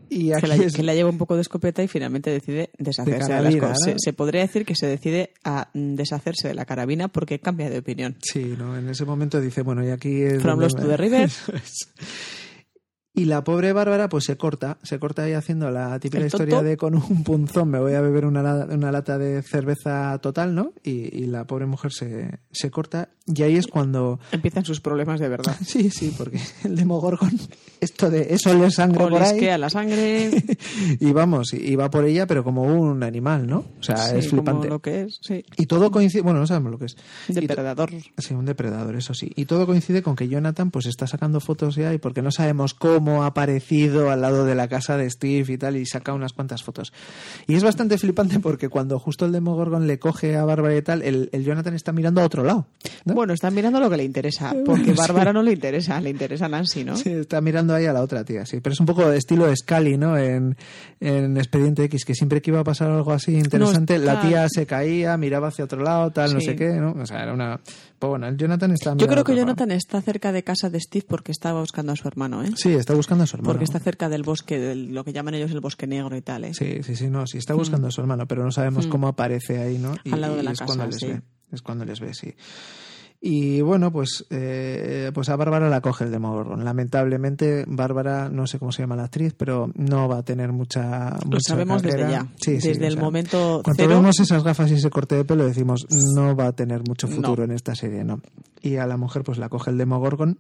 Speaker 1: Y aquí
Speaker 2: Que la,
Speaker 1: es-
Speaker 2: que la lleva un poco de escopeta y finalmente decide deshacerse de,
Speaker 1: De
Speaker 2: las
Speaker 1: carabina,
Speaker 2: cosas.
Speaker 1: ¿no?
Speaker 2: Se, se podría decir que se decide a mm, deshacerse de la carabina porque cambia de opinión.
Speaker 1: Sí, ¿no? En ese momento dice, bueno, y aquí es...
Speaker 2: From
Speaker 1: donde
Speaker 2: Lost
Speaker 1: me-
Speaker 2: to the River.
Speaker 1: Eso es. Y la pobre Bárbara pues se corta, se corta ahí haciendo la típica
Speaker 2: El
Speaker 1: historia
Speaker 2: tonto.
Speaker 1: de con un punzón me voy a beber una, la- una lata de cerveza total, ¿no? Y, y la pobre mujer se, se corta y ahí es cuando...
Speaker 2: Empiezan sus problemas de verdad.
Speaker 1: Sí, sí, porque el demogorgon, esto de eso le sangre por ahí
Speaker 2: Olisquea la sangre.
Speaker 1: y vamos, y y va por ella pero como un animal, ¿no? O sea,
Speaker 2: sí,
Speaker 1: es
Speaker 2: como
Speaker 1: flipante.
Speaker 2: lo que es, sí.
Speaker 1: Y todo coincide, bueno, no sabemos lo que es. Y to-
Speaker 2: Depredador.
Speaker 1: Sí, un depredador, eso sí. Y todo coincide con que Jonathan pues está sacando fotos ya y porque no sabemos cómo ha aparecido al lado de la casa de Steve y tal y saca unas cuantas fotos. Y es bastante flipante porque cuando justo el Demogorgon le coge a Bárbara y tal, el, el Jonathan está mirando a otro lado. ¿no?
Speaker 2: Bueno, están mirando lo que le interesa, porque Bárbara no le interesa, le interesa a Nancy, ¿no?
Speaker 1: Sí, está mirando ahí a la otra tía, sí. Pero es un poco de estilo Scully, ¿no? En, en Expediente X, que siempre que iba a pasar algo así interesante,
Speaker 2: No,
Speaker 1: la
Speaker 2: claro.
Speaker 1: tía se caía, miraba hacia otro lado, tal, no
Speaker 2: Sí.
Speaker 1: sé qué, ¿no? O sea, era una... Pues bueno, el Jonathan está
Speaker 2: Yo
Speaker 1: mirando
Speaker 2: creo que
Speaker 1: a otro lado.
Speaker 2: Jonathan está cerca de casa de Steve porque estaba buscando a su hermano, ¿eh?
Speaker 1: Sí, está buscando a su hermano.
Speaker 2: Porque está cerca del bosque, de lo que llaman ellos el bosque negro y tal, ¿eh?
Speaker 1: Sí, sí, sí, no, sí, está buscando a su hermano, pero no sabemos cómo aparece ahí, ¿no?
Speaker 2: Hmm. Al lado de la
Speaker 1: es
Speaker 2: casa,
Speaker 1: cuando les
Speaker 2: sí.
Speaker 1: ve, es cuando les ve, sí. Y bueno, pues, eh, pues a Bárbara la coge el Demogorgon. Lamentablemente, Bárbara, no sé cómo se llama la actriz, pero no va a tener mucha.
Speaker 2: Lo
Speaker 1: mucha
Speaker 2: sabemos desde
Speaker 1: carrera.
Speaker 2: ya.
Speaker 1: Sí, sí,
Speaker 2: desde
Speaker 1: o
Speaker 2: el
Speaker 1: sea,
Speaker 2: momento
Speaker 1: Cuando
Speaker 2: cero.
Speaker 1: vemos esas gafas y ese corte de pelo, decimos, no va a tener mucho futuro en
Speaker 2: No.
Speaker 1: esta serie, ¿no? Y a la mujer, pues la coge el Demogorgon.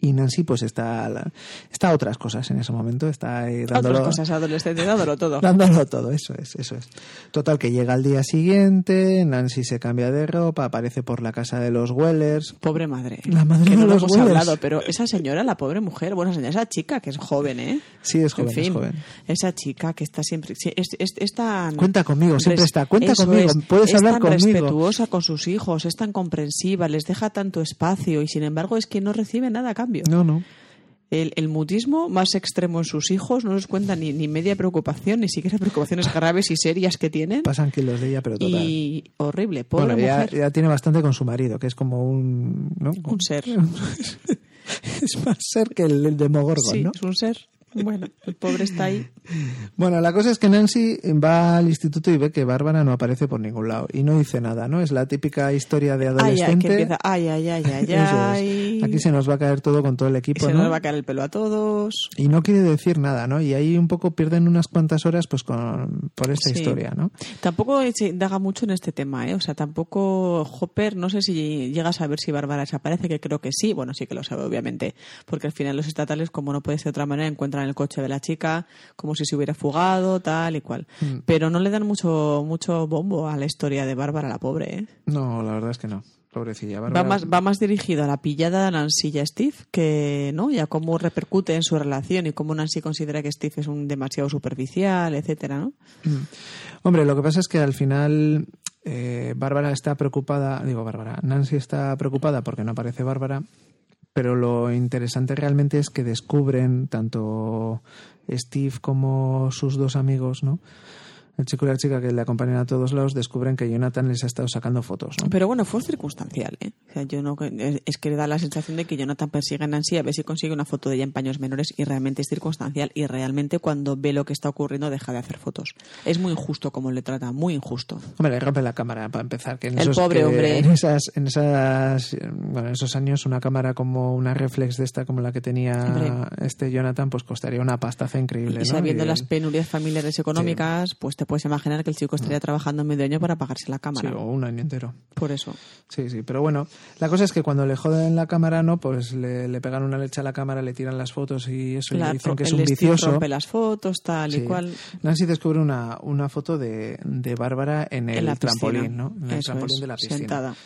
Speaker 1: Y Nancy, pues está, a la- está a otras cosas en ese momento. Está ahí dándolo,
Speaker 2: Otras cosas adolescentes, dándolo todo.
Speaker 1: Dándolo todo, eso es, eso es. Total, que llega al día siguiente, Nancy se cambia de ropa, aparece por la casa de los Wellers.
Speaker 2: Pobre madre.
Speaker 1: La madre
Speaker 2: que
Speaker 1: de
Speaker 2: no lo
Speaker 1: los
Speaker 2: hemos
Speaker 1: huevos.
Speaker 2: hablado, pero esa señora, la pobre mujer, bueno, señora, esa chica que es joven, ¿eh?
Speaker 1: Sí, es joven,
Speaker 2: en fin,
Speaker 1: es joven.
Speaker 2: esa chica que está siempre. sí, es, es- es tan-
Speaker 1: Cuenta conmigo, siempre
Speaker 2: res-
Speaker 1: está, cuenta
Speaker 2: eso
Speaker 1: conmigo,
Speaker 2: es,
Speaker 1: puedes
Speaker 2: es
Speaker 1: hablar
Speaker 2: tan
Speaker 1: conmigo.
Speaker 2: respetuosa con sus hijos, es tan comprensiva, les deja tanto espacio y sin embargo es que no recibe nada a cambio.
Speaker 1: No, no.
Speaker 2: El, el mutismo más extremo en sus hijos no les cuenta ni, ni media preocupación, ni siquiera preocupaciones graves y serias que tienen.
Speaker 1: Pasan kilos de ella, pero total.
Speaker 2: Y horrible, pobre
Speaker 1: bueno, ya,
Speaker 2: mujer.
Speaker 1: ya tiene bastante con su marido, que es como un. ¿no?
Speaker 2: Un ser.
Speaker 1: Es más ser que el, el demogorgon,
Speaker 2: Sí,
Speaker 1: ¿no?
Speaker 2: es un ser. Bueno, el pobre está ahí.
Speaker 1: Bueno, la cosa es que Nancy va al instituto y ve que Bárbara no aparece por ningún lado y no dice nada, ¿no? Es la típica historia de
Speaker 2: Ay, ay, que
Speaker 1: adolescente.
Speaker 2: empieza. Ay, ay, ay, ay,
Speaker 1: Eso es.
Speaker 2: ay.
Speaker 1: Aquí se nos va a caer todo con todo el
Speaker 2: Y
Speaker 1: equipo,
Speaker 2: se
Speaker 1: ¿no?
Speaker 2: nos va a caer el pelo a todos.
Speaker 1: Y no quiere decir nada, ¿no? Y ahí un poco pierden unas cuantas horas pues con, por esta
Speaker 2: Sí.
Speaker 1: historia, ¿no?
Speaker 2: Tampoco se indaga mucho en este tema, ¿eh? O sea, tampoco Hopper, no sé si llega a saber si Bárbara desaparece, que creo que sí. Bueno, sí que lo sabe, obviamente. Porque al final los estatales, como no puede ser de otra manera, encuentran el coche de la chica, como si se hubiera fugado, tal y cual.
Speaker 1: Mm.
Speaker 2: Pero no le dan mucho, mucho bombo a la historia de Bárbara, la pobre, ¿eh?
Speaker 1: No, la verdad es que no. Pobrecilla
Speaker 2: Va
Speaker 1: Bárbara.
Speaker 2: más, va más dirigido a la pillada de Nancy y a Steve que ¿no? y a cómo repercute en su relación y cómo Nancy considera que Steve es un demasiado superficial, etcétera, ¿no?
Speaker 1: Mm. Hombre, lo que pasa es que al final eh, Bárbara está preocupada, digo Bárbara, Nancy está preocupada porque no aparece Bárbara, pero lo interesante realmente es que descubren tanto Steve como sus dos amigos, ¿no? el chico y la chica que le acompañan a todos lados descubren que Jonathan les ha estado sacando fotos. ¿no?
Speaker 2: Pero bueno, fue circunstancial, ¿eh? O sea, yo no, es, es que da la sensación de que Jonathan persigue a Nancy a ver si consigue una foto de ella en paños menores y realmente es circunstancial y realmente cuando ve lo que está ocurriendo deja de hacer fotos. Es muy injusto como le trata, muy injusto.
Speaker 1: Hombre, le rompe la cámara para empezar. Que en
Speaker 2: El
Speaker 1: esos-
Speaker 2: pobre
Speaker 1: que
Speaker 2: hombre.
Speaker 1: En, esas, en, esas, bueno, en esos años una cámara como una reflex de esta, como la que tenía
Speaker 2: Hombre.
Speaker 1: este Jonathan, pues costaría una pastaza increíble.
Speaker 2: Y
Speaker 1: ¿no?
Speaker 2: sabiendo
Speaker 1: Y-
Speaker 2: las penurias familiares económicas, pues te puedes imaginar que el chico estaría trabajando medio año para pagarse
Speaker 1: Ah.
Speaker 2: la
Speaker 1: Sí,
Speaker 2: cámara.
Speaker 1: o un año entero.
Speaker 2: Por eso.
Speaker 1: Sí, sí, pero bueno, la cosa es que cuando le joden la cámara, ¿no? Pues le, le pegan una leche a la cámara, le tiran las fotos y eso, y le dicen que es
Speaker 2: el
Speaker 1: un
Speaker 2: Steve
Speaker 1: vicioso.
Speaker 2: rompe las fotos, tal y
Speaker 1: Sí.
Speaker 2: cual.
Speaker 1: Nancy descubre una, una foto de, de Bárbara en el
Speaker 2: en la piscina.
Speaker 1: trampolín, ¿no? En el
Speaker 2: Eso
Speaker 1: trampolín
Speaker 2: es,
Speaker 1: de la piscina.
Speaker 2: Sentada.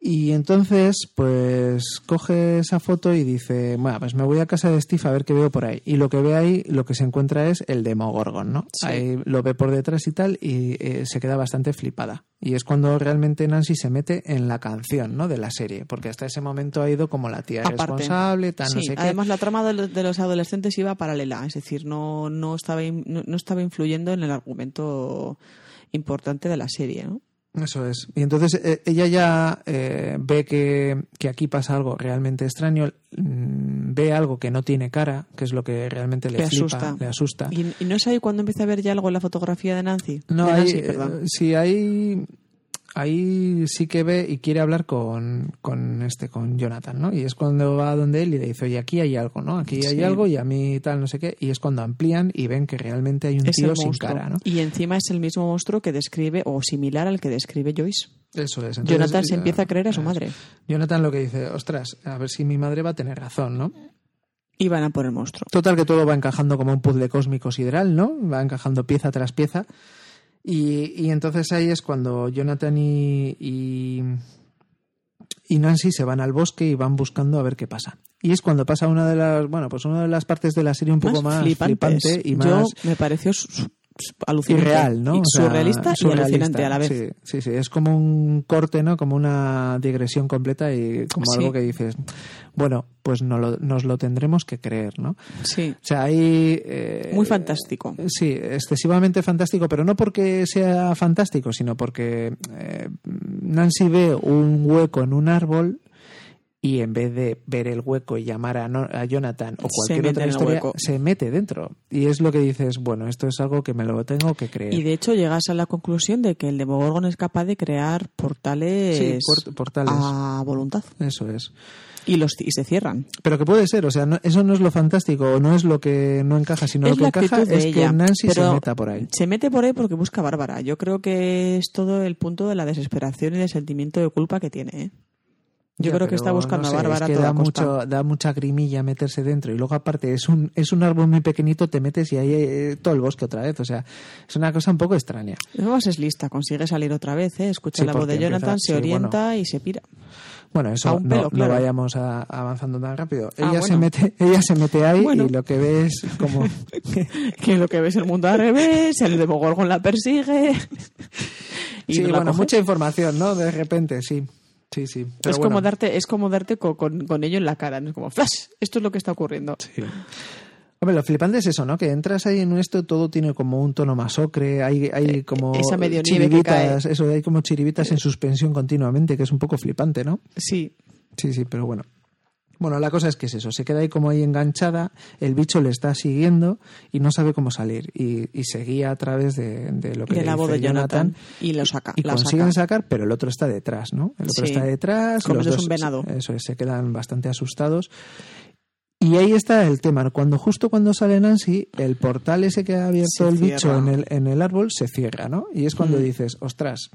Speaker 1: Y entonces, pues coge esa foto y dice, bueno, pues me voy a casa de Steve a ver qué veo por ahí. Y lo que ve ahí, lo que se encuentra es el Demogorgon, ¿no?
Speaker 2: Sí.
Speaker 1: Ahí lo ve por detrás y tal, y eh, se queda bastante flipada. Y es cuando realmente Nancy se mete en la canción, ¿no? De la serie, porque hasta ese momento ha ido como la tía
Speaker 2: Aparte.
Speaker 1: responsable, tan no
Speaker 2: Sí,
Speaker 1: sé qué.
Speaker 2: además la trama de los, de los adolescentes iba paralela, es decir, no, no, estaba, in- no, no estaba influyendo en el argumento importante de la serie. ¿no?
Speaker 1: Eso es. Y entonces eh, ella ya eh, ve que, que aquí pasa algo realmente extraño, mm, ve algo que no tiene cara, que es lo que realmente le,
Speaker 2: Le
Speaker 1: flipa,
Speaker 2: asusta.
Speaker 1: le asusta.
Speaker 2: Y, y no es ahí cuando empieza a ver ya algo en la fotografía de Nancy.
Speaker 1: No,
Speaker 2: De
Speaker 1: ahí,
Speaker 2: Nancy, perdón.
Speaker 1: eh, sí, ahí, ahí sí que ve y quiere hablar con, con este, con Jonathan, ¿no? Y es cuando va donde él y le dice, oye, aquí hay algo, ¿no? Aquí hay
Speaker 2: Sí.
Speaker 1: algo y a mí tal, no sé qué. Y es cuando amplían y ven que realmente hay un
Speaker 2: Es el
Speaker 1: tío sin
Speaker 2: monstruo.
Speaker 1: cara, ¿no?
Speaker 2: Y encima es el mismo monstruo que describe o similar al que describe Joyce.
Speaker 1: Eso es. Entonces,
Speaker 2: Jonathan se
Speaker 1: eh,
Speaker 2: empieza a creer a su
Speaker 1: es.
Speaker 2: madre.
Speaker 1: Jonathan lo que dice, ostras, a ver si mi madre va a tener razón, ¿no?
Speaker 2: Y van a por el monstruo.
Speaker 1: Total que todo va encajando como un puzzle cósmico sideral, ¿no? Va encajando pieza tras pieza. Y, y entonces ahí es cuando Jonathan y, y, y Nancy se van al bosque y van buscando a ver qué pasa. Y es cuando pasa una de las, bueno, pues una de las partes de la serie un poco más,
Speaker 2: flipantes.
Speaker 1: flipante y
Speaker 2: Yo
Speaker 1: más
Speaker 2: me pareció su- su- alucinante.
Speaker 1: irreal, ¿no?
Speaker 2: Y
Speaker 1: O sea,
Speaker 2: surrealista,
Speaker 1: surrealista,
Speaker 2: y alucinante a la vez.
Speaker 1: Sí, sí, sí. es como un corte, ¿no? Como una digresión completa y como
Speaker 2: Sí.
Speaker 1: algo que dices, bueno, pues no lo- nos lo tendremos que creer, ¿no?
Speaker 2: Sí.
Speaker 1: O sea, ahí... eh,
Speaker 2: Muy fantástico.
Speaker 1: Sí, excesivamente fantástico, pero no porque sea fantástico, sino porque eh, Nancy ve un hueco en un árbol y en vez de ver el hueco y llamar a, No- a Jonathan o cualquier
Speaker 2: mete
Speaker 1: otra
Speaker 2: en el
Speaker 1: historia,
Speaker 2: hueco.
Speaker 1: se mete dentro. Y es lo que dices, bueno, esto es algo que me lo tengo que creer.
Speaker 2: Y de hecho llegas a la conclusión de que el Demogorgon es capaz de crear portales,
Speaker 1: Sí, port- portales.
Speaker 2: a voluntad.
Speaker 1: Eso es.
Speaker 2: Y, los, y se cierran.
Speaker 1: Pero que puede ser, o sea, no- eso no es lo fantástico, o no es lo que no encaja, sino
Speaker 2: es
Speaker 1: lo que
Speaker 2: la
Speaker 1: encaja
Speaker 2: actitud de
Speaker 1: es
Speaker 2: ella.
Speaker 1: que Nancy se
Speaker 2: pero
Speaker 1: meta por ahí.
Speaker 2: Se mete por ahí porque busca a Bárbara. Yo creo que es todo el punto de la desesperación y del sentimiento de culpa que tiene. ¿eh? Yo
Speaker 1: Ya,
Speaker 2: creo
Speaker 1: pero
Speaker 2: que está buscando
Speaker 1: no sé,
Speaker 2: a Bárbara
Speaker 1: es que
Speaker 2: a toda
Speaker 1: da,
Speaker 2: costa.
Speaker 1: mucho, da mucha grimilla meterse dentro. Y luego, aparte, es un, es un árbol muy pequeñito, te metes y ahí eh, todo el bosque otra vez. O sea, es una cosa un poco extraña.
Speaker 2: Además es lista, consigue salir otra vez, ¿eh? escucha
Speaker 1: Sí,
Speaker 2: la voz
Speaker 1: porque
Speaker 2: de
Speaker 1: empieza-
Speaker 2: Jonathan,
Speaker 1: sí,
Speaker 2: se orienta y se pira.
Speaker 1: Bueno,
Speaker 2: A
Speaker 1: eso
Speaker 2: un
Speaker 1: no,
Speaker 2: pelo,
Speaker 1: no
Speaker 2: claro.
Speaker 1: vayamos a- avanzando tan rápido.
Speaker 2: Ah,
Speaker 1: ella, se
Speaker 2: bueno.
Speaker 1: mete, ella se mete ahí
Speaker 2: Bueno.
Speaker 1: y lo que ve es como.
Speaker 2: que lo que ves el mundo al revés, el Demogorgon la persigue. y
Speaker 1: sí,
Speaker 2: no la
Speaker 1: bueno,
Speaker 2: coge.
Speaker 1: mucha información, ¿no? De repente, sí. Sí, sí. Pero
Speaker 2: es
Speaker 1: bueno.
Speaker 2: como darte, es como darte co- con, con ello en la cara, ¿no? es como flash, esto es lo que está ocurriendo.
Speaker 1: Hombre, lo flipante es eso, ¿no? Que entras ahí en esto, todo tiene como un tono más ocre, hay, hay como
Speaker 2: Eh, esa medio nieve que cae.
Speaker 1: chiribitas, eso, hay como chiribitas en suspensión continuamente, que es un poco flipante, ¿no?
Speaker 2: Sí,
Speaker 1: Sí, sí, pero bueno. Bueno, la cosa es que es eso, se queda ahí como ahí enganchada, el bicho le está siguiendo y no sabe cómo salir y, y se guía a través de, de lo que
Speaker 2: de
Speaker 1: le
Speaker 2: la
Speaker 1: dice
Speaker 2: voz de Jonathan, y lo saca,
Speaker 1: y
Speaker 2: la
Speaker 1: consiguen
Speaker 2: saca.
Speaker 1: sacar, pero el otro está detrás, ¿no? El otro
Speaker 2: Sí.
Speaker 1: está detrás.
Speaker 2: Como
Speaker 1: los
Speaker 2: si es
Speaker 1: dos-
Speaker 2: un venado.
Speaker 1: Eso es, se quedan bastante asustados. Y ahí está el tema. ¿no? Cuando justo cuando sale Nancy, el portal ese que ha abierto
Speaker 2: Se
Speaker 1: el
Speaker 2: cierra.
Speaker 1: bicho en el, en el árbol se cierra, ¿no? Y es cuando
Speaker 2: Mm.
Speaker 1: dices, ostras,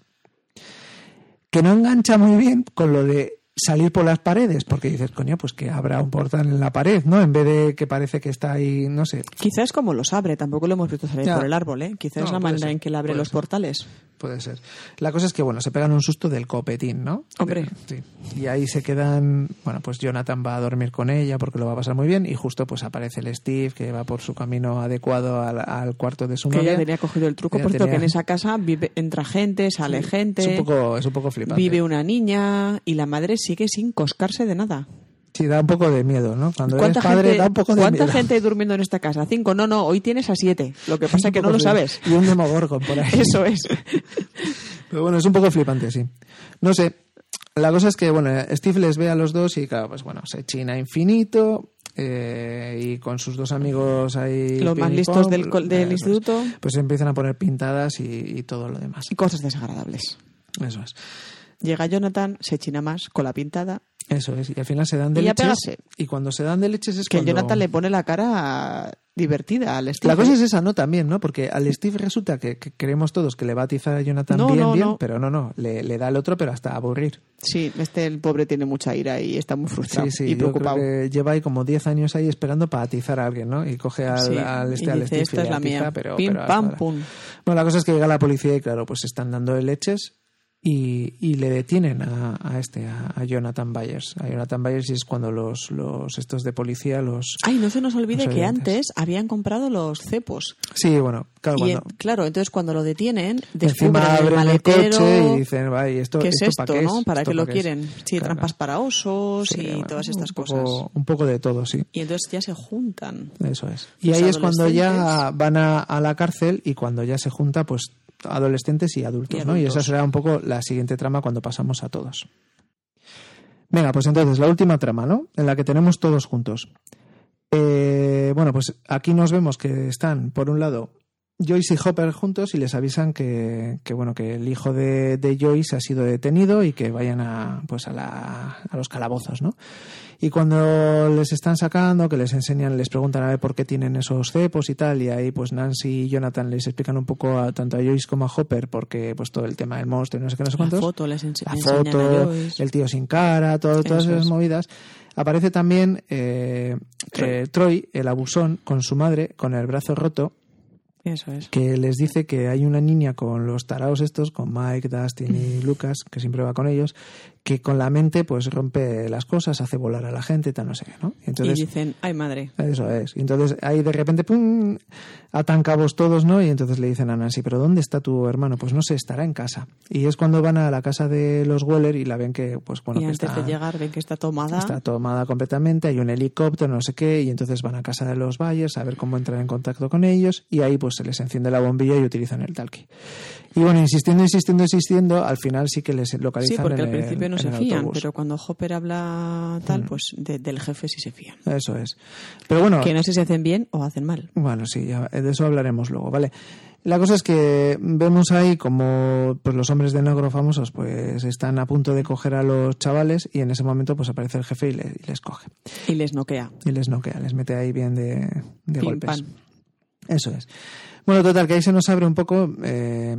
Speaker 1: que no engancha muy bien con lo de salir por las paredes, porque dices, coño, pues que habrá un portal en la pared, ¿no? En vez de que parece que está ahí, no sé,
Speaker 2: Quizás como los abre, tampoco lo hemos visto salir
Speaker 1: Ya.
Speaker 2: por el árbol, ¿eh? Quizás
Speaker 1: No,
Speaker 2: es la
Speaker 1: puede
Speaker 2: manera
Speaker 1: ser,
Speaker 2: en que le abre
Speaker 1: puede
Speaker 2: los
Speaker 1: ser.
Speaker 2: portales.
Speaker 1: Puede ser. La cosa es que, bueno, se pegan un susto del copetín, ¿no?
Speaker 2: Hombre.
Speaker 1: De- sí. Y ahí se quedan, bueno, pues Jonathan va a dormir con ella porque lo va a pasar muy bien y justo pues aparece el Steve que va por su camino adecuado al, al cuarto de su
Speaker 2: Que ella
Speaker 1: novia.
Speaker 2: tenía cogido el truco,
Speaker 1: Ella
Speaker 2: por cierto,
Speaker 1: tenía-
Speaker 2: que en esa casa vive, entra gente, sale gente,
Speaker 1: Es un poco, es un poco flipante.
Speaker 2: vive una niña y la madre sigue sin coscarse de nada.
Speaker 1: Sí, da un poco de miedo, ¿no? Cuando eres
Speaker 2: ¿Cuánta,
Speaker 1: padre
Speaker 2: gente,
Speaker 1: da un poco de
Speaker 2: ¿cuánta
Speaker 1: miedo.
Speaker 2: gente hay durmiendo en esta casa? ¿Cinco? No, no, hoy tienes a siete. Lo que pasa es que no lo sabes.
Speaker 1: Y un demogorgon por ahí.
Speaker 2: Eso es.
Speaker 1: Pero bueno, es un poco flipante, sí. No sé. La cosa es que, bueno, Steve les ve a los dos y, claro, pues bueno, se china infinito. eh, y con sus dos amigos ahí.
Speaker 2: Los más
Speaker 1: pin y
Speaker 2: listos
Speaker 1: pom,
Speaker 2: del col- del
Speaker 1: eso es.
Speaker 2: instituto.
Speaker 1: Pues se empiezan a poner pintadas y, y todo lo demás.
Speaker 2: Y cosas desagradables.
Speaker 1: Eso es.
Speaker 2: Llega Jonathan, se china más con la pintada.
Speaker 1: Eso es. Y al final se dan de
Speaker 2: Y a
Speaker 1: leches.
Speaker 2: pegarse.
Speaker 1: Y cuando se dan de leches es
Speaker 2: Que
Speaker 1: cuando-
Speaker 2: Jonathan le pone la cara divertida al estilo.
Speaker 1: La cosa es esa, ¿no? También, ¿no? Porque al Steve resulta que, que creemos todos que le va a atizar a Jonathan
Speaker 2: No,
Speaker 1: bien,
Speaker 2: no,
Speaker 1: bien,
Speaker 2: no.
Speaker 1: pero no, no. Le, le da el otro, pero hasta aburrir.
Speaker 2: Sí, este el pobre tiene mucha ira y está muy frustrado
Speaker 1: Sí, sí,
Speaker 2: y
Speaker 1: yo creo
Speaker 2: preocupado.
Speaker 1: que lleva ahí como 10 años ahí esperando para atizar a alguien, ¿no? Y coge al,
Speaker 2: Sí,
Speaker 1: al este,
Speaker 2: y
Speaker 1: al
Speaker 2: dice,
Speaker 1: Steve
Speaker 2: "Esta
Speaker 1: y
Speaker 2: es
Speaker 1: le
Speaker 2: la
Speaker 1: atiza,
Speaker 2: mía".
Speaker 1: pero...
Speaker 2: Pim,
Speaker 1: pero a
Speaker 2: pam,
Speaker 1: todas.
Speaker 2: pum.
Speaker 1: Bueno, la cosa es que llega la policía y claro, pues se están dando de leches y, y le detienen a, a este, a, a Jonathan Byers. A Jonathan Byers y es cuando los, los estos de policía los...
Speaker 2: Ay, no se nos olvide
Speaker 1: Los
Speaker 2: que
Speaker 1: oyentes.
Speaker 2: antes habían comprado los cepos.
Speaker 1: Sí, bueno, claro,
Speaker 2: Y en-
Speaker 1: cuando...
Speaker 2: claro, entonces cuando lo detienen, descubren
Speaker 1: Encima
Speaker 2: el
Speaker 1: abren el
Speaker 2: maletero.
Speaker 1: coche y dicen, "Vay, esto,
Speaker 2: ¿Qué es
Speaker 1: esto
Speaker 2: esto,
Speaker 1: pa' qué es,
Speaker 2: no? ¿Para
Speaker 1: esto
Speaker 2: qué lo
Speaker 1: pa' es".
Speaker 2: quieren? Sí,
Speaker 1: Claro.
Speaker 2: trampas para osos
Speaker 1: Sí,
Speaker 2: y
Speaker 1: bueno,
Speaker 2: todas estas
Speaker 1: un poco-
Speaker 2: cosas.
Speaker 1: Un poco de todo, sí.
Speaker 2: Y entonces ya se juntan.
Speaker 1: Eso es. Y
Speaker 2: Los
Speaker 1: ahí es cuando ya
Speaker 2: adolescentes.
Speaker 1: van a, a la cárcel y cuando ya se junta, pues adolescentes y adultos,
Speaker 2: Y
Speaker 1: ¿no? Y esa
Speaker 2: adultos.
Speaker 1: será un poco la siguiente trama cuando pasamos a todos. Venga, pues entonces la última trama, ¿no? En la que tenemos todos juntos. Eh, bueno, pues aquí nos vemos que están, por un lado, Joyce y Hopper juntos y les avisan que, que, bueno, que el hijo de, de Joyce ha sido detenido y que vayan a, pues a, la- a los calabozos, ¿no? Y cuando les están sacando, que les enseñan, les preguntan a ver por qué tienen esos cepos y tal, y ahí pues Nancy y Jonathan les explican un poco a, tanto a Joyce como a Hopper, porque pues todo el tema del monstruo y no sé qué, no sé
Speaker 2: La
Speaker 1: cuántos
Speaker 2: foto les ense-
Speaker 1: la
Speaker 2: enseñan a
Speaker 1: foto,
Speaker 2: Joyce.
Speaker 1: el tío sin cara, todo- todas
Speaker 2: Eso
Speaker 1: esas
Speaker 2: es.
Speaker 1: movidas. Aparece también eh, eh, Troy, el abusón, con su madre, con el brazo roto,
Speaker 2: Eso es.
Speaker 1: que les dice que hay una niña con los taraos estos, con Mike, Dustin y
Speaker 2: Mm.
Speaker 1: Lucas, que siempre va con ellos, que con la mente pues rompe las cosas, hace volar a la gente, tal, no sé qué, ¿no? Y Entonces,
Speaker 2: y dicen, ay madre.
Speaker 1: eso es. Y entonces ahí de repente, ¡pum! atan cabos todos, ¿no? Y entonces le dicen a Nancy, ¿pero dónde está tu hermano? Pues no sé, estará en casa. Y es cuando van a la casa de los Weller y la ven que, pues bueno,
Speaker 2: y
Speaker 1: que
Speaker 2: antes
Speaker 1: está,
Speaker 2: de llegar ven que está tomada.
Speaker 1: está tomada completamente, hay un helicóptero, no sé qué, y entonces van a casa de los Bayers a ver cómo entrar en contacto con ellos y ahí pues se les enciende la bombilla y utilizan el talkie. Y bueno, insistiendo, insistiendo, insistiendo, al final sí que les
Speaker 2: sí,
Speaker 1: localizan
Speaker 2: porque
Speaker 1: en
Speaker 2: al principio
Speaker 1: el-
Speaker 2: no
Speaker 1: en
Speaker 2: se
Speaker 1: el
Speaker 2: fían,
Speaker 1: autobús. Mm.
Speaker 2: pero cuando Hopper habla tal, pues de- del jefe sí se fían.
Speaker 1: Eso es. Pero bueno...
Speaker 2: Que no sé si hacen bien o hacen mal.
Speaker 1: Bueno, sí, ya, de eso hablaremos luego, ¿vale? La cosa es que vemos ahí como pues, los hombres de negro famosos pues están a punto de coger a los chavales y en ese momento pues aparece el jefe y, le- y les coge.
Speaker 2: Y les noquea.
Speaker 1: Y les noquea, les mete ahí bien de, de
Speaker 2: Pim,
Speaker 1: golpes.
Speaker 2: pam.
Speaker 1: Eso es. Bueno, total, que ahí se nos abre un poco eh,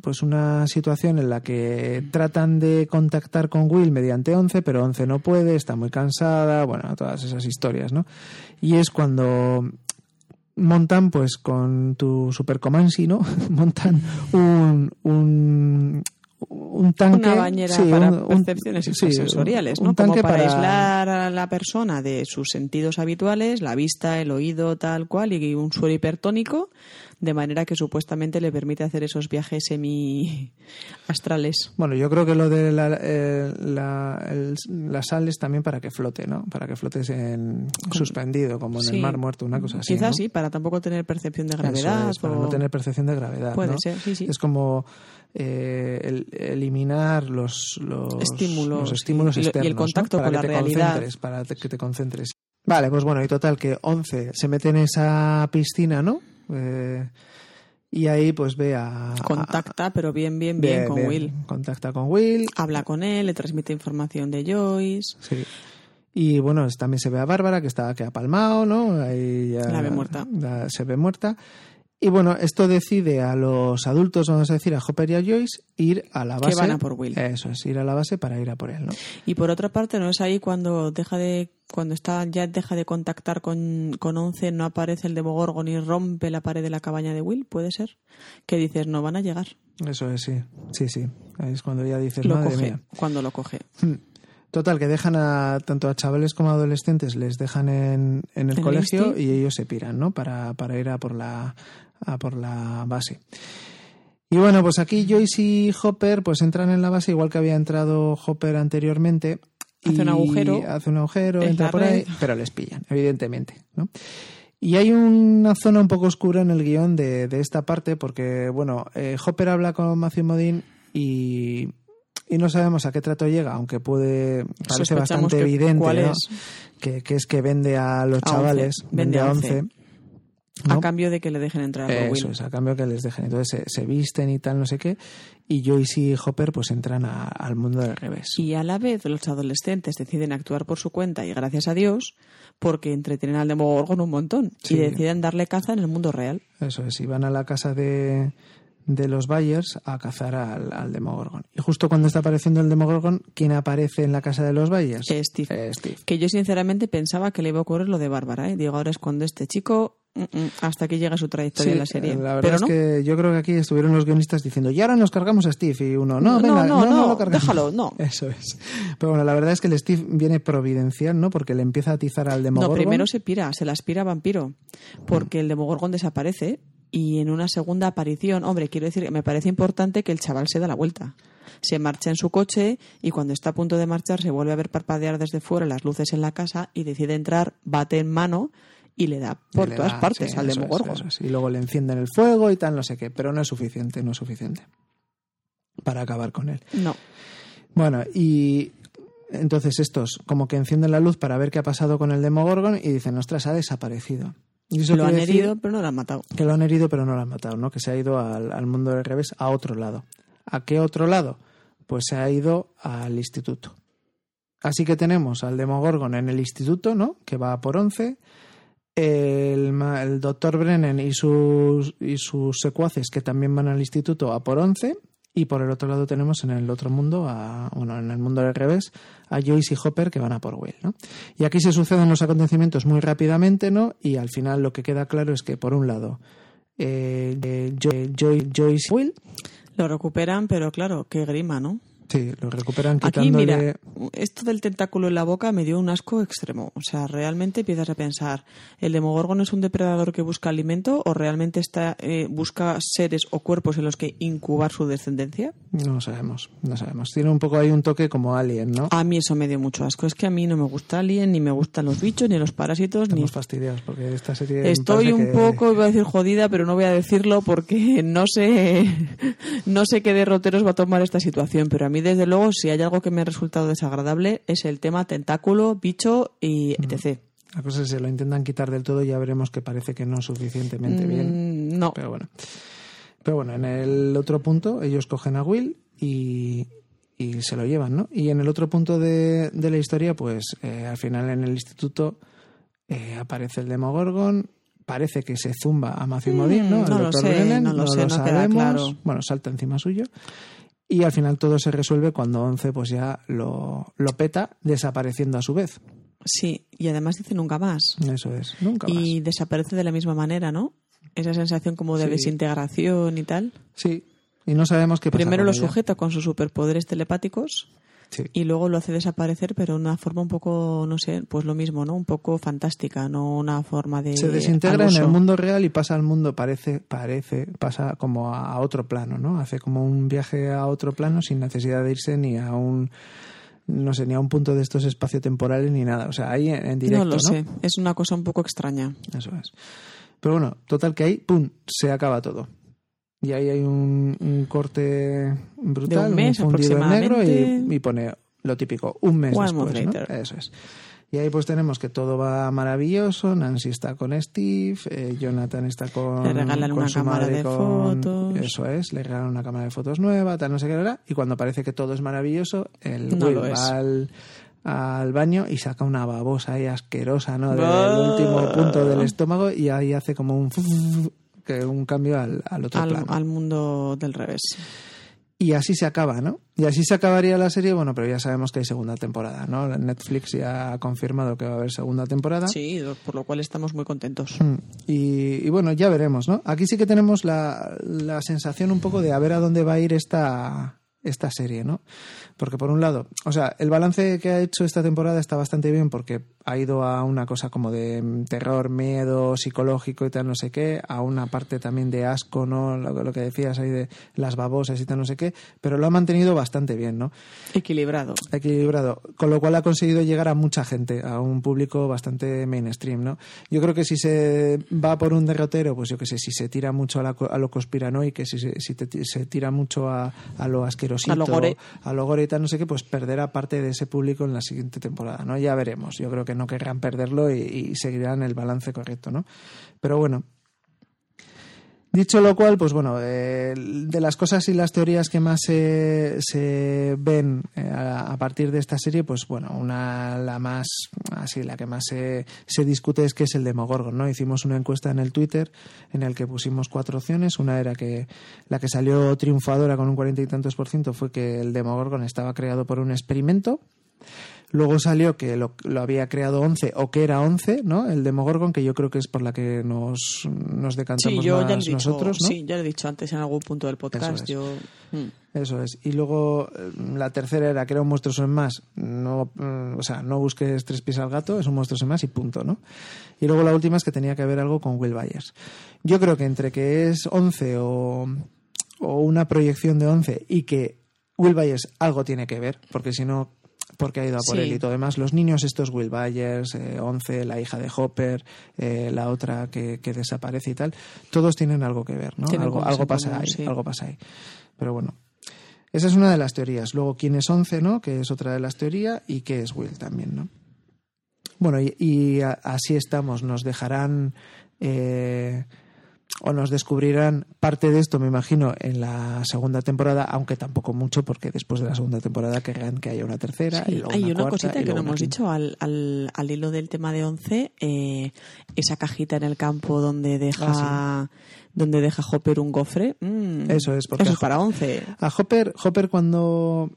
Speaker 1: pues una situación en la que tratan de contactar con Will mediante 11, pero 11 no puede, está muy cansada, bueno, todas esas historias, ¿no? Y es cuando montan, pues con tu Super Comanche, ¿no? montan un... un un tanque
Speaker 2: Una bañera
Speaker 1: sí,
Speaker 2: para
Speaker 1: un- un-
Speaker 2: percepciones
Speaker 1: sí,
Speaker 2: sensoriales,
Speaker 1: un
Speaker 2: ¿no? Como
Speaker 1: tanque
Speaker 2: para, aislar a la persona de sus sentidos habituales, la vista, el oído, tal cual, y un suelo hipertónico, de manera que supuestamente le permite hacer esos viajes semi-astrales.
Speaker 1: Bueno, yo creo que lo de la, eh, la, el- la sal es también para que flote, ¿no? Para que flotes en, suspendido, como en
Speaker 2: Sí.
Speaker 1: el mar muerto, una cosa así.
Speaker 2: Quizás
Speaker 1: ¿no?
Speaker 2: sí, para tampoco tener percepción de
Speaker 1: Eso
Speaker 2: gravedad.
Speaker 1: es, para
Speaker 2: o-
Speaker 1: no tener percepción de gravedad.
Speaker 2: Puede
Speaker 1: ¿no?
Speaker 2: ser, sí, sí.
Speaker 1: Es como eh, el- eliminar los, los
Speaker 2: Estímulos,
Speaker 1: los estímulos
Speaker 2: y lo- y el
Speaker 1: externos. ¿no?
Speaker 2: contacto
Speaker 1: Para
Speaker 2: con la
Speaker 1: que te
Speaker 2: realidad.
Speaker 1: concentres, para te- que te concentres. Vale, pues bueno, y total, que 11 se mete en esa piscina, ¿no? Eh, y ahí pues ve a.
Speaker 2: Contacta, pero bien,
Speaker 1: a-
Speaker 2: bien, bien, con
Speaker 1: bien,
Speaker 2: Will.
Speaker 1: Contacta con Will.
Speaker 2: Habla con él, le transmite información de Joyce,
Speaker 1: Sí. Y bueno, es- también se ve a Bárbara, que está que ha palmado, ¿no? Ahí ya-
Speaker 2: La ve muerta.
Speaker 1: la- se ve muerta. Y bueno, esto decide a los adultos, vamos a decir, a Hopper y a Joyce, ir a la
Speaker 2: Que
Speaker 1: base.
Speaker 2: van a por Will.
Speaker 1: Eso es, ir a la base para ir a por él, ¿no?
Speaker 2: Y por otra parte, no es ahí cuando deja de cuando está ya deja de contactar con, con Once, no aparece el Demogorgon y rompe la pared de la cabaña de Will, puede ser, que dices no van a llegar.
Speaker 1: Eso es, sí. Sí, sí. Ahí es cuando ya dices,
Speaker 2: lo
Speaker 1: Pues madre
Speaker 2: coge,
Speaker 1: mía.
Speaker 2: cuando lo coge.
Speaker 1: Total, que dejan a tanto a chavales como a adolescentes, les dejan en, en el
Speaker 2: En el
Speaker 1: colegio
Speaker 2: insti.
Speaker 1: y ellos se piran, ¿no? Para, para ir a por, la, a por la base. Y bueno, pues aquí Joyce y Hopper pues entran en la base igual que había entrado Hopper anteriormente
Speaker 2: Hace
Speaker 1: y
Speaker 2: un agujero.
Speaker 1: Hace un agujero,
Speaker 2: en
Speaker 1: entra
Speaker 2: la
Speaker 1: por ahí,
Speaker 2: red.
Speaker 1: pero les pillan, evidentemente. ¿no? Y hay una zona un poco oscura en el guión de, de esta parte, porque, bueno, eh, Hopper habla con Matthew Modine y, y no sabemos a qué trato llega, aunque puede. Parece
Speaker 2: Sospechamos
Speaker 1: bastante
Speaker 2: que-
Speaker 1: evidente
Speaker 2: cuál
Speaker 1: ¿no?
Speaker 2: es.
Speaker 1: Que, que es que vende a los
Speaker 2: A
Speaker 1: chavales,
Speaker 2: 11,
Speaker 1: vende a 11. ¿no?
Speaker 2: A cambio de que le dejen entrar a
Speaker 1: Eso
Speaker 2: Robin.
Speaker 1: es, a cambio que les dejen. Entonces se, se visten y tal, no sé qué. Y Joyce y Hopper pues entran a- al mundo del revés.
Speaker 2: Y a la vez los adolescentes deciden actuar por su cuenta y gracias a Dios, porque entretienen al Demogorgon un montón
Speaker 1: Sí.
Speaker 2: y deciden darle caza en el mundo real.
Speaker 1: Eso es, iban a la casa de, de los Bayers a cazar al, al Demogorgon. Y justo cuando está apareciendo el Demogorgon, ¿quién aparece en la casa de los Bayers?
Speaker 2: Eh, Steve.
Speaker 1: Eh, Steve.
Speaker 2: Que yo sinceramente pensaba que le iba a ocurrir lo de Bárbara. ¿eh? Digo, ahora es cuando este chico, mm, mm, hasta aquí llega su trayectoria
Speaker 1: Sí,
Speaker 2: en la serie.
Speaker 1: eh, la verdad
Speaker 2: Pero
Speaker 1: es
Speaker 2: no.
Speaker 1: que yo creo que aquí estuvieron los guionistas diciendo, y ahora nos cargamos a Steve. Y uno, no, Eh,
Speaker 2: No,
Speaker 1: venga,
Speaker 2: no, no,
Speaker 1: lo cargamos".
Speaker 2: déjalo, no.
Speaker 1: Eso es. Pero bueno, la verdad es que el Steve viene providencial, ¿no? Porque le empieza a atizar al
Speaker 2: No,
Speaker 1: Demogorgon.
Speaker 2: primero se pira, se la aspira a vampiro, porque el Demogorgon desaparece y en una segunda aparición, hombre, quiero decir que me parece importante que el chaval se da la vuelta. Se marcha en su coche y cuando está a punto de marchar se vuelve a ver parpadear desde fuera las luces en la casa y decide entrar, bate en mano y le da por
Speaker 1: Le
Speaker 2: todas
Speaker 1: da,
Speaker 2: partes
Speaker 1: sí,
Speaker 2: al
Speaker 1: eso es,
Speaker 2: Demogorgon.
Speaker 1: eso es. Y luego le encienden el fuego y tal, no sé qué. Pero no es suficiente, no es suficiente para acabar con él.
Speaker 2: No,
Speaker 1: Bueno, y entonces estos como que encienden la luz para ver qué ha pasado con el Demogorgon y dicen, ostras, ha desaparecido. Y eso
Speaker 2: lo han
Speaker 1: quiere decir
Speaker 2: herido, pero no lo han matado.
Speaker 1: Que lo han herido pero no lo han matado, ¿no? Que se ha ido al, al mundo del revés, a otro lado. ¿A qué otro lado? Pues se ha ido al instituto. Así que tenemos al Demogorgon en el instituto, ¿no? Que va por 11. El, ma- el doctor Brennan y sus, y sus secuaces que también van al instituto a por 11. Y por el otro lado tenemos en el otro mundo, a, bueno, en el mundo del revés, a Joyce y Hopper que van a por Will, ¿no? Y aquí se suceden los acontecimientos muy rápidamente, ¿no? Y al final lo que queda claro es que, por un lado, eh, eh, Jo- Jo- Joyce y Will,
Speaker 2: Lo recuperan, pero claro, qué grima, ¿no?
Speaker 1: sí, lo recuperan
Speaker 2: Aquí,
Speaker 1: quitándole...
Speaker 2: mira, esto del tentáculo en la boca me dio un asco extremo. O sea, realmente empiezas a pensar, ¿el demogorgon es un depredador que busca alimento o realmente está, eh, busca seres o cuerpos en los que incubar su descendencia?
Speaker 1: No sabemos, no sabemos. Tiene un poco ahí un toque como Alien, ¿no?
Speaker 2: A mí eso me dio mucho asco. Es que a mí no me gusta Alien, ni me gustan los bichos, ni los parásitos, ni...
Speaker 1: Estamos fastidiados porque esta serie... me parece
Speaker 2: Estoy un
Speaker 1: que-
Speaker 2: poco, iba a decir jodida, pero no voy a decirlo porque no sé, no sé qué derroteros va a tomar esta situación. Pero a mí, desde luego, si hay algo que me ha resultado desagradable es el tema tentáculo, bicho y
Speaker 1: Mm,
Speaker 2: etc.
Speaker 1: La cosa es que se lo intentan quitar del todo y ya veremos que parece que no suficientemente bien.
Speaker 2: Mm, No,
Speaker 1: Pero bueno. Pero bueno, en el otro punto ellos cogen a Will y, y se lo llevan, ¿no? Y en el otro punto de, de la historia, pues eh, al final en el instituto eh, aparece el Demogorgon. Parece que se zumba a Matthew
Speaker 2: Mm,
Speaker 1: Modine, ¿no? Al
Speaker 2: no lo
Speaker 1: Dr.
Speaker 2: sé,
Speaker 1: Brennan,
Speaker 2: no lo sé, no queda claro.
Speaker 1: Bueno, salta encima suyo. Y al final todo se resuelve cuando Once pues ya lo, lo peta, desapareciendo a su vez.
Speaker 2: sí, y además dice nunca más.
Speaker 1: Eso es, nunca más.
Speaker 2: Y desaparece de la misma manera, ¿no? Esa sensación como de
Speaker 1: Sí.
Speaker 2: desintegración y tal.
Speaker 1: Sí, y no sabemos qué pasa
Speaker 2: Primero
Speaker 1: con
Speaker 2: lo
Speaker 1: ella.
Speaker 2: sujeta con sus superpoderes telepáticos
Speaker 1: Sí.
Speaker 2: y luego lo hace desaparecer, pero de una forma un poco, no sé, pues lo mismo, ¿no? Un poco fantástica, no una forma de.
Speaker 1: se desintegra
Speaker 2: al
Speaker 1: en el
Speaker 2: uso.
Speaker 1: mundo real y pasa al mundo parece parece pasa como a otro plano no hace como un viaje a otro plano sin necesidad de irse ni a un no sé ni a un punto de estos espaciotemporales ni nada o sea ahí en, en directo
Speaker 2: no lo sé, es una cosa un poco extraña.
Speaker 1: eso es pero bueno total que ahí pum se acaba todo y ahí hay un, un corte brutal
Speaker 2: mes
Speaker 1: fundido en negro y,
Speaker 2: aproximadamente.
Speaker 1: y pone lo típico un mes
Speaker 2: One month
Speaker 1: después ¿no?
Speaker 2: later.
Speaker 1: eso es y ahí pues tenemos que todo va maravilloso. Nancy está con Steve, eh, Jonathan está con.
Speaker 2: Le regalan
Speaker 1: con
Speaker 2: una
Speaker 1: su
Speaker 2: cámara
Speaker 1: madre,
Speaker 2: de
Speaker 1: con-
Speaker 2: fotos.
Speaker 1: Eso es, le regalan una cámara de fotos nueva, tal, no sé qué era. Y cuando parece que todo es maravilloso, el
Speaker 2: No
Speaker 1: Will
Speaker 2: lo
Speaker 1: va
Speaker 2: es.
Speaker 1: al, al baño y saca una babosa ahí asquerosa, ¿no? Del
Speaker 2: Ah.
Speaker 1: último punto del estómago y ahí hace como un. que un cambio al, al otro
Speaker 2: Al,
Speaker 1: plano.
Speaker 2: al mundo del revés.
Speaker 1: Y así se acaba, ¿no? Y así se acabaría la serie, bueno, pero ya sabemos que hay segunda temporada, ¿no? Netflix ya ha confirmado que va a haber segunda temporada.
Speaker 2: Sí, por lo cual estamos muy contentos.
Speaker 1: Mm, Y, y bueno, ya veremos, ¿no? Aquí sí que tenemos la, la sensación un poco de a ver a dónde va a ir esta, esta serie, ¿no? Porque por un lado, o sea, el balance que ha hecho esta temporada está bastante bien porque ha ido a una cosa como de mm, terror, miedo psicológico y tal, no sé qué, a una parte también de asco, ¿no? Lo, lo que decías ahí de las babosas y tal, no sé qué, pero lo ha mantenido bastante bien, ¿no?
Speaker 2: Equilibrado.
Speaker 1: equilibrado, con lo cual ha conseguido llegar a mucha gente, a un público bastante mainstream, ¿no? Yo creo que si se va por un derrotero, pues yo qué sé, si se tira mucho a, la co- a lo conspiranoico, si, se, si te- se tira mucho a, a lo asquerosito,
Speaker 2: A lo gore.
Speaker 1: a lo gore y tal, no sé qué, pues perderá parte de ese público en la siguiente temporada, ¿no? Ya veremos, yo creo que no querrán perderlo y, y seguirán el balance correcto, ¿no? Pero bueno, Dicho lo cual, pues bueno, eh, de las cosas y las teorías que más se, se ven eh, a, a partir de esta serie, pues bueno, una la más así, la que más se, se discute es que es el Demogorgon, ¿no? Hicimos una encuesta en el Twitter en el que pusimos cuatro opciones. Una era que la que salió triunfadora con un cuarenta y tantos por ciento fue que el Demogorgon estaba creado por un experimento. Luego salió que lo, lo había creado 11 o que era 11, ¿no? El Demogorgon, que yo creo que es por la que nos, nos
Speaker 2: Sí,
Speaker 1: decantamos
Speaker 2: yo
Speaker 1: más
Speaker 2: ya lo he dicho,
Speaker 1: nosotros, ¿no?
Speaker 2: sí, ya lo he dicho antes en algún punto del podcast.
Speaker 1: Eso es.
Speaker 2: Yo, mm.
Speaker 1: Eso es. Y luego eh, la tercera era que era un monstruo en más. No, mm, o sea, no busques tres pies al gato, es un monstruo en más y punto, ¿no? Y luego la última es que tenía que ver algo con Will Byers. Yo creo que entre que es 11 o, o una proyección de 11 y que Will Byers algo tiene que ver, porque si no, porque ha ido a por
Speaker 2: Sí.
Speaker 1: él y todo demás. Los niños estos, Will Byers, eh, 11, la hija de Hopper, eh, la otra que, que desaparece y tal, todos tienen algo que ver, ¿no?
Speaker 2: Tienen
Speaker 1: Algo,
Speaker 2: cosas
Speaker 1: algo
Speaker 2: en
Speaker 1: pasa
Speaker 2: común,
Speaker 1: ahí,
Speaker 2: sí.
Speaker 1: algo pasa ahí. Pero bueno, esa es una de las teorías. Luego, ¿quién es 11, no? Que es otra de las teorías. ¿Y qué es Will también, no? Bueno, y, y a- así estamos. Nos dejarán eh, o nos descubrirán parte de esto, me imagino, en la segunda temporada, aunque tampoco mucho, porque después de la segunda temporada querrán que haya una tercera.
Speaker 2: Sí,
Speaker 1: y luego
Speaker 2: hay una,
Speaker 1: cuarta,
Speaker 2: cosita
Speaker 1: y
Speaker 2: que
Speaker 1: luego
Speaker 2: no
Speaker 1: una
Speaker 2: hemos
Speaker 1: quinta.
Speaker 2: dicho al, al, al hilo del tema de 11, eh, esa cajita en el campo
Speaker 1: Ah,
Speaker 2: donde deja donde deja Hopper un gofre. mm,
Speaker 1: Eso es, porque
Speaker 2: eso
Speaker 1: a
Speaker 2: es para 11.
Speaker 1: A Hopper, Hopper cuando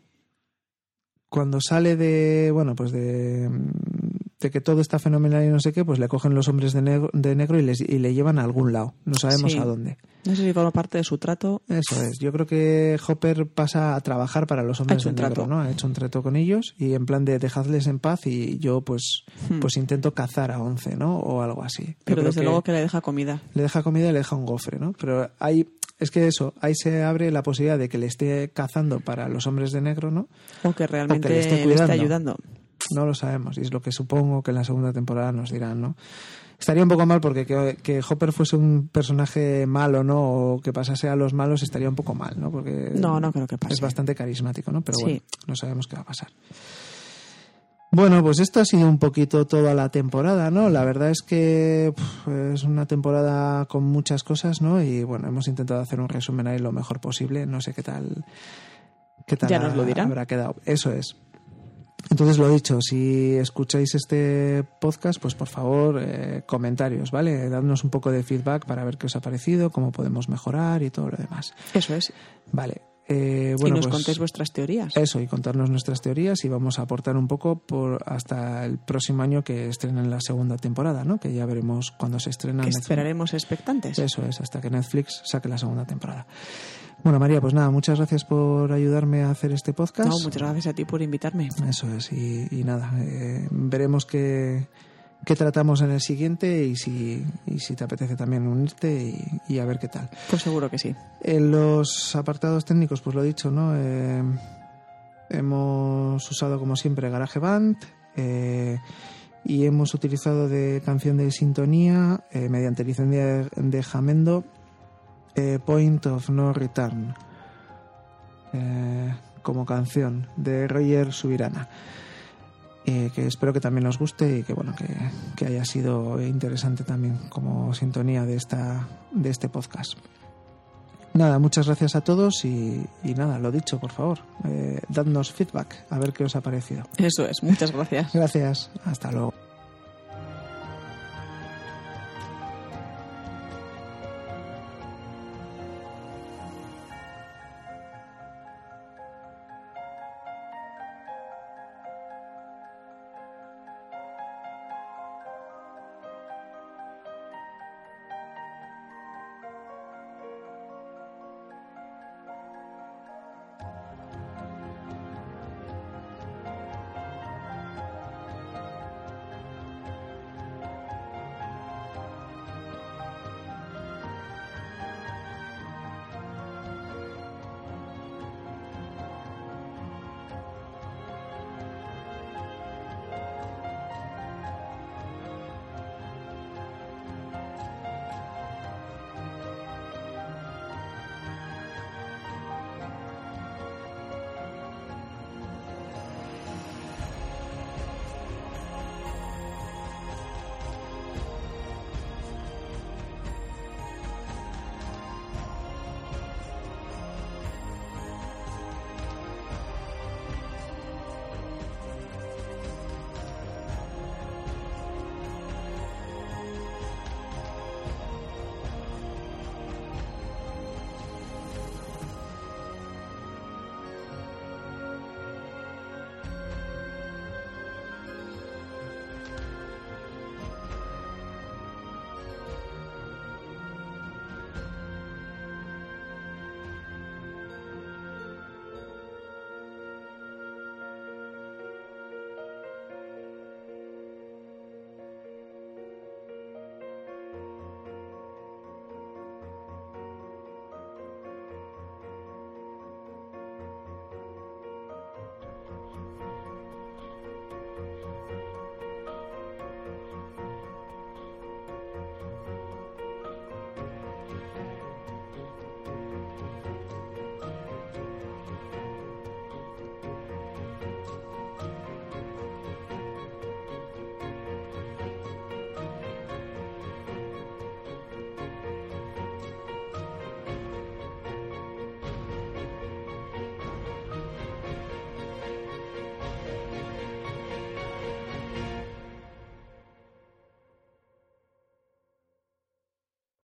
Speaker 1: cuando sale de bueno pues de, de que todo está fenomenal y no sé qué, pues le cogen los hombres de negro, de negro y, les- y le llevan a algún lado. No sabemos
Speaker 2: Sí.
Speaker 1: a dónde.
Speaker 2: No sé si forma parte de su trato.
Speaker 1: Eso es. Yo creo que Hopper pasa a trabajar para los hombres
Speaker 2: hecho
Speaker 1: de
Speaker 2: un
Speaker 1: negro,
Speaker 2: trato.
Speaker 1: ¿no? Ha hecho un trato con ellos y en plan de dejadles en paz y yo pues
Speaker 2: Hmm.
Speaker 1: pues intento cazar a once, ¿no? O algo así. Yo
Speaker 2: Pero
Speaker 1: creo
Speaker 2: desde
Speaker 1: que-
Speaker 2: luego que le deja comida.
Speaker 1: le deja comida y le deja un gofre, ¿no? Pero hay, es que eso, ahí se abre la posibilidad de que le esté cazando para los hombres de negro, ¿no?
Speaker 2: O que realmente
Speaker 1: le
Speaker 2: le
Speaker 1: esté
Speaker 2: esté,
Speaker 1: cuidando.
Speaker 2: ayudando.
Speaker 1: No lo sabemos, y es lo que supongo que en la segunda temporada nos dirán, ¿no? Estaría un poco mal porque que, que Hopper fuese un personaje malo, ¿no? O que pasase a los malos estaría un poco mal, ¿no? Porque
Speaker 2: No, no creo que pase.
Speaker 1: es bastante carismático, ¿no? Pero
Speaker 2: Sí.
Speaker 1: bueno, no sabemos qué va a pasar. Bueno, pues esto ha sido un poquito toda la temporada, ¿no? La verdad es que puf, es una temporada con muchas cosas, ¿no? Y bueno, hemos intentado hacer un resumen ahí lo mejor posible. No sé qué tal, qué tal
Speaker 2: Ya nos lo
Speaker 1: ha-
Speaker 2: dirán.
Speaker 1: habrá quedado. Eso es. Entonces lo dicho, si escucháis este podcast, pues por favor eh, comentarios, ¿vale? Dadnos un poco de feedback para ver qué os ha parecido, cómo podemos mejorar y todo lo demás.
Speaker 2: Eso es.
Speaker 1: Vale. Eh, bueno,
Speaker 2: y nos
Speaker 1: pues,
Speaker 2: contéis vuestras teorías.
Speaker 1: eso, y contarnos nuestras teorías y vamos a aportar un poco por hasta el próximo año que estrenen la segunda temporada, ¿no? Que ya veremos cuándo se estrena.
Speaker 2: que
Speaker 1: Netflix.
Speaker 2: esperaremos expectantes.
Speaker 1: Eso es, hasta que Netflix saque la segunda temporada. Bueno, María, pues nada, muchas gracias por ayudarme a hacer este podcast.
Speaker 2: No, muchas gracias a ti por invitarme.
Speaker 1: Eso es, y, y nada, eh, veremos qué, qué tratamos en el siguiente y si, y si te apetece también unirte y, y a ver qué tal.
Speaker 2: Pues seguro que sí.
Speaker 1: En los apartados técnicos, pues lo he dicho, ¿no? Eh, hemos usado, como siempre, GarageBand eh, y hemos utilizado de canción de sintonía eh, mediante licencia de, de Jamendo eh, Point of No Return eh, como canción de Roger Subirana. eh, que espero que también os guste y que bueno que, que haya sido interesante también como sintonía de esta de este podcast. Nada, muchas gracias a todos y, y nada, lo dicho, por favor, eh, dadnos feedback, a ver qué os ha parecido.
Speaker 2: Eso es. Muchas gracias.
Speaker 1: Gracias, hasta luego.